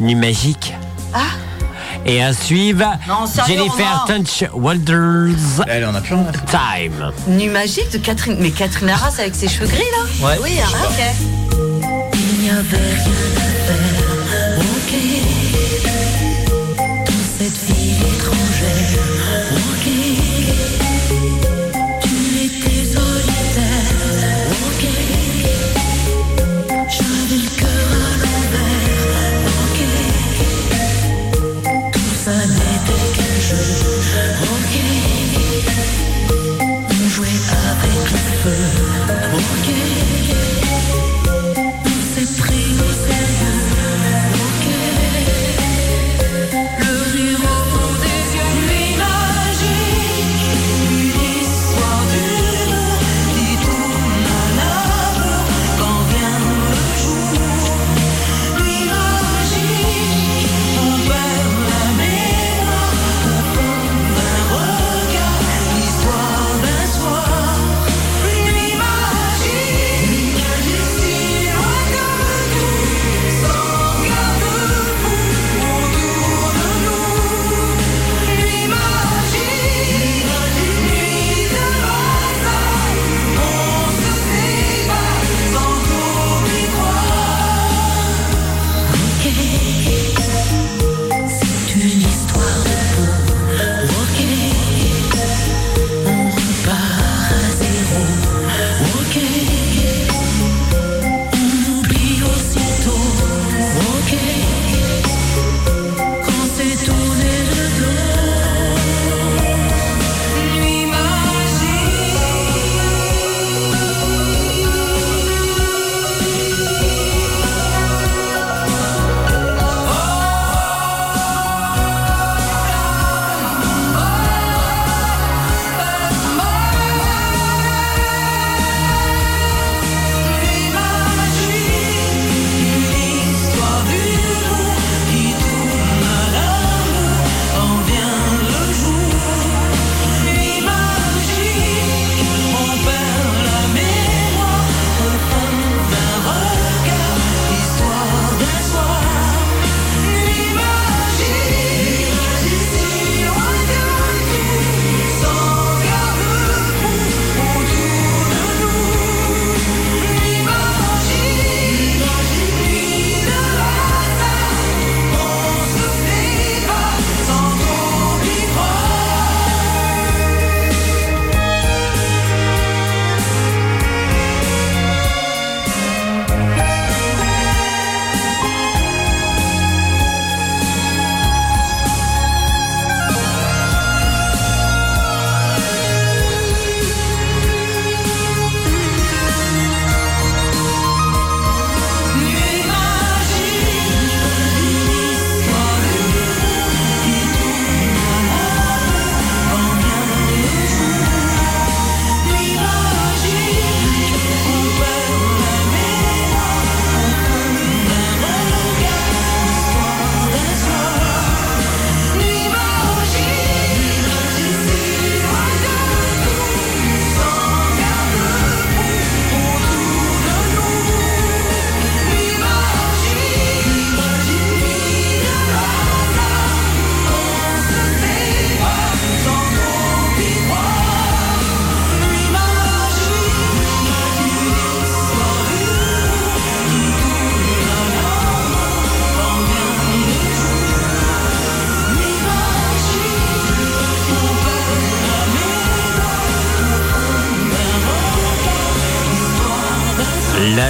Speaker 1: Nuit Magique.
Speaker 8: Ah.
Speaker 1: Et à suivre
Speaker 8: Non, sérieux,
Speaker 1: Jennifer
Speaker 8: on a-
Speaker 1: Tunch Walters.
Speaker 3: Elle en a plus
Speaker 1: Time.
Speaker 8: Nu magique de Catherine. Mais Catherine Lara, c'est avec ses cheveux gris là
Speaker 1: Ouais.
Speaker 8: Oui, ah, ok.
Speaker 9: Il n'y avait rien à faire, ok. Dans cette ville étrangère, ok. Tu étais solitaire, ok. J'avais le cœur à l'envers, ok. Tout ça n'était qu'un jeu, ok. On jouait avec le feu, ok. On s'est pris au sérieux, ok.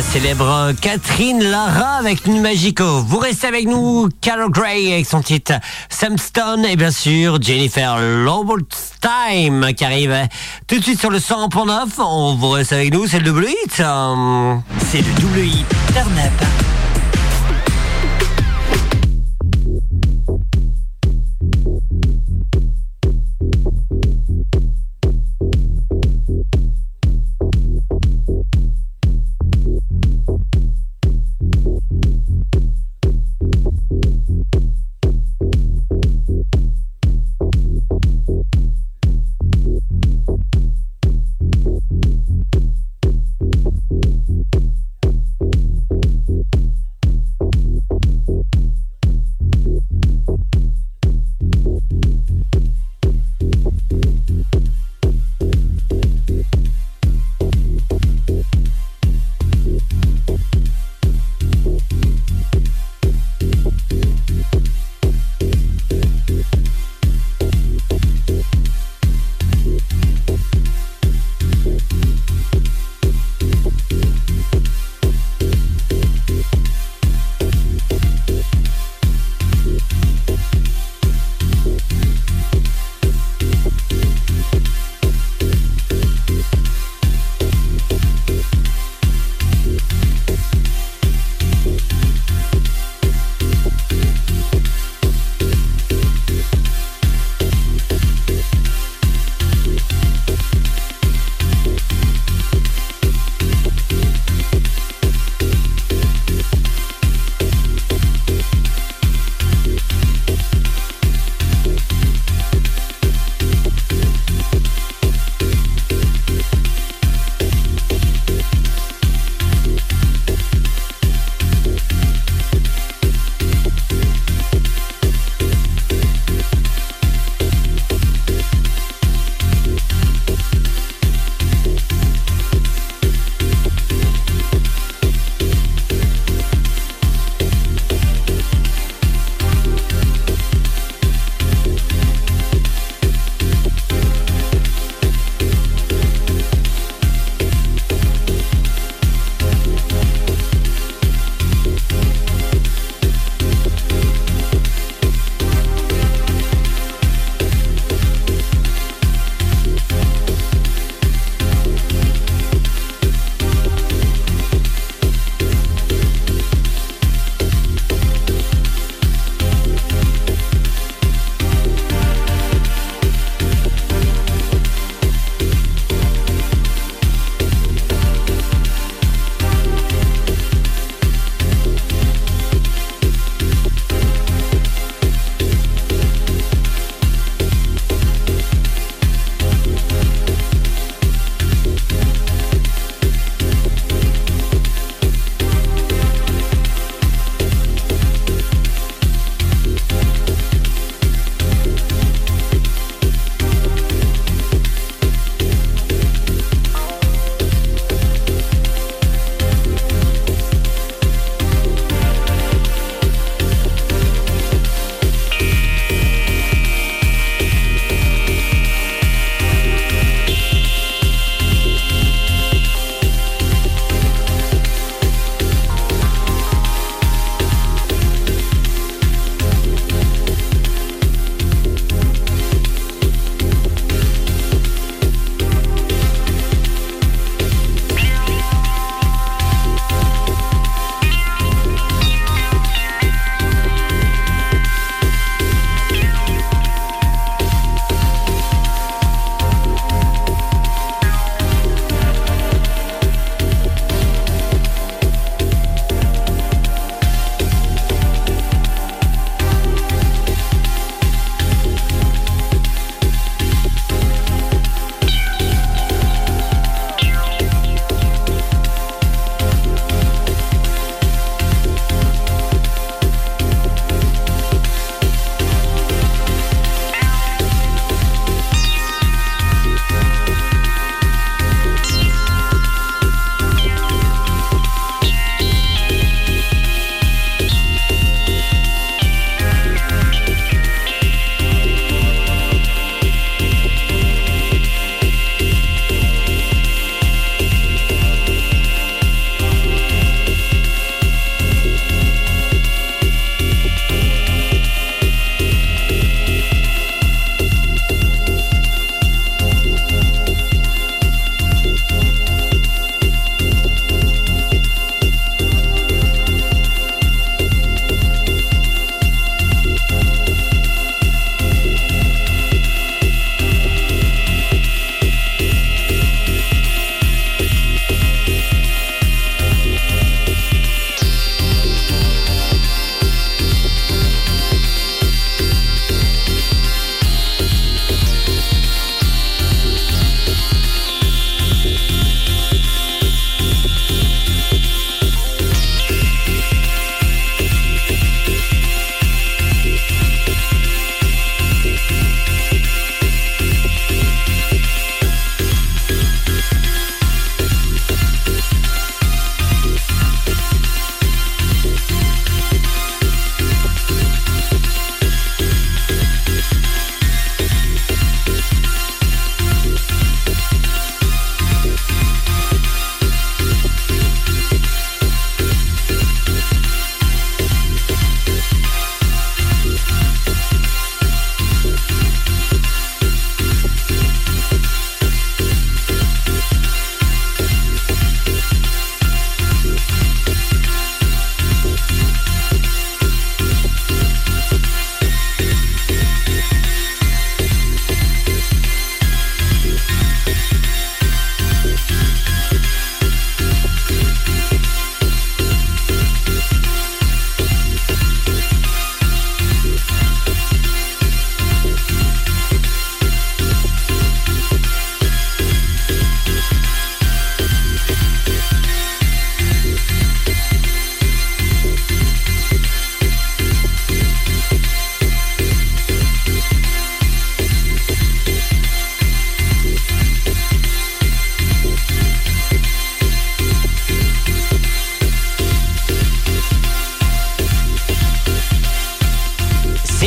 Speaker 1: célèbre Catherine Lara avec Nu Magico. Vous restez avec nous, Carol Gray avec son titre Samston et bien sûr Jennifer Time qui arrive euh, tout de suite sur le 100.9. On vous reste avec nous, c'est le double hit. euh, C'est le double hit.
Speaker 7: Turn up.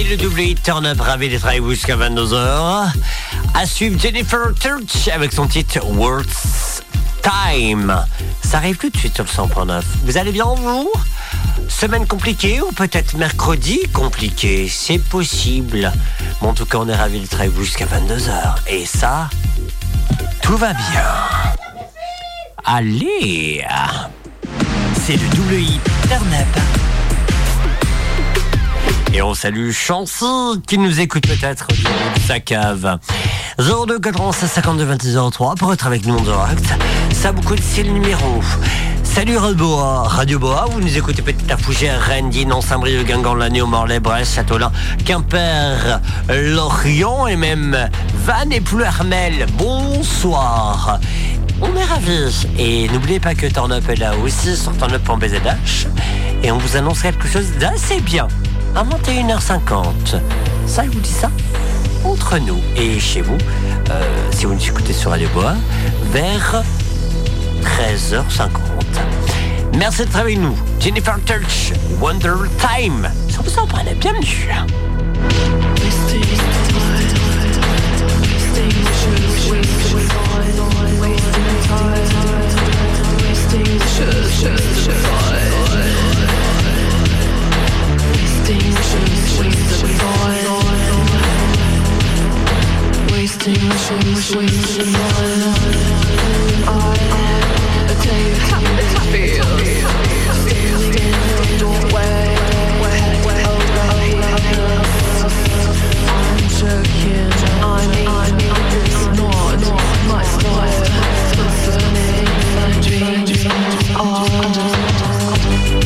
Speaker 1: le doublé Turn Up Ravi d'être avec vous jusqu'à 22h. À suivre Jennifer Church avec son titre Words Time. Ça arrive tout de suite sur le 100.9. Vous allez bien, vous Semaine compliquée ou peut-être mercredi compliqué C'est possible. Bon, en tout cas, on est ravis d'être avec vous jusqu'à 22h. Et ça, tout va bien. Allez C'est le double I Turn Up. Et on salue Chancy qui nous écoute peut-être du haut de sa cave. 02 96 52 26 03 pour être avec nous en direct. Ça vous coûte, c'est le numéro. Salut Radio Boa, Radio Boa, vous nous écoutez peut-être à Fougères, Rennes, Dinan, Saint-Brieuc, Guingamp, Lannion, Morlaix, Brest, Châteaulin, Quimper, Lorient et même Vannes et Pluermel. Bonsoir. On est ravis. Et n'oubliez pas que Turn Up est là aussi sur turnup.bzh. Et on vous annonce quelque chose d'assez bien. À 21h50. Ça, je vous dis ça entre nous et chez vous, euh, si vous nous écoutez sur Radio Bois, vers 13h50. Merci d'être avec nous. Jennifer Church, Wonder Time. Ça vous en parle, bienvenue.
Speaker 2: Wasting, wasting, wasting, wasting my life. I, I, a day of happy, happy, Under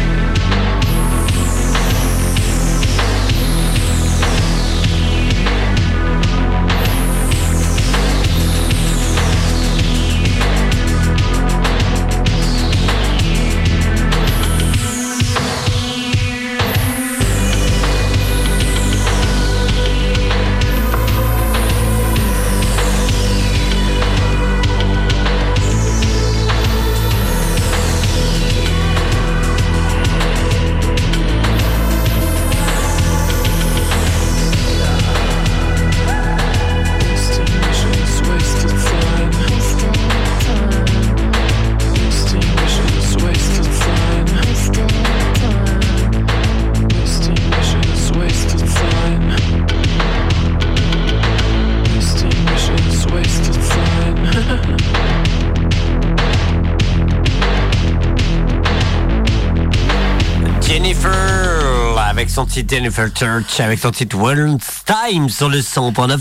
Speaker 1: Jennifer avec son titre Jennifer Church, avec son titre World's Time sur le 100.9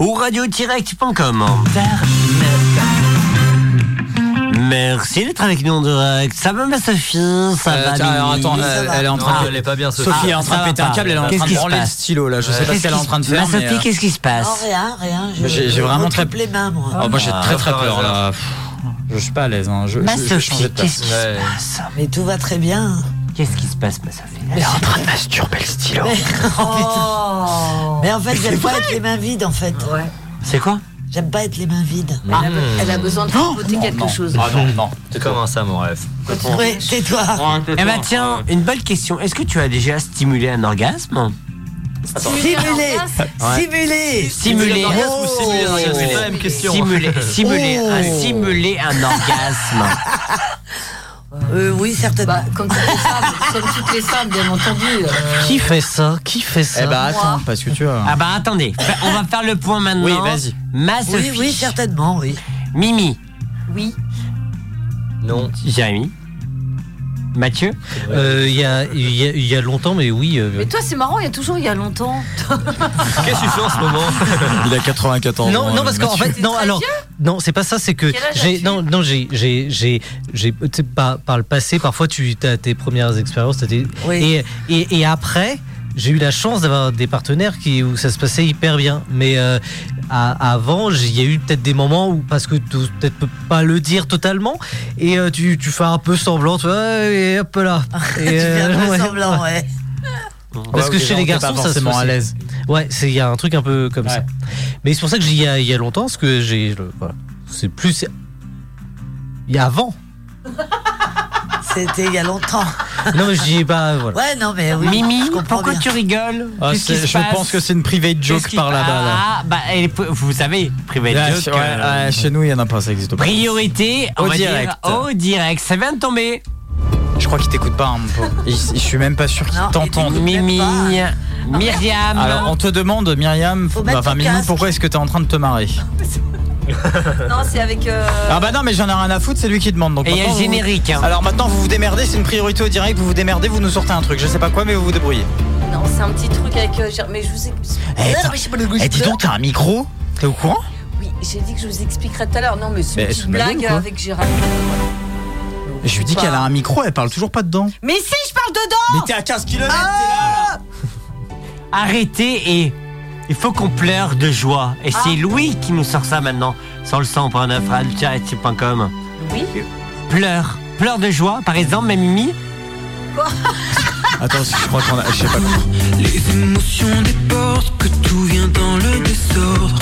Speaker 1: ou radio-direct.com. Merci d'être avec nous en direct. Ça va ma Sophie Ça
Speaker 3: Euh,
Speaker 1: va
Speaker 3: tiens, alors,
Speaker 1: Mimi
Speaker 3: attends, euh, elle est en train
Speaker 1: Ah.
Speaker 3: de- elle est pas bien, Sophie. Sophie est en train de
Speaker 1: ça va
Speaker 3: péter un
Speaker 1: pas.
Speaker 3: câble, elle est en
Speaker 1: Qu'est-ce
Speaker 3: train de
Speaker 1: qui se
Speaker 3: branler le
Speaker 1: passe
Speaker 3: stylo, là. Je sais pas
Speaker 1: Qu'est-ce
Speaker 3: ce qu'elle est
Speaker 1: qui
Speaker 3: en train de
Speaker 1: se-
Speaker 3: faire,
Speaker 1: Ma
Speaker 3: mais,
Speaker 1: Sophie,
Speaker 3: euh,
Speaker 1: qu'est-ce qui se passe
Speaker 5: Non, rien, rien. je-
Speaker 3: J'ai j'ai
Speaker 5: je
Speaker 3: vraiment très
Speaker 5: m'occupe les mains, moi.
Speaker 3: Oh, moi j'ai très très peur là. Pff, Je suis pas à l'aise. Hein. Je,
Speaker 5: Ma
Speaker 3: je- je vais
Speaker 5: Sophie,
Speaker 3: changer de place.
Speaker 5: qu'est-ce qui se passe Mais tout va très bien.
Speaker 1: Qu'est-ce qui se passe, ma Sophie
Speaker 5: Elle est en train
Speaker 1: de masturber le stylo.
Speaker 5: Mais, Mais en fait, j'aime pas être les mains vides, en fait.
Speaker 1: C'est quoi
Speaker 5: J'aime pas être les mains vides.
Speaker 8: Ah. Elle a- elle a besoin de
Speaker 5: Oh,
Speaker 8: voter
Speaker 5: non,
Speaker 8: quelque
Speaker 5: non.
Speaker 8: chose.
Speaker 29: Ah non, non. Tu commences ça, mon rêve.
Speaker 5: Oui, tais-toi.
Speaker 1: Eh bah tiens, une bonne question. Est-ce que tu as déjà stimulé un orgasme
Speaker 5: Simuler,
Speaker 1: Ouais.
Speaker 5: simuler,
Speaker 1: Simuler.
Speaker 5: Oh.
Speaker 1: Simuler. Simuler, simuler, un, simuler un orgasme.
Speaker 5: Euh, oui, certainement.
Speaker 8: Bah, comme toutes les femmes, comme toutes les femmes, bien entendu. euh,
Speaker 6: Qui fait ça Qui fait ça
Speaker 1: Eh ben, attends, Moi.
Speaker 3: parce que tu vois.
Speaker 1: Ah bah attendez, fa- on va faire le point maintenant.
Speaker 6: Oui, vas-y.
Speaker 1: Ma
Speaker 5: Oui,
Speaker 1: Sophie.
Speaker 5: oui, certainement, oui.
Speaker 1: Mimi.
Speaker 8: Oui.
Speaker 1: Non. Jérémy. Mathieu
Speaker 6: Euh, Il y, a, il y a- il y a longtemps, mais oui. euh,
Speaker 8: Mais toi, c'est marrant, il y a toujours, il y a longtemps.
Speaker 29: Qu'est-ce que tu fais en ce moment
Speaker 3: Il a 94 ans.
Speaker 6: Non, non, parce qu'en fait, non, alors, non, c'est pas ça, c'est que
Speaker 29: Quel âge
Speaker 6: j'ai,
Speaker 29: as-tu
Speaker 6: non, non, j'ai, j'ai, j'ai, j'ai, tu sais, par, par le passé, parfois, tu as tes premières expériences, t'as tes- et, et, et après, j'ai eu la chance d'avoir des partenaires qui, où ça se passait hyper bien, mais euh, à- avant, j'ai- il y a eu peut-être des moments où, parce que tu peut-être peux pas le dire totalement, et euh, tu, tu fais un peu semblant, tu vois, et hop là. Et, euh,
Speaker 5: Tu fais un peu
Speaker 6: ouais.
Speaker 5: semblant, Euh, ouais.
Speaker 6: Parce
Speaker 3: Ouais,
Speaker 6: que
Speaker 3: ok,
Speaker 6: chez
Speaker 3: non,
Speaker 6: les
Speaker 3: t'es
Speaker 6: garçons,
Speaker 3: pas
Speaker 6: ça se
Speaker 3: forcément
Speaker 6: fait
Speaker 3: à
Speaker 6: aussi.
Speaker 3: l'aise.
Speaker 6: Ouais, c'est- il y a un truc un peu comme ça. Mais c'est pour ça que j'ai- il y, a- il y a longtemps, parce que j'ai. le- voilà. C'est plus. Il y a avant.
Speaker 5: C'était il y a longtemps.
Speaker 6: Non, mais je dis pas. Voilà.
Speaker 5: Ouais, non, mais oui.
Speaker 1: Mimi,
Speaker 5: je comprends
Speaker 1: pourquoi
Speaker 5: bien.
Speaker 1: tu rigoles
Speaker 3: Ah,
Speaker 1: Qu'est-ce qui
Speaker 3: c'est-
Speaker 1: se
Speaker 3: je
Speaker 1: passe
Speaker 3: pense que c'est une private
Speaker 1: Qu'est-ce
Speaker 3: joke
Speaker 1: qui-
Speaker 3: par là-bas. là.
Speaker 1: Ah, bah, elle est- vous savez, private
Speaker 3: Ouais,
Speaker 1: joke.
Speaker 3: ouais,
Speaker 1: euh,
Speaker 3: ouais, chez nous, il y en a pas, ça existe pas.
Speaker 1: Priorité, on
Speaker 3: Au
Speaker 1: va dire,
Speaker 3: direct.
Speaker 1: au direct. Ça vient de tomber.
Speaker 3: Je crois qu'il t'écoute pas, hein, mon pauvre. Il- Je suis même pas sûr qu'il t'entende.
Speaker 1: Mimi, Myriam.
Speaker 3: Alors, on te demande, Myriam,
Speaker 8: mettre
Speaker 3: enfin,
Speaker 8: ton
Speaker 3: Mimi,
Speaker 8: casque.
Speaker 3: pourquoi est-ce que t'es en train de te marrer
Speaker 8: Non, c'est avec. euh,
Speaker 3: Ah bah non, mais j'en ai rien à foutre, c'est lui qui demande. Donc
Speaker 1: Et il y a
Speaker 3: maintenant,
Speaker 1: le
Speaker 3: vous-
Speaker 1: générique, hein.
Speaker 3: Alors maintenant, vous vous démerdez, c'est une priorité au direct, vous vous démerdez, vous nous sortez un truc, je sais pas quoi, mais vous vous débrouillez.
Speaker 8: Non, c'est un petit truc avec. euh, Gér- Mais je vous explique.
Speaker 3: Eh,
Speaker 8: Non,
Speaker 3: t'as-
Speaker 8: mais je sais pas le goût, je
Speaker 3: eh, dis
Speaker 8: peux-
Speaker 3: donc, t'as un micro T'es au courant
Speaker 8: Oui, j'ai dit que je vous expliquerai tout à l'heure. Non, mais c'est
Speaker 3: Mais
Speaker 8: une
Speaker 3: sous
Speaker 8: petite
Speaker 3: ma gueule,
Speaker 8: blague
Speaker 3: quoi.
Speaker 8: avec Gérard.
Speaker 3: Je lui dis
Speaker 8: Pas.
Speaker 3: qu'elle a un micro, elle parle toujours pas dedans.
Speaker 8: Mais si, je parle dedans Ah,
Speaker 3: Mais t'es à 15 km,
Speaker 1: Arrêtez et il faut qu'on pleure de joie. Et c'est Louis qui nous sort ça maintenant sur le 100.9 radioactive.com.
Speaker 8: Oui.
Speaker 1: Pleure, pleure de joie. Par exemple, ma Mimi.
Speaker 3: Attends, je crois qu'on a. Je sais pas.
Speaker 2: Les émotions débordent, que tout vient dans le désordre,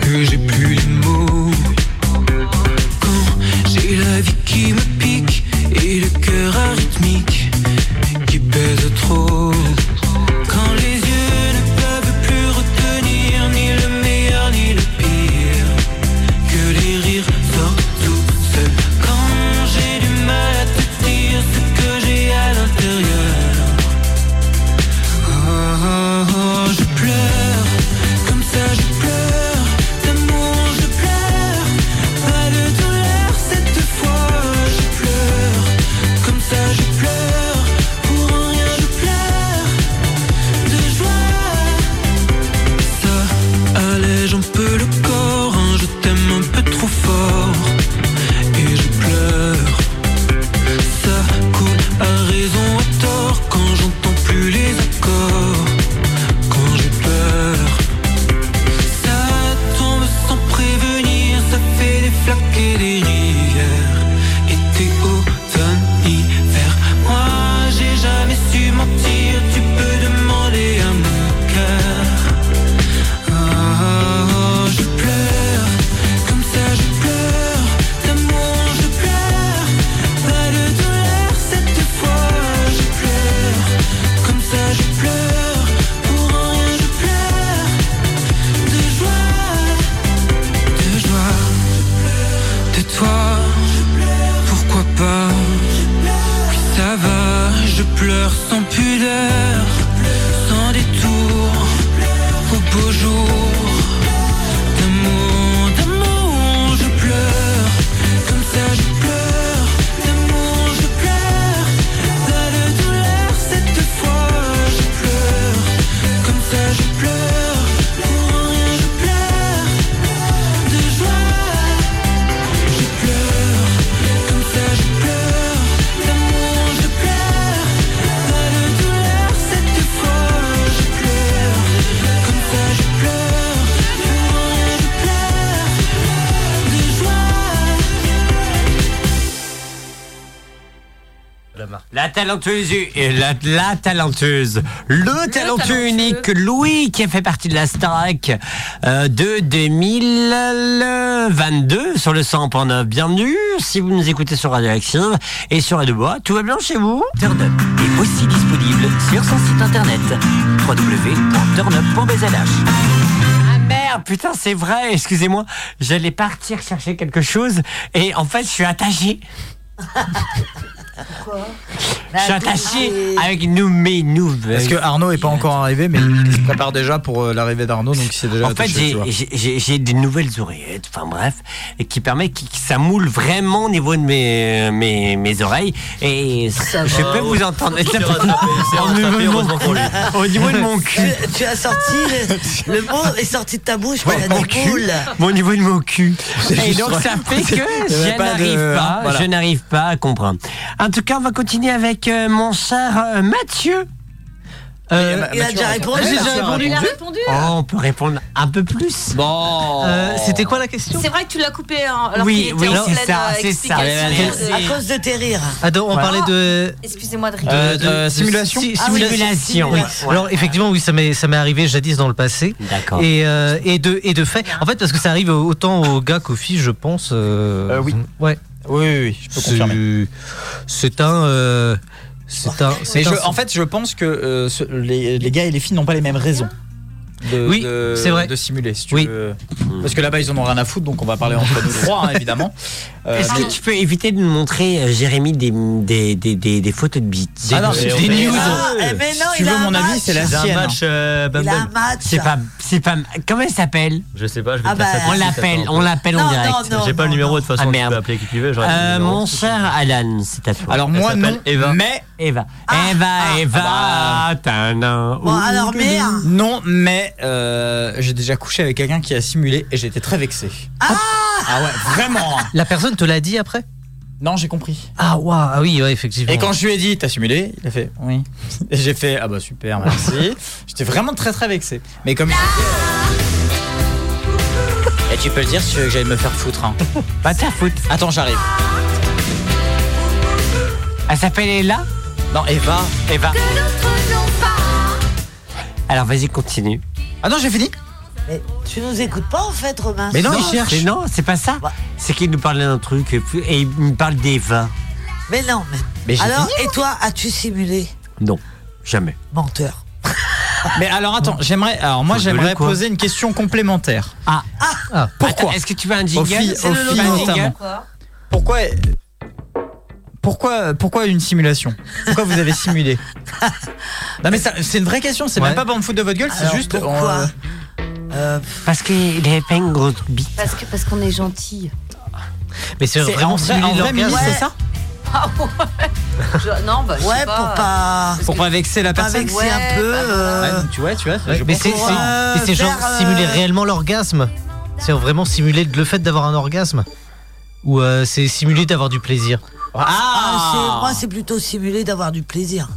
Speaker 2: que j'ai plus les mots. Quand j'ai la vie qui me pique et le cœur arythmique qui pèse trop. Quand les yeux ne peuvent plus retenir ni le meilleur ni le pire, que les rires sortent tout seuls. Quand j'ai du mal à te dire ce que j'ai à l'intérieur. Oh, oh, je pleure, comme ça je pleure, d'amour je pleure, pas de douleur cette fois, je pleure, comme ça je pleure, pour un rien je pleure, de joie. Ça allège un peu le corps, hein, je t'aime un peu trop fort, et je pleure. Ça coule à raison à tort quand j'entends plus les accords, quand j'ai peur. Ça tombe sans prévenir, ça fait des flaques et des rivières. Été, automne, hiver. Moi j'ai jamais su mentir, tu peux demander à mon cœur. Ah, je pleure, comme ça je pleure, d'amour je pleure. Pas de douleur cette fois, je pleure. Comme ça, je pleure. Pour un rien, je pleure. De joie, de joie. De toi, pourquoi pas? Oui, ça va, je pleure sans pudeur, sans détour, au beau jour. D'amour, d'amour, je pleure. Comme ça, je pleure. D'amour, je pleure. Pas de douleur cette
Speaker 6: marque.
Speaker 1: La talentueuse, et la, la talentueuse, le, talentueux, unique Louis qui a fait partie de la Starac euh, de 2022 sur le 100.9. Bienvenue si vous nous écoutez sur Radio Active et sur Radio Bois. Tout va bien chez vous Turn Up est aussi disponible sur son site internet www.turnup.bzh. Ah merde, putain, c'est vrai, excusez-moi, j'allais partir chercher quelque chose et en fait, je suis attaché. Je
Speaker 5: Bah,
Speaker 1: suis attaché avec nous, mes nouvelles.
Speaker 3: Parce que Arnaud est pas encore arrivé, mais il se prépare déjà pour euh, l'arrivée d'Arnaud, donc il s'est déjà
Speaker 1: En fait,
Speaker 3: attaché,
Speaker 1: j'ai-
Speaker 3: tu vois.
Speaker 1: j'ai- j'ai j'ai des nouvelles oreillettes, enfin bref, et qui permet qui- que ça moule vraiment au niveau de mes, mes, mes oreilles. Et je
Speaker 5: va,
Speaker 1: peux vous
Speaker 5: ouais.
Speaker 1: entendre.
Speaker 5: Il s'est rattrapé, il s'est
Speaker 1: Au
Speaker 5: rattrapé,
Speaker 1: niveau de mon-
Speaker 5: heureusement pour lui.
Speaker 1: Au niveau de mon cul.
Speaker 5: Tu, tu as sorti le, le mot est sorti de ta bouche,
Speaker 1: Ouais,
Speaker 5: ouais,
Speaker 1: mon
Speaker 5: des
Speaker 1: cul.
Speaker 5: boules.
Speaker 1: Mon niveau de mon cul.
Speaker 5: C'est
Speaker 1: Et
Speaker 5: juste
Speaker 1: donc ça
Speaker 5: vrai.
Speaker 1: fait que
Speaker 5: Il y avait
Speaker 1: je
Speaker 5: pas de-
Speaker 1: n'arrive pas, hein,
Speaker 5: voilà.
Speaker 1: je n'arrive pas à comprendre. En tout cas, on va continuer avec euh, mon cher euh, Mathieu.
Speaker 5: Il a Mathieu, déjà on répondu,
Speaker 1: J'ai
Speaker 5: là.
Speaker 1: déjà
Speaker 5: Il a
Speaker 1: répondu.
Speaker 5: répondu.
Speaker 1: Oh, on peut répondre un peu plus. Euh, Bon.
Speaker 6: C'était quoi la question
Speaker 8: C'est vrai que tu l'as coupé hein, alors qu'il
Speaker 1: Oui,
Speaker 8: était
Speaker 1: oui,
Speaker 8: en
Speaker 1: c'est
Speaker 8: pleine,
Speaker 1: ça,
Speaker 8: euh,
Speaker 1: c'est ça.
Speaker 8: explication
Speaker 1: Merci.
Speaker 8: de-
Speaker 1: À cause
Speaker 5: de tes rires.
Speaker 6: Attends, on
Speaker 8: Voilà.
Speaker 6: parlait de.
Speaker 8: Excusez-moi de rigoler. Ah.
Speaker 6: Euh, de- de- si-
Speaker 8: Si-
Speaker 3: Ah
Speaker 6: simulation. Oui. Alors effectivement, oui, ça m'est ça m'est arrivé jadis dans le passé.
Speaker 1: D'accord.
Speaker 6: Et, euh, et de et de fait, en fait, parce que ça arrive autant aux gars qu'aux filles, je pense. euh,
Speaker 3: oui.
Speaker 6: Ouais.
Speaker 3: Oui, oui, oui, je peux
Speaker 6: C'est-
Speaker 3: confirmer.
Speaker 6: C'est un. euh, c'est un. c'est
Speaker 3: Mais
Speaker 6: un-
Speaker 3: je- en fait, je pense que euh, ce- les, les gars et les filles n'ont pas les mêmes raisons. De,
Speaker 6: Oui,
Speaker 3: de-
Speaker 6: c'est vrai.
Speaker 3: De simuler, si tu veux. Parce que là-bas, ils en ont rien à foutre, donc on va parler entre nous trois, hein, évidemment. Euh,
Speaker 1: Est-ce
Speaker 3: mais-
Speaker 1: que tu peux éviter de nous montrer, euh, Jérémy, des, des, des, des, des photos de bites
Speaker 3: Ah non, Des- c'est des des- news. Ah, eh, mais non,
Speaker 1: Si
Speaker 3: il a un match. Il a un match,
Speaker 1: euh,
Speaker 5: Il a un match.
Speaker 1: C'est pas, c'est pas. Comment elle s'appelle
Speaker 29: Je sais pas, je vais
Speaker 1: Ah
Speaker 29: te dire
Speaker 1: bah,
Speaker 29: ça tout
Speaker 1: on
Speaker 29: de suite,
Speaker 1: l'appelle,
Speaker 29: attends.
Speaker 1: on l'appelle en Non, direct. non, non,
Speaker 29: J'ai pas le
Speaker 1: non,
Speaker 29: numéro de toute
Speaker 1: Ah,
Speaker 29: façon, tu
Speaker 1: merde.
Speaker 29: peux appeler qui tu veux. j'aurais pas le
Speaker 1: Euh,
Speaker 29: numéro.
Speaker 1: mon cher Alan, c'est à toi.
Speaker 29: Alors, Elle moi, s'appelle non, Ah, Eva.
Speaker 3: mais-
Speaker 1: Eva. Eva, Eva.
Speaker 29: bah.
Speaker 1: ta- na- ouh.
Speaker 3: Non, mais euh, j'ai déjà couché avec quelqu'un qui a simulé et j'étais très vexé. Ah, ouais, vraiment. hein.
Speaker 6: La personne te l'a dit après
Speaker 3: Non, j'ai compris.
Speaker 6: Ah waouh, ah oui, ouais, effectivement.
Speaker 3: Et quand je lui ai dit, t'as simulé Il a fait, oui. Et j'ai fait, ah bah super, merci. J'étais vraiment très très vexé. Mais comme. Et tu peux le dire si tu veux que j'aille me faire foutre. Hein.
Speaker 1: Pas te faire foutre.
Speaker 3: Attends, j'arrive.
Speaker 1: Elle s'appelle Ella
Speaker 3: Non, Eva.
Speaker 1: Eva. Alors, vas-y, continue.
Speaker 3: Ah non, j'ai fini
Speaker 5: Mais tu nous écoutes pas en fait, Romain.
Speaker 1: mais Ah, Non, c'est pas
Speaker 29: Bah.
Speaker 1: ça. C'est qu'il nous parle d'un truc et puis- et il me parle d'Eva.
Speaker 5: Mais non. Mais...
Speaker 1: Mais j'ai
Speaker 5: Alors,
Speaker 1: fini,
Speaker 5: et toi, as-tu simulé
Speaker 1: Non, jamais.
Speaker 5: Menteur.
Speaker 3: Mais alors attends, j'aimerais. Alors moi,
Speaker 1: Faut gueuler,
Speaker 3: j'aimerais
Speaker 1: quoi.
Speaker 3: poser une question complémentaire.
Speaker 1: Ah.
Speaker 3: Ah. Pourquoi
Speaker 1: Attends, Est-ce que tu veux un jingle
Speaker 3: Aux filles,
Speaker 1: C'est
Speaker 3: aux
Speaker 1: le
Speaker 3: filles
Speaker 1: logo.
Speaker 3: notamment. Pourquoi pourquoi, pourquoi une simulation Pourquoi vous avez simulé Non mais ça- c'est une vraie question, c'est même pas pour me foutre de votre gueule, c'est
Speaker 5: Alors,
Speaker 3: juste... euh,
Speaker 5: pourquoi
Speaker 1: Parce qu'il avait pas une grosse bite.
Speaker 8: Parce que parce qu'on est gentil.
Speaker 6: Mais c'est
Speaker 3: C'est
Speaker 6: vraiment
Speaker 3: en vrai- en
Speaker 6: simuler
Speaker 3: vrai,
Speaker 6: l'orgasme.
Speaker 3: Mimi, c'est ça
Speaker 8: Ah ouais. Je- non, bah, je sais
Speaker 5: Ouais,
Speaker 8: pas.
Speaker 5: pour pas.
Speaker 3: Pour pas vexer la
Speaker 5: pas
Speaker 3: personne
Speaker 5: vexer un peu. euh,
Speaker 3: Ouais, Tu vois, tu vois,
Speaker 6: Ouais,
Speaker 3: je
Speaker 6: mais
Speaker 3: pense
Speaker 6: c'est
Speaker 3: que-
Speaker 6: c'est- mais c'est genre
Speaker 5: faire, euh,
Speaker 6: simuler réellement l'orgasme. C'est vraiment simuler le fait d'avoir un orgasme. Ou euh, c'est simuler d'avoir du plaisir.
Speaker 5: ah, c'est- moi, c'est plutôt simulé d'avoir du plaisir.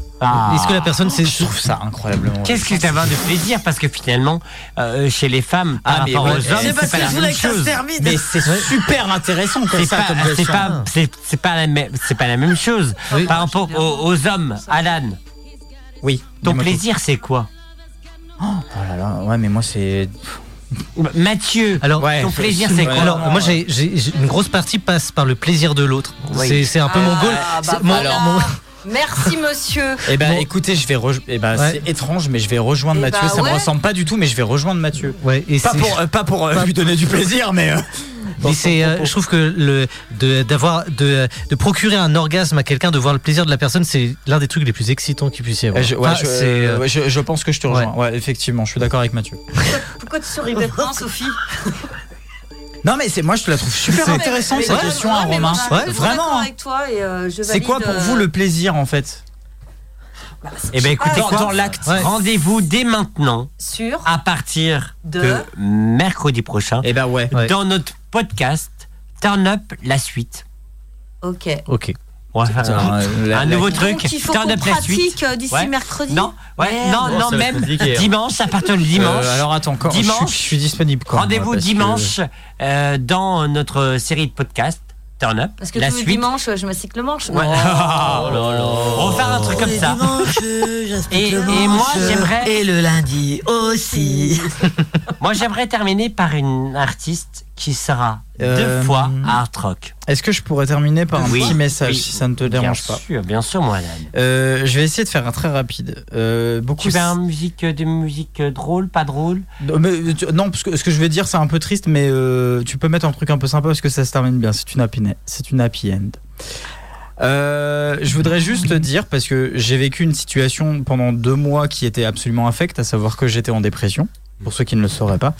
Speaker 6: Est-ce que la personne c'est
Speaker 3: Ah. Je trouve ça incroyablement.
Speaker 1: Qu'est-ce que c'est avoir de plaisir Parce que finalement, euh, chez les femmes, par
Speaker 3: Ah, mais
Speaker 1: rapport
Speaker 3: ouais.
Speaker 1: aux hommes,
Speaker 3: C'est parce
Speaker 1: c'est pas
Speaker 3: que
Speaker 1: la
Speaker 3: je
Speaker 1: même
Speaker 3: voulais que ça se
Speaker 1: chose.
Speaker 3: termine. Mais c'est super intéressant comme
Speaker 1: C'est
Speaker 3: ça,
Speaker 1: pas-
Speaker 3: comme
Speaker 1: c'est
Speaker 3: question.
Speaker 1: pas, c'est- c'est pas la même, c'est pas la même chose. Par rapport aux, aux hommes, Alan.
Speaker 3: Oui.
Speaker 1: Ton
Speaker 3: dis-moi tout.
Speaker 1: plaisir, c'est quoi
Speaker 3: Oh là là, ouais, mais moi c'est.
Speaker 1: Mathieu,
Speaker 6: Alors,
Speaker 3: Ouais,
Speaker 1: ton
Speaker 3: je-
Speaker 1: plaisir,
Speaker 3: ouais,
Speaker 1: c'est quoi
Speaker 6: Alors, moi, j'ai j'ai- j'ai- une grosse partie passe par le plaisir de l'autre.
Speaker 3: Oui.
Speaker 6: C'est- C'est un peu mon goal.
Speaker 8: Ah, bah
Speaker 6: C'est- mon-
Speaker 8: voilà.
Speaker 6: mon-
Speaker 8: Merci monsieur.
Speaker 3: Eh ben, écoutez, je vais rejo- eh ben,
Speaker 6: Ouais.
Speaker 3: c'est étrange, mais je vais rejoindre
Speaker 8: Eh ben,
Speaker 3: Mathieu. ça
Speaker 8: ouais.
Speaker 3: me ressemble pas du tout, mais je vais rejoindre Mathieu.
Speaker 6: Ouais, et
Speaker 3: pas,
Speaker 6: c'est-
Speaker 3: pour, euh, pas pour euh, lui donner du plaisir, mais. euh, dans
Speaker 6: Mais
Speaker 3: son
Speaker 6: c'est, euh,
Speaker 3: propos.
Speaker 6: je trouve que le de d'avoir de, de procurer un orgasme à quelqu'un, de voir le plaisir de la personne, c'est l'un des trucs les plus excitants qui puisse y avoir.
Speaker 3: Ouais, je, ouais,
Speaker 6: Enfin,
Speaker 3: je-
Speaker 6: c'est, euh,
Speaker 3: ouais, je- je pense que je te rejoins. Ouais, effectivement, je suis d'accord avec Mathieu.
Speaker 8: Pourquoi tu souris maintenant, Sophie
Speaker 3: Non, mais c'est moi, je la trouve super
Speaker 8: Non, mais-
Speaker 3: intéressant
Speaker 8: mais-
Speaker 3: cette
Speaker 8: ouais,
Speaker 3: question
Speaker 8: ouais,
Speaker 3: à
Speaker 8: mais
Speaker 3: Romain.
Speaker 8: moi, je suis
Speaker 3: Ouais,
Speaker 8: complètement d'accord
Speaker 3: vraiment. hein.
Speaker 8: avec toi et, euh, je
Speaker 3: C'est quoi
Speaker 8: valide,
Speaker 3: pour vous
Speaker 8: euh,
Speaker 3: le plaisir en fait
Speaker 1: Eh ben, écoutez,
Speaker 8: Ah,
Speaker 3: Dans-
Speaker 1: quoi
Speaker 3: dans l'acte. Ouais.
Speaker 1: Rendez-vous dès maintenant,
Speaker 8: Sur
Speaker 1: à partir
Speaker 8: De
Speaker 1: de, mercredi prochain.
Speaker 3: Eh ben ouais.
Speaker 1: Dans notre podcast Turn Up la suite.
Speaker 8: Ah, Ok.
Speaker 6: Ok.
Speaker 1: On va faire
Speaker 3: Putain,
Speaker 1: un,
Speaker 3: euh, la-
Speaker 1: un
Speaker 3: la-
Speaker 1: nouveau truc.
Speaker 8: Donc il faut
Speaker 1: Turn
Speaker 8: qu'on
Speaker 1: Up la suite.
Speaker 8: pratique euh, d'ici
Speaker 1: Ouais.
Speaker 8: mercredi.
Speaker 1: Non, ouais,
Speaker 8: Merde.
Speaker 1: non, non,
Speaker 29: ça va être
Speaker 1: même
Speaker 29: compliqué, hein.
Speaker 1: dimanche, à partir du dimanche.
Speaker 3: Euh, alors attends, quand je suis-
Speaker 1: dimanche,
Speaker 3: je suis disponible quand moi,
Speaker 1: Rendez-vous
Speaker 3: parce que-
Speaker 1: dimanche euh, dans notre série de podcasts Turn up.
Speaker 8: Parce que
Speaker 1: la
Speaker 8: tous les
Speaker 1: suite.
Speaker 8: dimanches, euh, je me cycle le manche.
Speaker 1: Ouais. Oh là là. On va faire un truc comme
Speaker 5: Les
Speaker 1: ça.
Speaker 5: dimanches,
Speaker 1: Et-
Speaker 5: et,
Speaker 1: et moi, j'aimerais-
Speaker 5: Et le lundi aussi.
Speaker 1: Moi, j'aimerais terminer par une artiste qui sera
Speaker 3: Euh,
Speaker 1: deux fois à Art Rock.
Speaker 3: Est-ce que je pourrais terminer par un
Speaker 1: Oui,
Speaker 3: petit message
Speaker 1: oui.
Speaker 3: si ça ne te dérange pas
Speaker 1: Bien sûr, bien sûr, moi, Alan.
Speaker 3: Euh, Je vais essayer de faire un très rapide. Euh, beaucoup
Speaker 1: Tu fais un musique, euh, des musiques euh, drôles, pas drôles
Speaker 3: Non, mais, euh, tu- non, parce que ce que je vais dire, c'est un peu triste, mais euh, tu peux mettre un truc un peu sympa parce que ça se termine bien. C'est une happy, ne- c'est une happy end. Euh, je voudrais juste te dire, parce que j'ai vécu une situation pendant deux mois qui était absolument affecte, à savoir que j'étais en dépression, pour ceux qui ne le sauraient pas.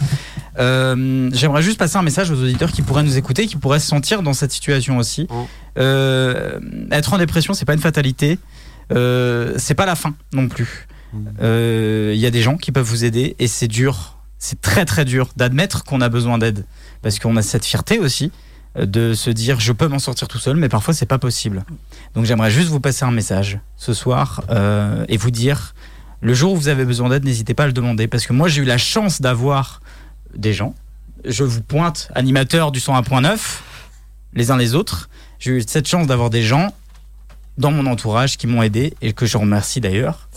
Speaker 3: Euh, J'aimerais juste passer un message aux auditeurs qui pourraient nous écouter, qui pourraient se sentir dans cette situation aussi. Euh, être en dépression, c'est pas une fatalité, Euh, c'est pas la fin non plus. Euh, Il y a des gens qui peuvent vous aider et c'est dur, c'est très très dur d'admettre qu'on a besoin d'aide, parce qu'on a cette fierté aussi euh, de se dire je peux m'en sortir tout seul, mais parfois c'est pas possible. Donc j'aimerais juste vous passer un message ce soir euh, et vous dire le jour où vous avez besoin d'aide, n'hésitez pas à le demander parce que moi j'ai eu la chance d'avoir des gens. Je vous pointe, animateur du 101.9, les uns les autres. J'ai eu cette chance d'avoir des gens dans mon entourage qui m'ont aidé et que je remercie d'ailleurs.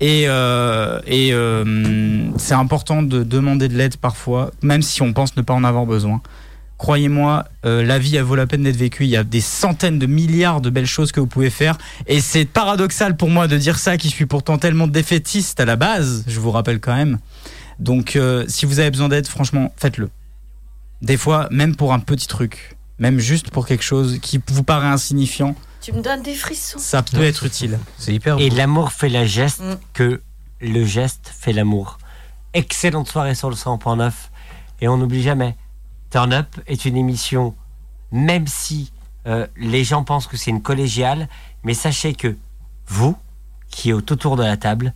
Speaker 3: Et, euh, et euh, c'est important de demander de l'aide parfois, même si on pense ne pas en avoir besoin. Croyez-moi, euh, la vie, elle vaut la peine d'être vécue. Il y a des centaines de milliards de belles choses que vous pouvez faire. Et c'est paradoxal pour moi de dire ça, qui suis pourtant tellement défaitiste à la base, je vous rappelle quand même. Donc, euh, si vous avez besoin d'aide, franchement, faites-le. Des fois, même pour un petit truc, même juste pour quelque chose qui vous paraît insignifiant,
Speaker 8: Tu me donnes des frissons.
Speaker 3: ça peut être utile.
Speaker 1: C'est hyper Et l'amour fait la geste
Speaker 8: Mm.
Speaker 1: que le geste fait l'amour. Excellente soirée sur le 100.9. Et on n'oublie jamais, Turn Up est une émission, même si euh, les gens pensent que c'est une collégiale, mais sachez que vous, qui êtes autour de la table,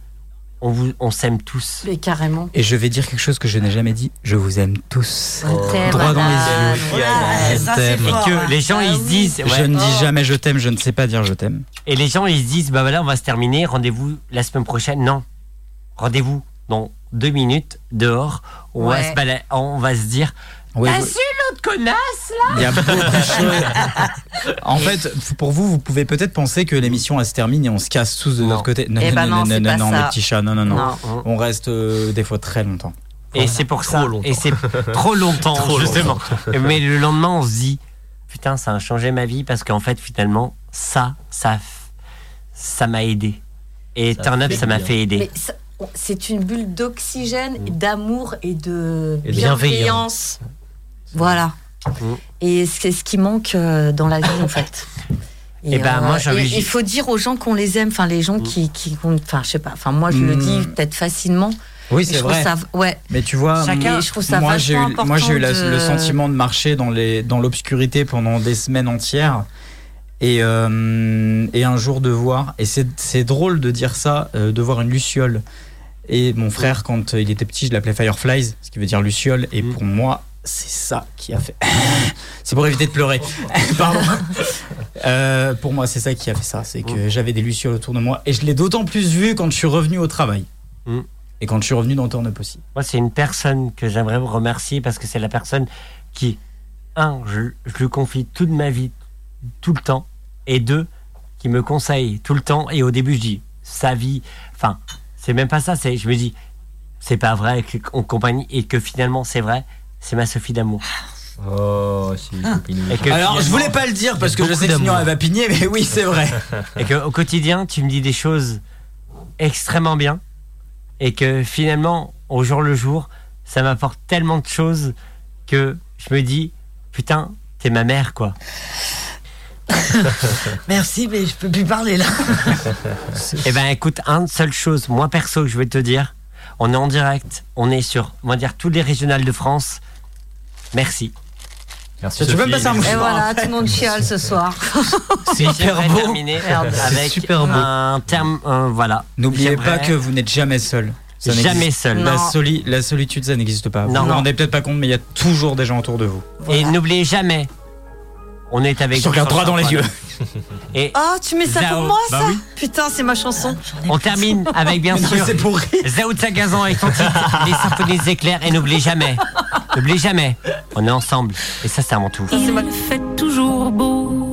Speaker 1: on, vous, on s'aime tous.
Speaker 8: Mais carrément.
Speaker 3: Et je vais dire quelque chose que je n'ai jamais dit. Je vous aime tous.
Speaker 8: t'aime,
Speaker 3: Droit dans les
Speaker 8: madame.
Speaker 3: yeux.
Speaker 8: Ouais,
Speaker 3: Je
Speaker 8: ça, c'est
Speaker 3: t'aime.
Speaker 8: fort, Et que hein. les gens, Ah ils se oui. disent,
Speaker 3: Je
Speaker 1: ouais.
Speaker 3: ne dis
Speaker 1: Oh.
Speaker 3: jamais je t'aime, je ne sais pas dire je t'aime.
Speaker 1: Et les gens, ils se disent, bah voilà, on va se terminer, rendez-vous la semaine prochaine. Non, rendez-vous dans deux minutes, dehors, on, va,
Speaker 3: Ouais.
Speaker 1: se bala- on va se dire,
Speaker 3: Oui,
Speaker 1: t'as
Speaker 3: oui.
Speaker 1: su l'autre connasse là
Speaker 3: Il y a beaucoup de choses. En fait, f- pour vous, vous pouvez peut-être penser que l'émission elle se termine et on se casse tous de notre côté. Non,
Speaker 1: Eh
Speaker 3: non,
Speaker 1: ben non,
Speaker 3: non, non,
Speaker 1: c'est
Speaker 3: non,
Speaker 1: pas
Speaker 3: non,
Speaker 1: ça.
Speaker 3: mes petits chats, non, non, non.
Speaker 1: Non.
Speaker 3: On reste euh, des fois très longtemps.
Speaker 1: Et c'est pour ça, et c'est trop longtemps,
Speaker 3: Trop longtemps.
Speaker 1: justement. Mais le lendemain, on se dit, putain, ça a changé ma vie parce qu'en fait, finalement, ça, ça, f- ça m'a aidé. Et Turn Up, ça m'a fait aider.
Speaker 8: Mais ça- c'est une bulle d'oxygène,
Speaker 3: Mm.
Speaker 8: et d'amour et de
Speaker 1: Et de bienveillance.
Speaker 8: bienveillance. Voilà.
Speaker 5: Mmh.
Speaker 8: Et c'est ce qui manque euh, dans la vie, en fait.
Speaker 1: Eh ben, moi, j'ai envie-
Speaker 8: et Il faut dire aux gens qu'on les aime, enfin, les gens qui. qui ont- Enfin, je sais pas, enfin, moi, je le
Speaker 3: Mm.
Speaker 8: dis peut-être facilement.
Speaker 3: Oui,
Speaker 8: mais
Speaker 3: c'est
Speaker 8: je trouve
Speaker 3: vrai.
Speaker 8: ça- ouais.
Speaker 3: Mais tu vois,
Speaker 8: Chacun-
Speaker 3: moi,
Speaker 8: je trouve ça
Speaker 3: moi j'ai eu,
Speaker 8: vachement
Speaker 3: moi, j'ai eu la-
Speaker 8: important de-
Speaker 3: le sentiment de marcher dans les dans l'obscurité pendant des semaines entières. Et, euh, et un jour de voir, et c'est c'est drôle de dire ça, euh, de voir une luciole. Et mon frère, quand il était petit, je l'appelais Fireflies, ce qui veut dire luciole. Et pour moi, c'est ça qui a fait. c'est pour éviter de pleurer. Pardon. Euh, pour moi, c'est ça qui a fait ça. C'est que j'avais des lucioles autour de moi. Et je l'ai d'autant plus vu quand je suis revenu au travail. Et quand je suis revenu dans Turn Up aussi.
Speaker 1: Moi, c'est une personne que j'aimerais vous remercier parce que c'est la personne qui, un, je, je lui confie toute ma vie, tout le temps, et deux, qui me conseille tout le temps. Et au début, je dis, sa vie, enfin, c'est même pas ça, c'est, je me dis, c'est pas vrai que- en compagnie, et que finalement, c'est vrai, c'est ma Sophie d'amour.
Speaker 29: Oh, c'est
Speaker 1: Ah.
Speaker 29: une copine.
Speaker 3: Alors, je voulais pas le dire parce que je sais que sinon elle va pigner, mais oui, c'est vrai.
Speaker 1: Et qu'au quotidien, tu me dis des choses extrêmement bien. Et que finalement, au jour le jour, ça m'apporte tellement de choses que je me dis, putain, t'es ma mère, quoi.
Speaker 5: Merci, mais je peux plus parler là.
Speaker 1: Eh ben écoute, une seule chose, moi perso, que je vais te dire, on est en direct, on est sur, on va dire, tous les régionales de France. Merci.
Speaker 29: Merci.
Speaker 3: Tu peux me passer un
Speaker 8: Et
Speaker 3: mouchoir
Speaker 8: voilà, tout le monde chiale ce soir.
Speaker 1: C'est hyper beau. terminer avec
Speaker 3: super beau.
Speaker 1: un terme, euh, voilà.
Speaker 3: N'oubliez
Speaker 1: J'aimerais-
Speaker 3: pas que vous n'êtes jamais seul. Ça
Speaker 1: Jamais
Speaker 3: n'existe-
Speaker 1: seul.
Speaker 3: La,
Speaker 1: Non.
Speaker 3: soli- la solitude, ça n'existe pas. Vous
Speaker 1: Non.
Speaker 3: vous rendez peut-être pas compte, mais il y a toujours des gens autour de vous.
Speaker 1: Et n'oubliez jamais, on est avec.
Speaker 3: Je te regarde
Speaker 1: sur
Speaker 3: droit dans les
Speaker 1: Saint-Paul.
Speaker 3: yeux.
Speaker 1: Et
Speaker 8: Oh, tu mets ça
Speaker 1: Zao.
Speaker 8: pour moi,
Speaker 1: Bah
Speaker 8: ça
Speaker 1: oui.
Speaker 8: Putain, c'est ma chanson.
Speaker 1: On termine avec bien
Speaker 8: Mais non,
Speaker 1: sûr
Speaker 8: c'est
Speaker 1: Zaoud Sagazan avec son titre Les symphonies des éclairs et n'oubliez jamais N'oublie jamais, on est ensemble. Et ça, c'est avant tout.
Speaker 10: Il fait toujours beau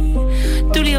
Speaker 10: de les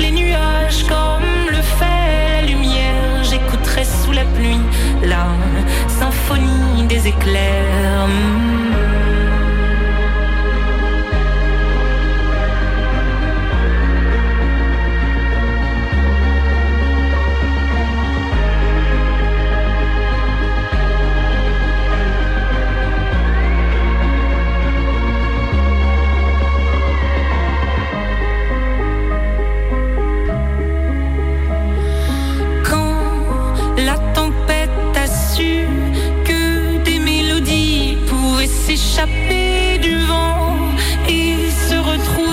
Speaker 10: les nuages comme le fait la lumière. J'écouterais sous la pluie la symphonie des éclairs. Quand la tempête a su que des mélodies pouvaient s'échapper du vent et se retrouver